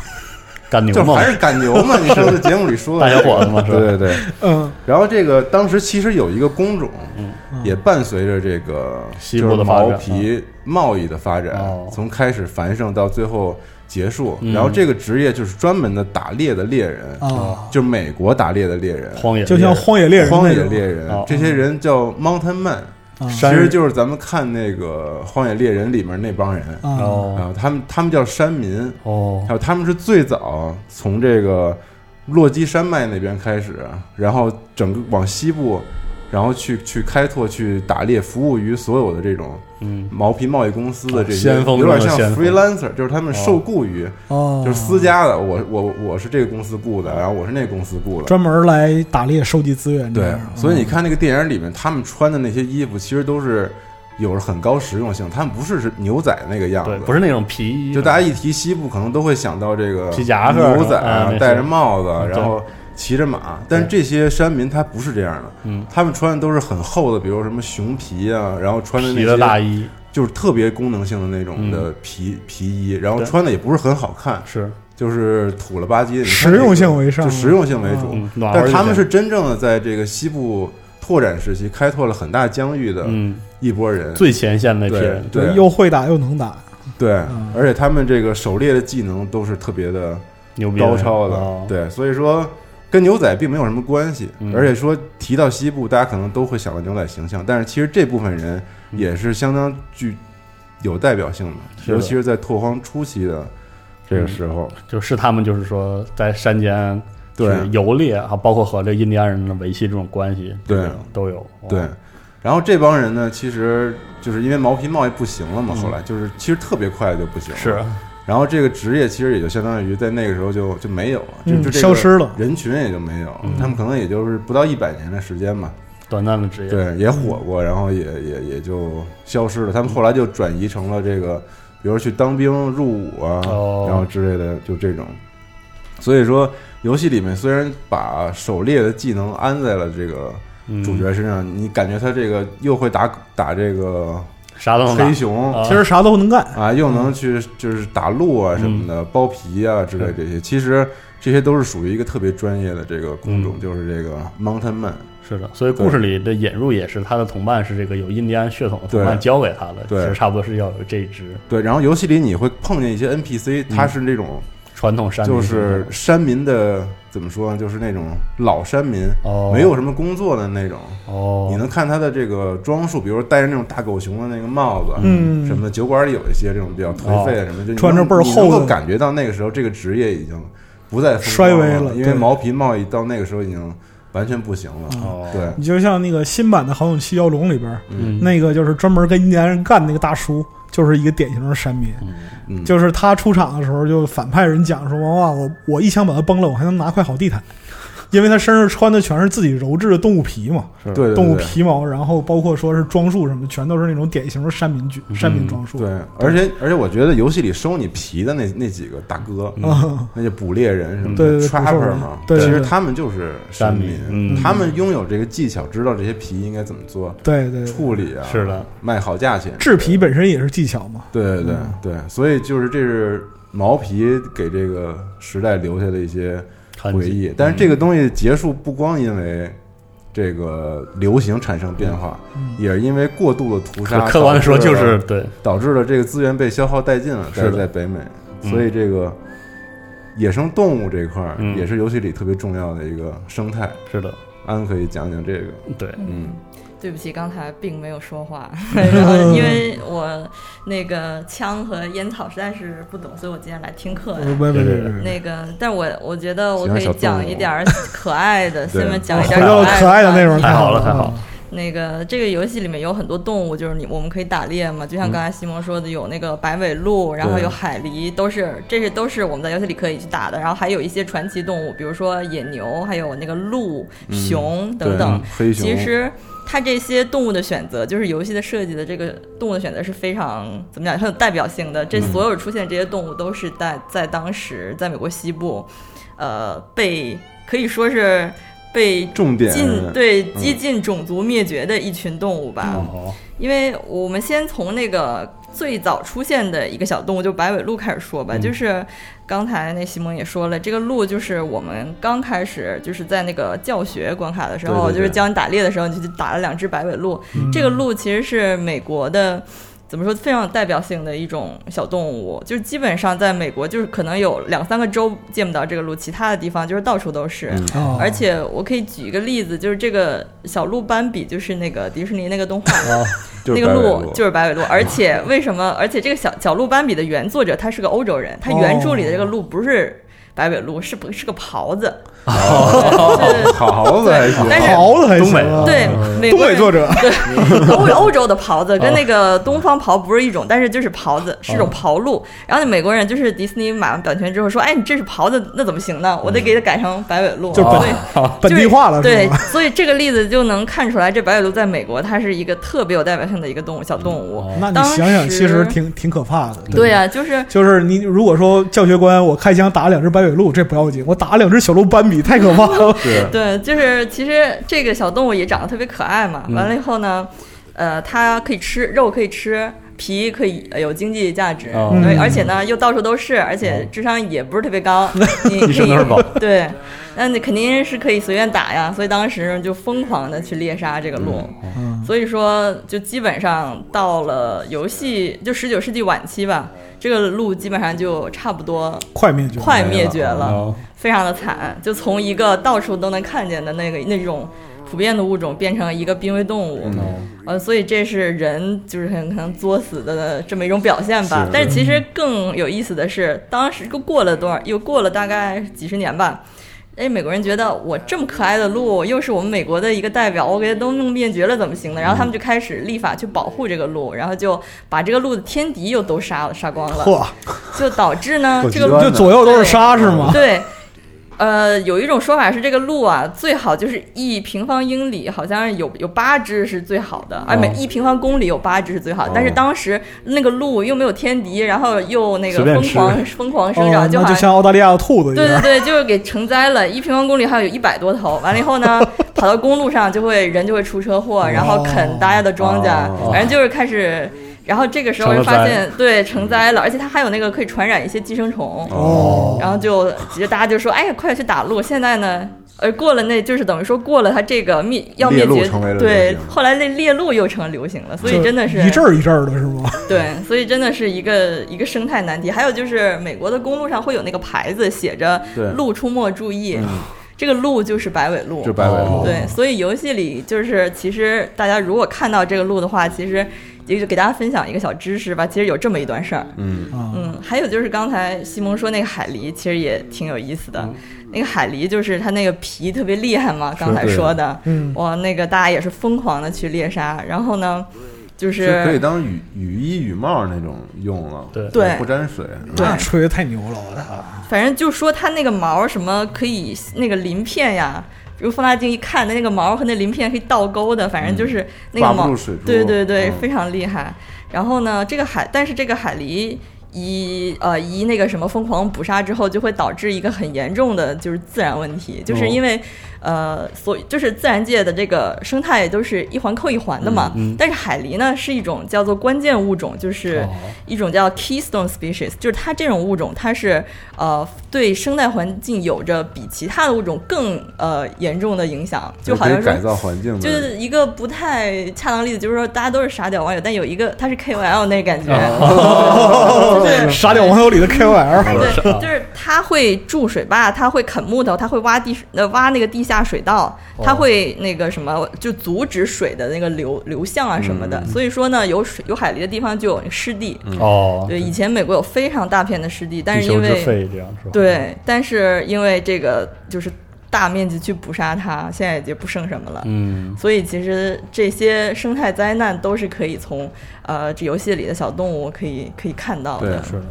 [SPEAKER 5] 干牛
[SPEAKER 2] 就
[SPEAKER 5] 嘛
[SPEAKER 2] 还，是赶牛
[SPEAKER 5] (laughs)
[SPEAKER 2] 嘛？你上次节目里说
[SPEAKER 5] 大
[SPEAKER 2] 的
[SPEAKER 5] 小伙子嘛是
[SPEAKER 2] 对
[SPEAKER 5] 吧？
[SPEAKER 2] 对对。
[SPEAKER 4] 嗯，
[SPEAKER 2] 然后这个当时其实有一个工种，
[SPEAKER 4] 嗯
[SPEAKER 2] 也伴随着这个
[SPEAKER 5] 西部的发展
[SPEAKER 2] 就是毛皮贸易的发展
[SPEAKER 5] 哦，
[SPEAKER 2] 从开始繁盛到最后结束。
[SPEAKER 5] 嗯哦
[SPEAKER 2] 然后这个职业就是专门的打猎的猎人，
[SPEAKER 4] 啊，
[SPEAKER 2] 就美国打猎的猎人，
[SPEAKER 5] 荒野
[SPEAKER 4] 就像
[SPEAKER 5] 猎人
[SPEAKER 4] 荒野猎人那种，
[SPEAKER 2] 哦荒野猎人
[SPEAKER 5] 哦，
[SPEAKER 2] 这些人叫 mountain man，
[SPEAKER 4] 啊
[SPEAKER 2] 其
[SPEAKER 5] 山
[SPEAKER 2] 实
[SPEAKER 5] 人
[SPEAKER 2] 就是咱们看那个《荒野猎人》里面那帮人
[SPEAKER 4] 啊，
[SPEAKER 5] 哦
[SPEAKER 2] 啊，他们他们叫山民，
[SPEAKER 5] 哦
[SPEAKER 2] 还有他们是最早从这个落基山脉那边开始，然后整个往西部，然后去去开拓、去打猎，服务于所有的这种
[SPEAKER 5] 嗯
[SPEAKER 2] 毛皮贸易公司的这些，啊
[SPEAKER 5] 哦先锋
[SPEAKER 2] 有点
[SPEAKER 5] 中的
[SPEAKER 2] 像
[SPEAKER 5] 先锋
[SPEAKER 2] freelancer，就是他们受雇于、
[SPEAKER 4] 哦，
[SPEAKER 2] 就是私家的，我我我是这个公司雇的，然后我是那个公司雇的。
[SPEAKER 4] 专门来打猎收集资
[SPEAKER 5] 嗯
[SPEAKER 4] 源这
[SPEAKER 2] 对
[SPEAKER 4] 样，啊，
[SPEAKER 2] 所以你看那个电影里面，他们穿的那些衣服，其实都是有着很高实用性，他们不是是牛仔那个样子，
[SPEAKER 5] 对，不是那种皮衣，
[SPEAKER 2] 就大家一提西部，可能都会想到这个
[SPEAKER 5] 皮夹克
[SPEAKER 2] 牛仔
[SPEAKER 5] 啊那些嗯
[SPEAKER 2] 戴着帽子，
[SPEAKER 5] 对
[SPEAKER 2] 然后骑着马。但是这些山民他不是这样的，
[SPEAKER 5] 嗯
[SPEAKER 2] 他们穿的都是很厚的，比如什么熊皮啊，然后穿的那
[SPEAKER 5] 皮的大
[SPEAKER 2] 些
[SPEAKER 5] 衣嗯
[SPEAKER 2] 就是特别功能性的那种的皮皮衣，然后穿的也不是很好看，
[SPEAKER 5] 是
[SPEAKER 2] 就是土了吧唧的，你看
[SPEAKER 4] 实用性为上
[SPEAKER 2] 就实用性为主。
[SPEAKER 5] 嗯，暖和
[SPEAKER 2] 但
[SPEAKER 5] 一
[SPEAKER 2] 他们
[SPEAKER 5] 些
[SPEAKER 2] 是真正的在这个西部拓展时期开拓了很大疆域的
[SPEAKER 5] 嗯
[SPEAKER 2] 一波人，
[SPEAKER 5] 最前线的那批
[SPEAKER 2] 对
[SPEAKER 5] 人，
[SPEAKER 2] 对
[SPEAKER 4] 又会打又能打，
[SPEAKER 2] 对
[SPEAKER 4] 嗯，
[SPEAKER 2] 而且他们这个狩猎的技能都是特别的。
[SPEAKER 5] 牛逼
[SPEAKER 2] 高超的
[SPEAKER 5] 哦，
[SPEAKER 2] 对，所以说跟牛仔并没有什么关系
[SPEAKER 5] 嗯。
[SPEAKER 2] 而且说提到西部，大家可能都会想到牛仔形象，但是其实这部分人
[SPEAKER 5] 嗯
[SPEAKER 2] 也是相当具有代表性的，
[SPEAKER 5] 是的
[SPEAKER 2] 尤其是在拓荒初期的嗯这个时候。
[SPEAKER 5] 就是他们就是说在山间啊
[SPEAKER 2] 对
[SPEAKER 5] 去游猎，啊，包括和这印第安人的维系这种关系，
[SPEAKER 2] 对
[SPEAKER 5] 这种都有，哦
[SPEAKER 2] 对，然后这帮人呢，其实就是因为毛皮贸易不行了嘛，
[SPEAKER 5] 嗯
[SPEAKER 2] 后来就是其实特别快就不行了。
[SPEAKER 5] 是，啊
[SPEAKER 2] 然后这个职业其实也就相当于在那个时候就就没有了，就
[SPEAKER 4] 嗯
[SPEAKER 2] 就这个
[SPEAKER 4] 消失了
[SPEAKER 2] 人群也就没有
[SPEAKER 5] 嗯，
[SPEAKER 2] 他们可能也就是不到一百年的时间吧。
[SPEAKER 5] 短暂的职业，
[SPEAKER 2] 对，也火
[SPEAKER 5] 嗯
[SPEAKER 2] 过，然后也也也就消失了。他们后来就转移成了这个，比如去当兵、入伍啊，
[SPEAKER 5] 哦
[SPEAKER 2] 然后之类的，就这种。所以说，游戏里面虽然把狩猎的技能安在了这个
[SPEAKER 5] 嗯
[SPEAKER 2] 主角身上，你感觉他这个又会打打这个
[SPEAKER 5] 啥都能打
[SPEAKER 2] 黑熊
[SPEAKER 5] 啊
[SPEAKER 4] 其实啥都能干，
[SPEAKER 2] 啊，又能去就是打鹿啊什么的，
[SPEAKER 5] 嗯
[SPEAKER 2] 剥皮啊之类这些，其实这些都是属于一个特别专业的这个工种，
[SPEAKER 5] 嗯
[SPEAKER 2] 就是这个 mountain man。
[SPEAKER 5] 是的，所以故事里的引入也是他的同伴是这个有印第安血统的同伴
[SPEAKER 2] 对
[SPEAKER 5] 教给他的，
[SPEAKER 2] 对
[SPEAKER 5] 其实差不多是要有这一支
[SPEAKER 2] 对，然后游戏里你会碰见一些 NPC，他
[SPEAKER 4] 嗯
[SPEAKER 2] 是那种。
[SPEAKER 5] 传统山地
[SPEAKER 2] 就
[SPEAKER 5] 的
[SPEAKER 2] 是山民的怎么说呢？啊就是那种老山民，
[SPEAKER 5] 哦
[SPEAKER 2] 没有什么工作的那种。
[SPEAKER 5] 哦，
[SPEAKER 2] 你能看他的这个装束，比如戴着那种大狗熊的那个帽子，
[SPEAKER 4] 嗯哦
[SPEAKER 2] 什么的酒馆里有一些这种比较颓废的什么，就你能
[SPEAKER 4] 穿着倍儿厚的
[SPEAKER 2] 你能够感觉到那个时候这个职业已经不再风
[SPEAKER 4] 衰
[SPEAKER 2] 光
[SPEAKER 4] 微
[SPEAKER 2] 了，
[SPEAKER 4] 了
[SPEAKER 2] 因为
[SPEAKER 4] 对
[SPEAKER 2] 毛皮贸易到那个时候已经完全不行了。
[SPEAKER 5] 哦
[SPEAKER 2] 对，
[SPEAKER 4] 你就像那个新版的《好勇七妖龙》里边儿，
[SPEAKER 5] 嗯
[SPEAKER 4] 那个就是专门跟印第安人干那个大叔，就是一个典型的山民。
[SPEAKER 2] 嗯，
[SPEAKER 4] 就是他出场的时候，就反派人讲说：“哇，我我一枪把他崩了，我还能拿块好地毯。”因为他身上穿的全是自己揉制的动物皮嘛，
[SPEAKER 2] 对对对
[SPEAKER 4] 动物皮毛，然后包括说是装束什么，全都是那种典型的山民军、山民装束。
[SPEAKER 2] 嗯对，而且而且我觉得游戏里收你皮的那那几个大哥，
[SPEAKER 4] 啊，
[SPEAKER 2] 那些捕猎人什么
[SPEAKER 4] 嗯对
[SPEAKER 2] 的
[SPEAKER 4] 对
[SPEAKER 2] 嗯
[SPEAKER 4] 对
[SPEAKER 2] trapper
[SPEAKER 4] 捕兽
[SPEAKER 2] 嘛
[SPEAKER 4] 人，对对
[SPEAKER 2] 其
[SPEAKER 4] 对
[SPEAKER 2] 实他们就是山民
[SPEAKER 5] 山民嗯
[SPEAKER 2] 他们拥有这个技巧，知道这些皮应该怎么做
[SPEAKER 4] 对对，
[SPEAKER 2] 处理啊，
[SPEAKER 5] 是的，
[SPEAKER 2] 卖好价钱，
[SPEAKER 4] 制皮嗯本身也是技巧嘛。
[SPEAKER 2] 对对对对，所以就是这是毛皮给这个时代留下的一些
[SPEAKER 5] 很
[SPEAKER 2] 回忆，
[SPEAKER 5] 嗯
[SPEAKER 2] 但是这个东西结束不光因为。这个流行产生变化，
[SPEAKER 4] 嗯，
[SPEAKER 2] 也是因为过度的屠
[SPEAKER 5] 可
[SPEAKER 2] 杀。
[SPEAKER 5] 客观的说
[SPEAKER 2] 导
[SPEAKER 5] 就
[SPEAKER 2] 致了
[SPEAKER 5] 是对，
[SPEAKER 2] 导致了这个资源被消耗殆尽了，在
[SPEAKER 5] 是的
[SPEAKER 2] 在北美，
[SPEAKER 5] 嗯
[SPEAKER 2] 所以这个野生动物这块儿
[SPEAKER 5] 嗯
[SPEAKER 2] 也是游戏里特别重要的一个生态。
[SPEAKER 5] 是的，
[SPEAKER 2] 安可以讲讲这个，
[SPEAKER 5] 对，
[SPEAKER 2] 嗯，
[SPEAKER 3] 对不起，刚才并没有说话，然后因为我那个枪和烟草实在是不懂，所以我今天来听课呀。
[SPEAKER 4] 呃不不不不，
[SPEAKER 3] 那个，但我我觉得我
[SPEAKER 2] 喜欢
[SPEAKER 3] 可以
[SPEAKER 2] 小动
[SPEAKER 3] 讲
[SPEAKER 2] 物
[SPEAKER 3] 一点儿可爱的，
[SPEAKER 2] 对
[SPEAKER 3] 下面讲一点
[SPEAKER 4] 回到
[SPEAKER 3] 儿
[SPEAKER 4] 了可爱的啊内容，
[SPEAKER 3] 话
[SPEAKER 5] 太好了太好了
[SPEAKER 3] 那个这个游戏里面有很多动物，就是你我们可以打猎嘛，就像刚才西蒙说的，有那个白尾鹿，然后有海狸，都是这些都是我们在游戏里可以去打的。然后还有一些传奇动物，比如说野牛，还有那个鹿、熊等等。
[SPEAKER 2] 对，黑熊，
[SPEAKER 3] 其实它这些动物的选择，就是游戏的设计的这个动物的选择是非常怎么讲，很有代表性的。这所有出现这些动物都是在在当时在美国西部，呃，被可以说是被
[SPEAKER 2] 重点
[SPEAKER 3] 近对
[SPEAKER 2] 嗯
[SPEAKER 3] 激进种族灭绝的一群动物吧。
[SPEAKER 5] 哦，
[SPEAKER 3] 因为我们先从那个最早出现的一个小动物，就白尾鹿开始说吧。
[SPEAKER 2] 嗯
[SPEAKER 3] 就是刚才那西蒙也说了，这个鹿就是我们刚开始就是在那个教学关卡的时候，
[SPEAKER 2] 对对对嗯
[SPEAKER 3] 就是教你打猎的时候，你就打了两只白尾鹿。嗯这个鹿其实是美国的。怎么说非常有代表性的一种小动物，就是基本上在美国，就是可能有两三个州见不到这个鹿，其他的地方就是到处都是。
[SPEAKER 2] 嗯
[SPEAKER 4] 啊，
[SPEAKER 3] 而且我可以举一个例子，就是这个小鹿斑比，就是那个迪士尼那个动画，
[SPEAKER 4] 哦
[SPEAKER 2] 就是
[SPEAKER 3] 那个
[SPEAKER 2] 白尾
[SPEAKER 3] 鹿就是白尾鹿，而且为
[SPEAKER 4] (laughs)
[SPEAKER 3] 什么？而且这个小小鹿斑比的原作者他是个欧洲人，他原著里的这个鹿不是白尾鹿，是不是个狍子？
[SPEAKER 4] 哦
[SPEAKER 3] 对对
[SPEAKER 2] 桃子还行，
[SPEAKER 3] 但是
[SPEAKER 4] 好了还行，啊
[SPEAKER 3] 对，
[SPEAKER 2] 啊
[SPEAKER 3] 美
[SPEAKER 4] 东
[SPEAKER 3] 国
[SPEAKER 4] 北
[SPEAKER 3] 人
[SPEAKER 4] 作者
[SPEAKER 3] 欧欧洲的狍子跟那个东方狍不是
[SPEAKER 4] 哦
[SPEAKER 3] 一种，但是就是狍子是种狍鹿。然后那美国人就是迪士尼买完版权之后说，哎，你这是狍子，那怎么行呢？我得给它改成白尾鹿。
[SPEAKER 4] 嗯就是
[SPEAKER 3] 对。
[SPEAKER 4] 本地化了，
[SPEAKER 3] 就是是。对
[SPEAKER 4] 吧？，
[SPEAKER 3] 所以这个例子就能看出来，这白尾鹿在美国它是一个特别有代表性的一个动物小动物。
[SPEAKER 4] 那你
[SPEAKER 3] 当
[SPEAKER 4] 想想，其实
[SPEAKER 3] 时
[SPEAKER 4] 挺挺可怕的。
[SPEAKER 3] 对呀、就是
[SPEAKER 4] 就是你如果说教学官，我开枪打了两只白尾鹿，这不要紧，我打了两只小鹿斑比，太可怕了。
[SPEAKER 2] 是
[SPEAKER 3] 对，就是其实这个小动物也长得特别可爱
[SPEAKER 4] 嗯
[SPEAKER 3] 嘛。完了以后呢，呃，它可以吃肉，可以吃皮，可以呃有经济价值，
[SPEAKER 5] 哦
[SPEAKER 3] 对
[SPEAKER 4] 嗯
[SPEAKER 3] 而且呢又到处都是，而且智商也不是特别
[SPEAKER 5] (laughs)
[SPEAKER 3] 高，你
[SPEAKER 5] 嗯一
[SPEAKER 3] 可
[SPEAKER 5] 身
[SPEAKER 3] 以
[SPEAKER 5] 都是宝，
[SPEAKER 3] (laughs) 对，那你肯定是可以随便打呀。所以当时就疯狂的去猎杀这个鹿。
[SPEAKER 4] 嗯
[SPEAKER 3] 所以说，就基本上到了游戏就十九世纪晚期吧，这个鹿基本上就差不多
[SPEAKER 4] 快灭绝，
[SPEAKER 3] 快灭绝了。
[SPEAKER 5] 哦
[SPEAKER 3] 非常的惨，就从一个到处都能看见的那个那种普遍的物种，变成一个濒危动物。呃，所以这是人就是很可能作死的这么一种表现吧。
[SPEAKER 2] 是
[SPEAKER 3] 但是其实更有意思的是，当时又过了多少，又过了大概几十年吧。哎，美国人觉得我这么可爱的鹿，又是我们美国的一个代表，我给它都弄灭绝了，怎么行呢？然后他们就开始立法去保护这个鹿，然后就把这个鹿的天敌又都杀了，杀光了，
[SPEAKER 4] 嚯，
[SPEAKER 3] 就导致呢
[SPEAKER 2] 够，
[SPEAKER 3] 这个
[SPEAKER 2] 极端
[SPEAKER 4] 就左右都是沙是吗？
[SPEAKER 3] 对，呃，有一种说法是这个鹿啊，最好就是一平方英里，好像有有八只是最好的，
[SPEAKER 5] 哦
[SPEAKER 3] 啊，每一平方公里有八只是最好的。但是当时那个鹿又没有天敌，然后又那
[SPEAKER 5] 随
[SPEAKER 3] 个
[SPEAKER 5] 便
[SPEAKER 3] 疯
[SPEAKER 5] 吃
[SPEAKER 3] 狂疯狂生
[SPEAKER 4] 哦，
[SPEAKER 3] 长，就
[SPEAKER 4] 那就
[SPEAKER 3] 好像。
[SPEAKER 4] 像澳大利亚的兔子一
[SPEAKER 3] 对对
[SPEAKER 4] 样，
[SPEAKER 3] 对，就是给成灾了，一平方公里还有一百多头。完了以后
[SPEAKER 5] (laughs)
[SPEAKER 3] 呢，跑到公路上就会人就会出车祸，然
[SPEAKER 5] 哦
[SPEAKER 3] 后啃大家的庄稼，
[SPEAKER 2] 哦
[SPEAKER 3] 反正就是开始。然后这个时候
[SPEAKER 5] 成
[SPEAKER 3] 会
[SPEAKER 5] 了
[SPEAKER 3] 发
[SPEAKER 5] 灾
[SPEAKER 3] 现，对成灾了，而且它还有那个可以传染一些寄生虫。
[SPEAKER 4] 哦，
[SPEAKER 3] 然后就其实大家就说，哎呀，快去打鹿！现在呢，呃，过了那就是等于说过了它这个灭要
[SPEAKER 2] 猎
[SPEAKER 3] 灭
[SPEAKER 2] 鹿
[SPEAKER 3] 绝
[SPEAKER 2] 成为了，流
[SPEAKER 3] 对
[SPEAKER 2] 行，
[SPEAKER 3] 后来那猎鹿又成了流行了，所以真的是
[SPEAKER 4] 一阵儿一阵儿的是吗？
[SPEAKER 3] 对，所以真的是一个一个生态难题。还有就是美国的公路上会有那个牌子写着
[SPEAKER 2] 对嗯
[SPEAKER 3] “鹿出没注意”，这个鹿就是白尾鹿
[SPEAKER 2] 就。白尾鹿，
[SPEAKER 3] 对，所以游戏里就是其实大家如果看到这个鹿的话，其实也就给大家分享一个小知识吧。其实有这么一段事儿，
[SPEAKER 2] 嗯，
[SPEAKER 4] 啊，
[SPEAKER 3] 嗯，还有就是刚才西蒙说那个海狸，其实也挺有意思
[SPEAKER 2] 嗯
[SPEAKER 3] 的。那个海狸就是它那个皮特别厉害嘛，刚才
[SPEAKER 2] 对
[SPEAKER 3] 说的，
[SPEAKER 4] 嗯
[SPEAKER 3] 哇，那个大家也是疯狂的去猎杀，然后呢，就
[SPEAKER 2] 其实可以
[SPEAKER 3] 是
[SPEAKER 2] 当雨雨衣、雨帽那种用了，
[SPEAKER 5] 对
[SPEAKER 3] 对
[SPEAKER 2] 不沾水。
[SPEAKER 3] 对
[SPEAKER 4] 那吹的太牛了，我操！
[SPEAKER 3] 反正就说它那个毛儿什么可以那个鳞片呀，比如放大镜一看，它那个毛儿和那鳞片可以倒钩的，反正就是那个
[SPEAKER 2] 嗯挂不
[SPEAKER 3] 毛
[SPEAKER 2] 住，水珠。嗯
[SPEAKER 3] 对对对，非
[SPEAKER 2] 常
[SPEAKER 3] 常厉害。然后呢，这个海，但是这个海狸。一呃一那个什么疯狂捕杀之后，就会导致一个很严重的就是自然问
[SPEAKER 2] 哦
[SPEAKER 3] 题，就是因为、呃所就是自然界的这个生态都是一环扣一环的嘛。
[SPEAKER 5] 嗯嗯
[SPEAKER 3] 但是海狸呢是一种叫做关键物种，就是、
[SPEAKER 5] 哦
[SPEAKER 3] 一种叫 keystone species，就是它这种物种，它是呃对生态环境有着比其他的物种更呃严重的影响，就好像
[SPEAKER 2] 改
[SPEAKER 3] 说。
[SPEAKER 2] 造环境的，
[SPEAKER 3] 就是一个不太恰当例子，就是说大家都是傻屌网友，但有一个他是 KOL 那感觉，就是
[SPEAKER 4] 傻屌网友里的 KOL，
[SPEAKER 3] 对，
[SPEAKER 5] 啊
[SPEAKER 3] 就是他会筑水坝，他会啃木头，他会挖地呃挖那个地下水道，
[SPEAKER 5] 哦
[SPEAKER 3] 他会那个什么，就阻止水的那个流流向啊什么
[SPEAKER 5] 嗯
[SPEAKER 3] 的。所以说呢，有水有海狸的地方就有湿地，
[SPEAKER 5] 哦，
[SPEAKER 3] 对，以前美国有非常大片的湿地，但
[SPEAKER 5] 地
[SPEAKER 3] 是因
[SPEAKER 5] 球之
[SPEAKER 3] 为
[SPEAKER 5] 肺这样是吧？，
[SPEAKER 3] 对，但是因为这个就是大面积去捕杀它，现在已经不剩什么了。
[SPEAKER 5] 嗯，
[SPEAKER 3] 所以其实这些生态灾难都是可以从呃这游戏里的小动物可以可以看到的。
[SPEAKER 5] 是的，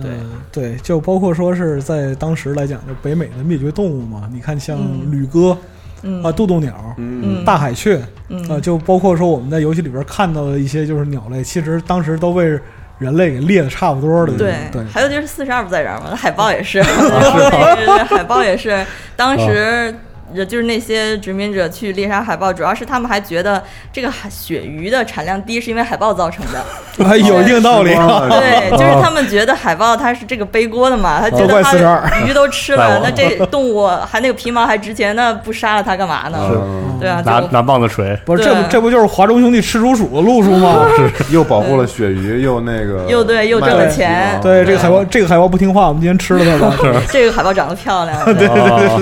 [SPEAKER 4] 对嗯对，就包括说是在当时来讲，就北美的灭绝动物嘛，你看像
[SPEAKER 3] 嗯
[SPEAKER 4] 旅鸽
[SPEAKER 3] 嗯
[SPEAKER 4] 啊、渡渡鸟、
[SPEAKER 2] 嗯，
[SPEAKER 3] 嗯，
[SPEAKER 4] 大海雀
[SPEAKER 3] 嗯
[SPEAKER 4] 啊，就包括说我们在游戏里边看到的一些就是鸟类，其实当时都被人类给猎的差不多的。
[SPEAKER 3] 嗯对，
[SPEAKER 4] 对，
[SPEAKER 3] 还有就是四十二不在这儿嘛，海豹也 (laughs) 是，对对对 (laughs) 海豹也是，当时。就是那些殖民者去猎杀海豹，主要是他们还觉得这个海鳕鱼的产量低是因为海豹造成 (laughs) 的。
[SPEAKER 4] 哎有一定道理。
[SPEAKER 2] 啊
[SPEAKER 3] 对，就是他们觉得海豹它是这个背锅的嘛，他 (laughs) 觉
[SPEAKER 4] 都怪
[SPEAKER 3] 得它
[SPEAKER 4] 42
[SPEAKER 3] 鱼都吃 (laughs)
[SPEAKER 5] 怪
[SPEAKER 3] 了
[SPEAKER 5] 我，
[SPEAKER 3] 那这动物还那个皮毛还值钱，那不杀了它干嘛呢？
[SPEAKER 2] 嗯
[SPEAKER 3] 对啊，
[SPEAKER 5] 拿
[SPEAKER 3] 就
[SPEAKER 5] 拿棒子锤，
[SPEAKER 4] 不是，这不
[SPEAKER 3] 对
[SPEAKER 4] 这不就是华中兄弟吃竹鼠的路数吗？
[SPEAKER 2] 又保护了鳕鱼，又那个
[SPEAKER 3] 又对又挣了钱
[SPEAKER 4] 对，这个海豹，这个海豹不听话，我们今天吃了它吧。
[SPEAKER 3] 这个海豹长得漂 (laughs) 亮。对
[SPEAKER 5] 对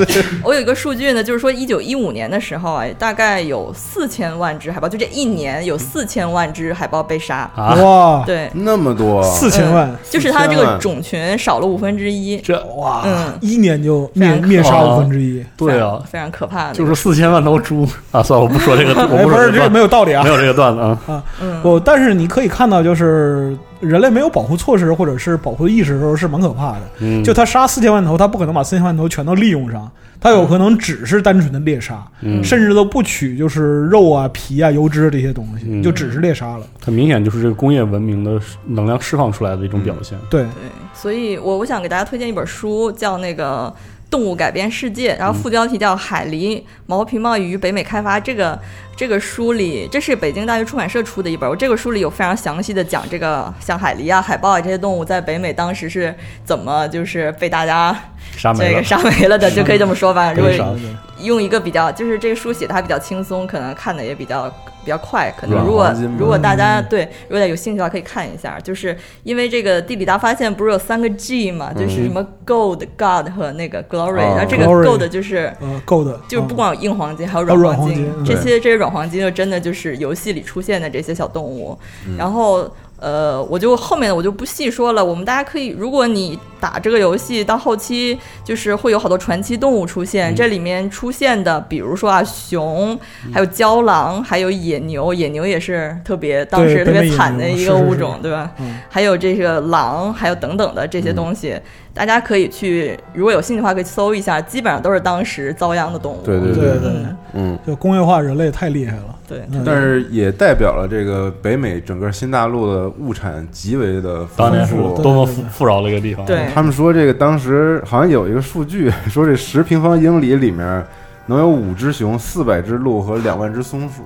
[SPEAKER 5] 对
[SPEAKER 3] 我有一个数据呢，就是说一九一五年的时候啊，大概有四千万只海豹，就这一年
[SPEAKER 5] 嗯
[SPEAKER 3] 有四千万只海豹被杀。
[SPEAKER 5] (laughs) 啊，
[SPEAKER 4] 哇，
[SPEAKER 3] 对，
[SPEAKER 2] 那么多
[SPEAKER 4] 四千万
[SPEAKER 3] 嗯，就是它这
[SPEAKER 2] 4000
[SPEAKER 3] 个
[SPEAKER 2] 万
[SPEAKER 3] 种群少了五分之一。
[SPEAKER 5] 这
[SPEAKER 4] 哇
[SPEAKER 3] 嗯，
[SPEAKER 4] 一年就灭
[SPEAKER 3] 非常可
[SPEAKER 4] 灭杀
[SPEAKER 5] 怕
[SPEAKER 4] 五分之一。
[SPEAKER 5] 对啊，
[SPEAKER 3] 非常可怕的。
[SPEAKER 5] 就是四千万头猪啊！算了，我不说这个，我
[SPEAKER 4] 哎，不
[SPEAKER 5] 说
[SPEAKER 4] 是，
[SPEAKER 5] 这
[SPEAKER 4] 这 (laughs)
[SPEAKER 5] 个
[SPEAKER 4] 没有道理
[SPEAKER 5] 段
[SPEAKER 4] 啊
[SPEAKER 5] 没。有这个段子啊，
[SPEAKER 3] 嗯，
[SPEAKER 4] 不，哦但是你可以看到，就是人类没有保护措施或者是保护意识的时候，是蛮可怕的。
[SPEAKER 5] 嗯，
[SPEAKER 4] 就他杀四千万头，他不可能把四千万头全都利用上，他有可能只是单纯的猎杀，
[SPEAKER 5] 嗯
[SPEAKER 4] 甚至都不取就是肉啊、皮啊、油脂这些东西，
[SPEAKER 5] 嗯
[SPEAKER 4] 就只是猎杀了。
[SPEAKER 5] 很明显就是这个工业文明的能量释放出来的一种表现。
[SPEAKER 4] 对，
[SPEAKER 3] 对，所以我我想给大家推荐一本书，叫那个《动物改变世界》，然后副标题叫《海狸毛皮贸易与北美开发》。这个这个书里，这是北京大学出版社出的一本。我这个书里有非常详细的讲这个像海狸啊、海豹啊这些动物在北美当时是怎么就是被大家
[SPEAKER 5] 杀没
[SPEAKER 3] 这
[SPEAKER 5] 了
[SPEAKER 3] 个，杀没了的，就可以这么说
[SPEAKER 4] 嗯
[SPEAKER 3] 吧。如果
[SPEAKER 5] 被杀了
[SPEAKER 3] 用一个比较，就是这个书写的还比较轻松，可能看的也比较比较快。可能
[SPEAKER 2] 软
[SPEAKER 3] 如果
[SPEAKER 2] 黄金吧嗯
[SPEAKER 3] 如果大家对如果有兴趣的话，可以看一下。就是因为这个地理大发现不是有三个 G 嘛，
[SPEAKER 2] 嗯
[SPEAKER 3] 就是什么 Gold、God 和那个 Glory，、
[SPEAKER 2] 哦
[SPEAKER 3] 然后这个
[SPEAKER 4] Glory
[SPEAKER 3] Gold 就是。
[SPEAKER 4] 呃，够的，
[SPEAKER 3] 就是不
[SPEAKER 4] 嗯
[SPEAKER 3] 光有硬黄金，还有
[SPEAKER 4] 还有
[SPEAKER 3] 软
[SPEAKER 4] 软黄
[SPEAKER 3] 金，
[SPEAKER 4] 金嗯
[SPEAKER 3] 这些这些软黄金就真的就是游戏里出现的这些小动物。然后呃，我就后面的我就不细说了。我们大家可以，如果你打这个游戏到后期，就是会有好多传奇动物出现，这里面出现的，比如说啊，熊，还有郊狼，还有野牛，野牛也是特别当
[SPEAKER 4] 对
[SPEAKER 3] 时特
[SPEAKER 4] 北
[SPEAKER 3] 别
[SPEAKER 4] 美
[SPEAKER 3] 惨
[SPEAKER 4] 野
[SPEAKER 3] 的
[SPEAKER 4] 牛
[SPEAKER 3] 一
[SPEAKER 4] 是
[SPEAKER 3] 个
[SPEAKER 4] 是
[SPEAKER 3] 物
[SPEAKER 4] 是
[SPEAKER 3] 种，对吧？
[SPEAKER 4] 嗯
[SPEAKER 3] 还有这个狼，还有等等的
[SPEAKER 2] 嗯
[SPEAKER 3] 这些东西，大家可以去，如果有兴趣的话，可以搜一下，基本上都是当时遭殃的动物。
[SPEAKER 2] 对对
[SPEAKER 4] 对对，
[SPEAKER 3] 嗯
[SPEAKER 2] 嗯。
[SPEAKER 4] 就工业化人类太厉害了。
[SPEAKER 3] 对
[SPEAKER 4] 嗯
[SPEAKER 2] 但是也代表了这个北美整个新大陆的物产极为的
[SPEAKER 5] 当
[SPEAKER 2] 丰
[SPEAKER 5] 年是
[SPEAKER 2] 富。
[SPEAKER 5] 多么富富饶的一个地方。
[SPEAKER 3] 对
[SPEAKER 2] 他们说这个当时好像有一个数据， (laughs) 说这十平方英里里面能有五只熊、四百只鹿和两万只松鼠。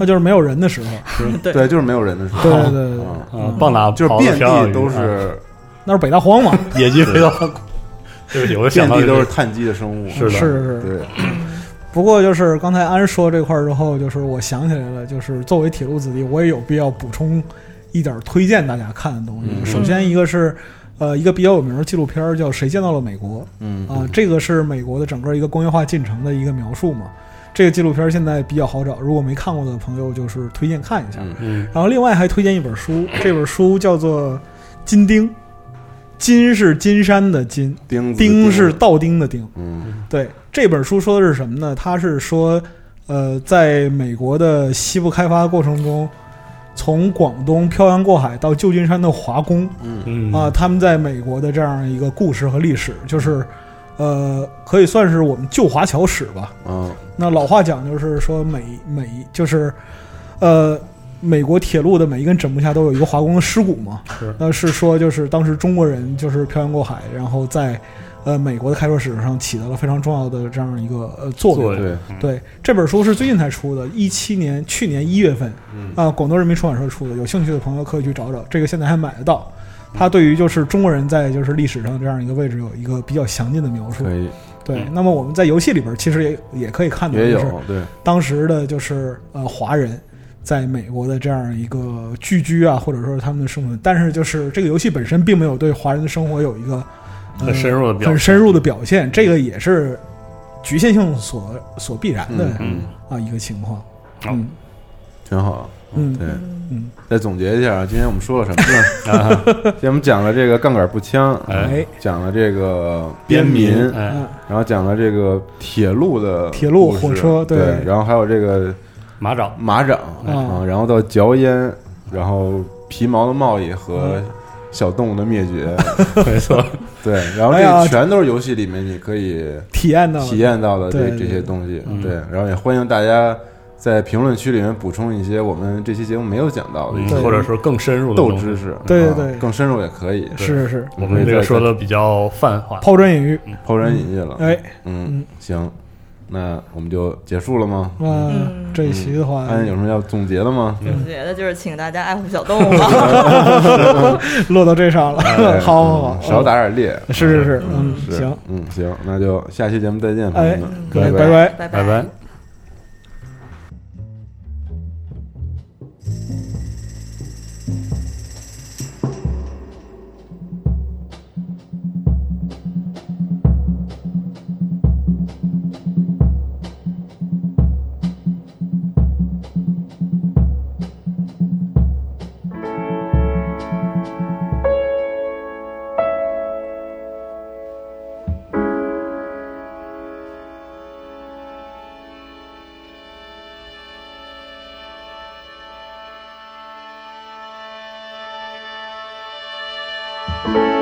[SPEAKER 4] 那就是没有人的时候，
[SPEAKER 3] 对
[SPEAKER 2] 对，就是没有人的时候，
[SPEAKER 4] 对对对对，
[SPEAKER 2] 啊
[SPEAKER 5] 啊，棒打
[SPEAKER 2] 就是
[SPEAKER 5] 刨
[SPEAKER 2] 遍
[SPEAKER 5] 的漂
[SPEAKER 2] 地都
[SPEAKER 5] 亮鱼啊
[SPEAKER 2] 是
[SPEAKER 4] 那是北大荒嘛，
[SPEAKER 5] 野鸡飞到，对不起，我 (laughs)
[SPEAKER 2] 遍
[SPEAKER 5] 就想到
[SPEAKER 2] 地都
[SPEAKER 5] 这
[SPEAKER 2] 是
[SPEAKER 5] 个
[SPEAKER 2] 碳基的生物。
[SPEAKER 5] 是的
[SPEAKER 4] 是是是。
[SPEAKER 2] 对，
[SPEAKER 4] 不过就是刚才安说这块儿之后，就是我想起来了，就是作为铁路子弟，我也有必要补充一点儿推荐大家看的东西。
[SPEAKER 2] 嗯
[SPEAKER 4] 首先一个是。呃，一个比较有名的纪录片儿叫《谁见到了美国》
[SPEAKER 2] 嗯
[SPEAKER 4] 啊，这个是美国的整个一个工业化进程的一个描述嘛。这个纪录片儿现在比较好找，如果没看过的朋友，就是推荐看一下。
[SPEAKER 2] 嗯
[SPEAKER 5] 嗯，
[SPEAKER 4] 然后另外还推荐一本书，这本书叫做《金钉》，金是金山的金，
[SPEAKER 2] 钉子
[SPEAKER 4] 钉是倒钉的钉。
[SPEAKER 2] 嗯
[SPEAKER 4] 对这本书说的是什么呢？它是说，呃，在美国的西部开发过程中，从广东漂洋过海到旧金山的华工
[SPEAKER 5] 嗯
[SPEAKER 4] 啊、他们在美国的这样一个故事和历史，就是呃，可以算是我们旧华侨史吧。
[SPEAKER 2] 嗯
[SPEAKER 4] 那老话讲就是说每每就是，呃，美国铁路的每一根枕木下都有一个华工的尸骨嘛。
[SPEAKER 5] 是
[SPEAKER 4] 那是说就是当时中国人就是漂洋过海，然后在呃美国的开拓史上起到了非常重要的这样一个呃作
[SPEAKER 5] 作
[SPEAKER 4] 用。
[SPEAKER 5] 用
[SPEAKER 2] 对，
[SPEAKER 4] 对，这本书是最近才出的，一七年去年一月份
[SPEAKER 2] 嗯
[SPEAKER 4] 啊、广东人民出版社出的，有兴趣的朋友可以去找找，这个现在还买得到。它对于就是中国人在就是历史上这样一个位置有一个比较详尽的描述
[SPEAKER 2] 可。以
[SPEAKER 4] 对
[SPEAKER 5] 嗯，
[SPEAKER 4] 那么我们在游戏里边其实也也可以看到，
[SPEAKER 2] 也
[SPEAKER 4] 就是
[SPEAKER 2] 有对，
[SPEAKER 4] 当时的就是呃华人在美国的这样一个聚居啊，或者说是他们的生存，但是就是这个游戏本身并没有对华人的生活有一个、呃
[SPEAKER 5] 很深入的表
[SPEAKER 4] 很深入的表现，这个也是局限性所所必然的、
[SPEAKER 5] 嗯
[SPEAKER 4] 啊一个情况。
[SPEAKER 5] 好
[SPEAKER 4] 嗯
[SPEAKER 2] 挺好。
[SPEAKER 4] 嗯
[SPEAKER 2] 对，
[SPEAKER 4] 嗯，
[SPEAKER 2] 再总结一下啊，今天我们说了什么呢？啊，今天我们讲了这个杠杆步枪，啊
[SPEAKER 5] 哎
[SPEAKER 4] 哎，
[SPEAKER 2] 讲了这个
[SPEAKER 5] 边
[SPEAKER 2] 民，
[SPEAKER 5] 民哎
[SPEAKER 4] 啊
[SPEAKER 2] 然后讲了这个铁路的
[SPEAKER 4] 铁路
[SPEAKER 2] 故事
[SPEAKER 4] 火车
[SPEAKER 2] 对
[SPEAKER 4] 对
[SPEAKER 2] 然后还有这个
[SPEAKER 5] 马掌
[SPEAKER 2] 马掌
[SPEAKER 4] 哎
[SPEAKER 2] 啊，然后到嚼烟，然后皮毛的贸易和小动物的灭绝，
[SPEAKER 5] 没错，
[SPEAKER 2] 对，然后
[SPEAKER 4] 哎呀
[SPEAKER 2] 这全都是游戏里面你可以
[SPEAKER 4] 体验到了
[SPEAKER 2] 体验到的这
[SPEAKER 4] 对
[SPEAKER 2] 这些东西
[SPEAKER 5] 嗯，
[SPEAKER 2] 对，然后也欢迎大家在评论区里面补充一些我们这期节目没有讲到的一
[SPEAKER 5] 嗯
[SPEAKER 2] 些
[SPEAKER 4] 对
[SPEAKER 5] 或者说更深入的
[SPEAKER 2] 斗
[SPEAKER 5] 东西
[SPEAKER 2] 知。识，
[SPEAKER 4] 对对
[SPEAKER 2] 啊
[SPEAKER 4] 对
[SPEAKER 2] 更深入也可以，
[SPEAKER 4] 是是是
[SPEAKER 5] 我们这个说的比较泛化，
[SPEAKER 4] 抛砖引玉，
[SPEAKER 2] 抛砖引玉了，
[SPEAKER 4] 哎，
[SPEAKER 2] 嗯
[SPEAKER 4] 嗯，
[SPEAKER 2] 行，那我们就结束了吗？
[SPEAKER 4] 那、
[SPEAKER 3] 嗯
[SPEAKER 4] 这一期的话，
[SPEAKER 2] 哎安有什么要总结的吗？
[SPEAKER 3] 总结的就是请大家爱护小动
[SPEAKER 2] (laughs)
[SPEAKER 3] 物吧。
[SPEAKER 4] 落到这上了，
[SPEAKER 2] 哎
[SPEAKER 4] (laughs) (laughs) 好好好，
[SPEAKER 2] 嗯少打点猎。
[SPEAKER 4] 是是是，嗯，
[SPEAKER 2] 是
[SPEAKER 4] 行，，
[SPEAKER 2] 嗯，行，那就下期节目再见，朋友
[SPEAKER 4] 哎
[SPEAKER 2] 们，，
[SPEAKER 4] 各位
[SPEAKER 2] 嗯 (laughs) 拜
[SPEAKER 4] 拜。拜
[SPEAKER 3] 拜
[SPEAKER 5] 拜拜。
[SPEAKER 6] thank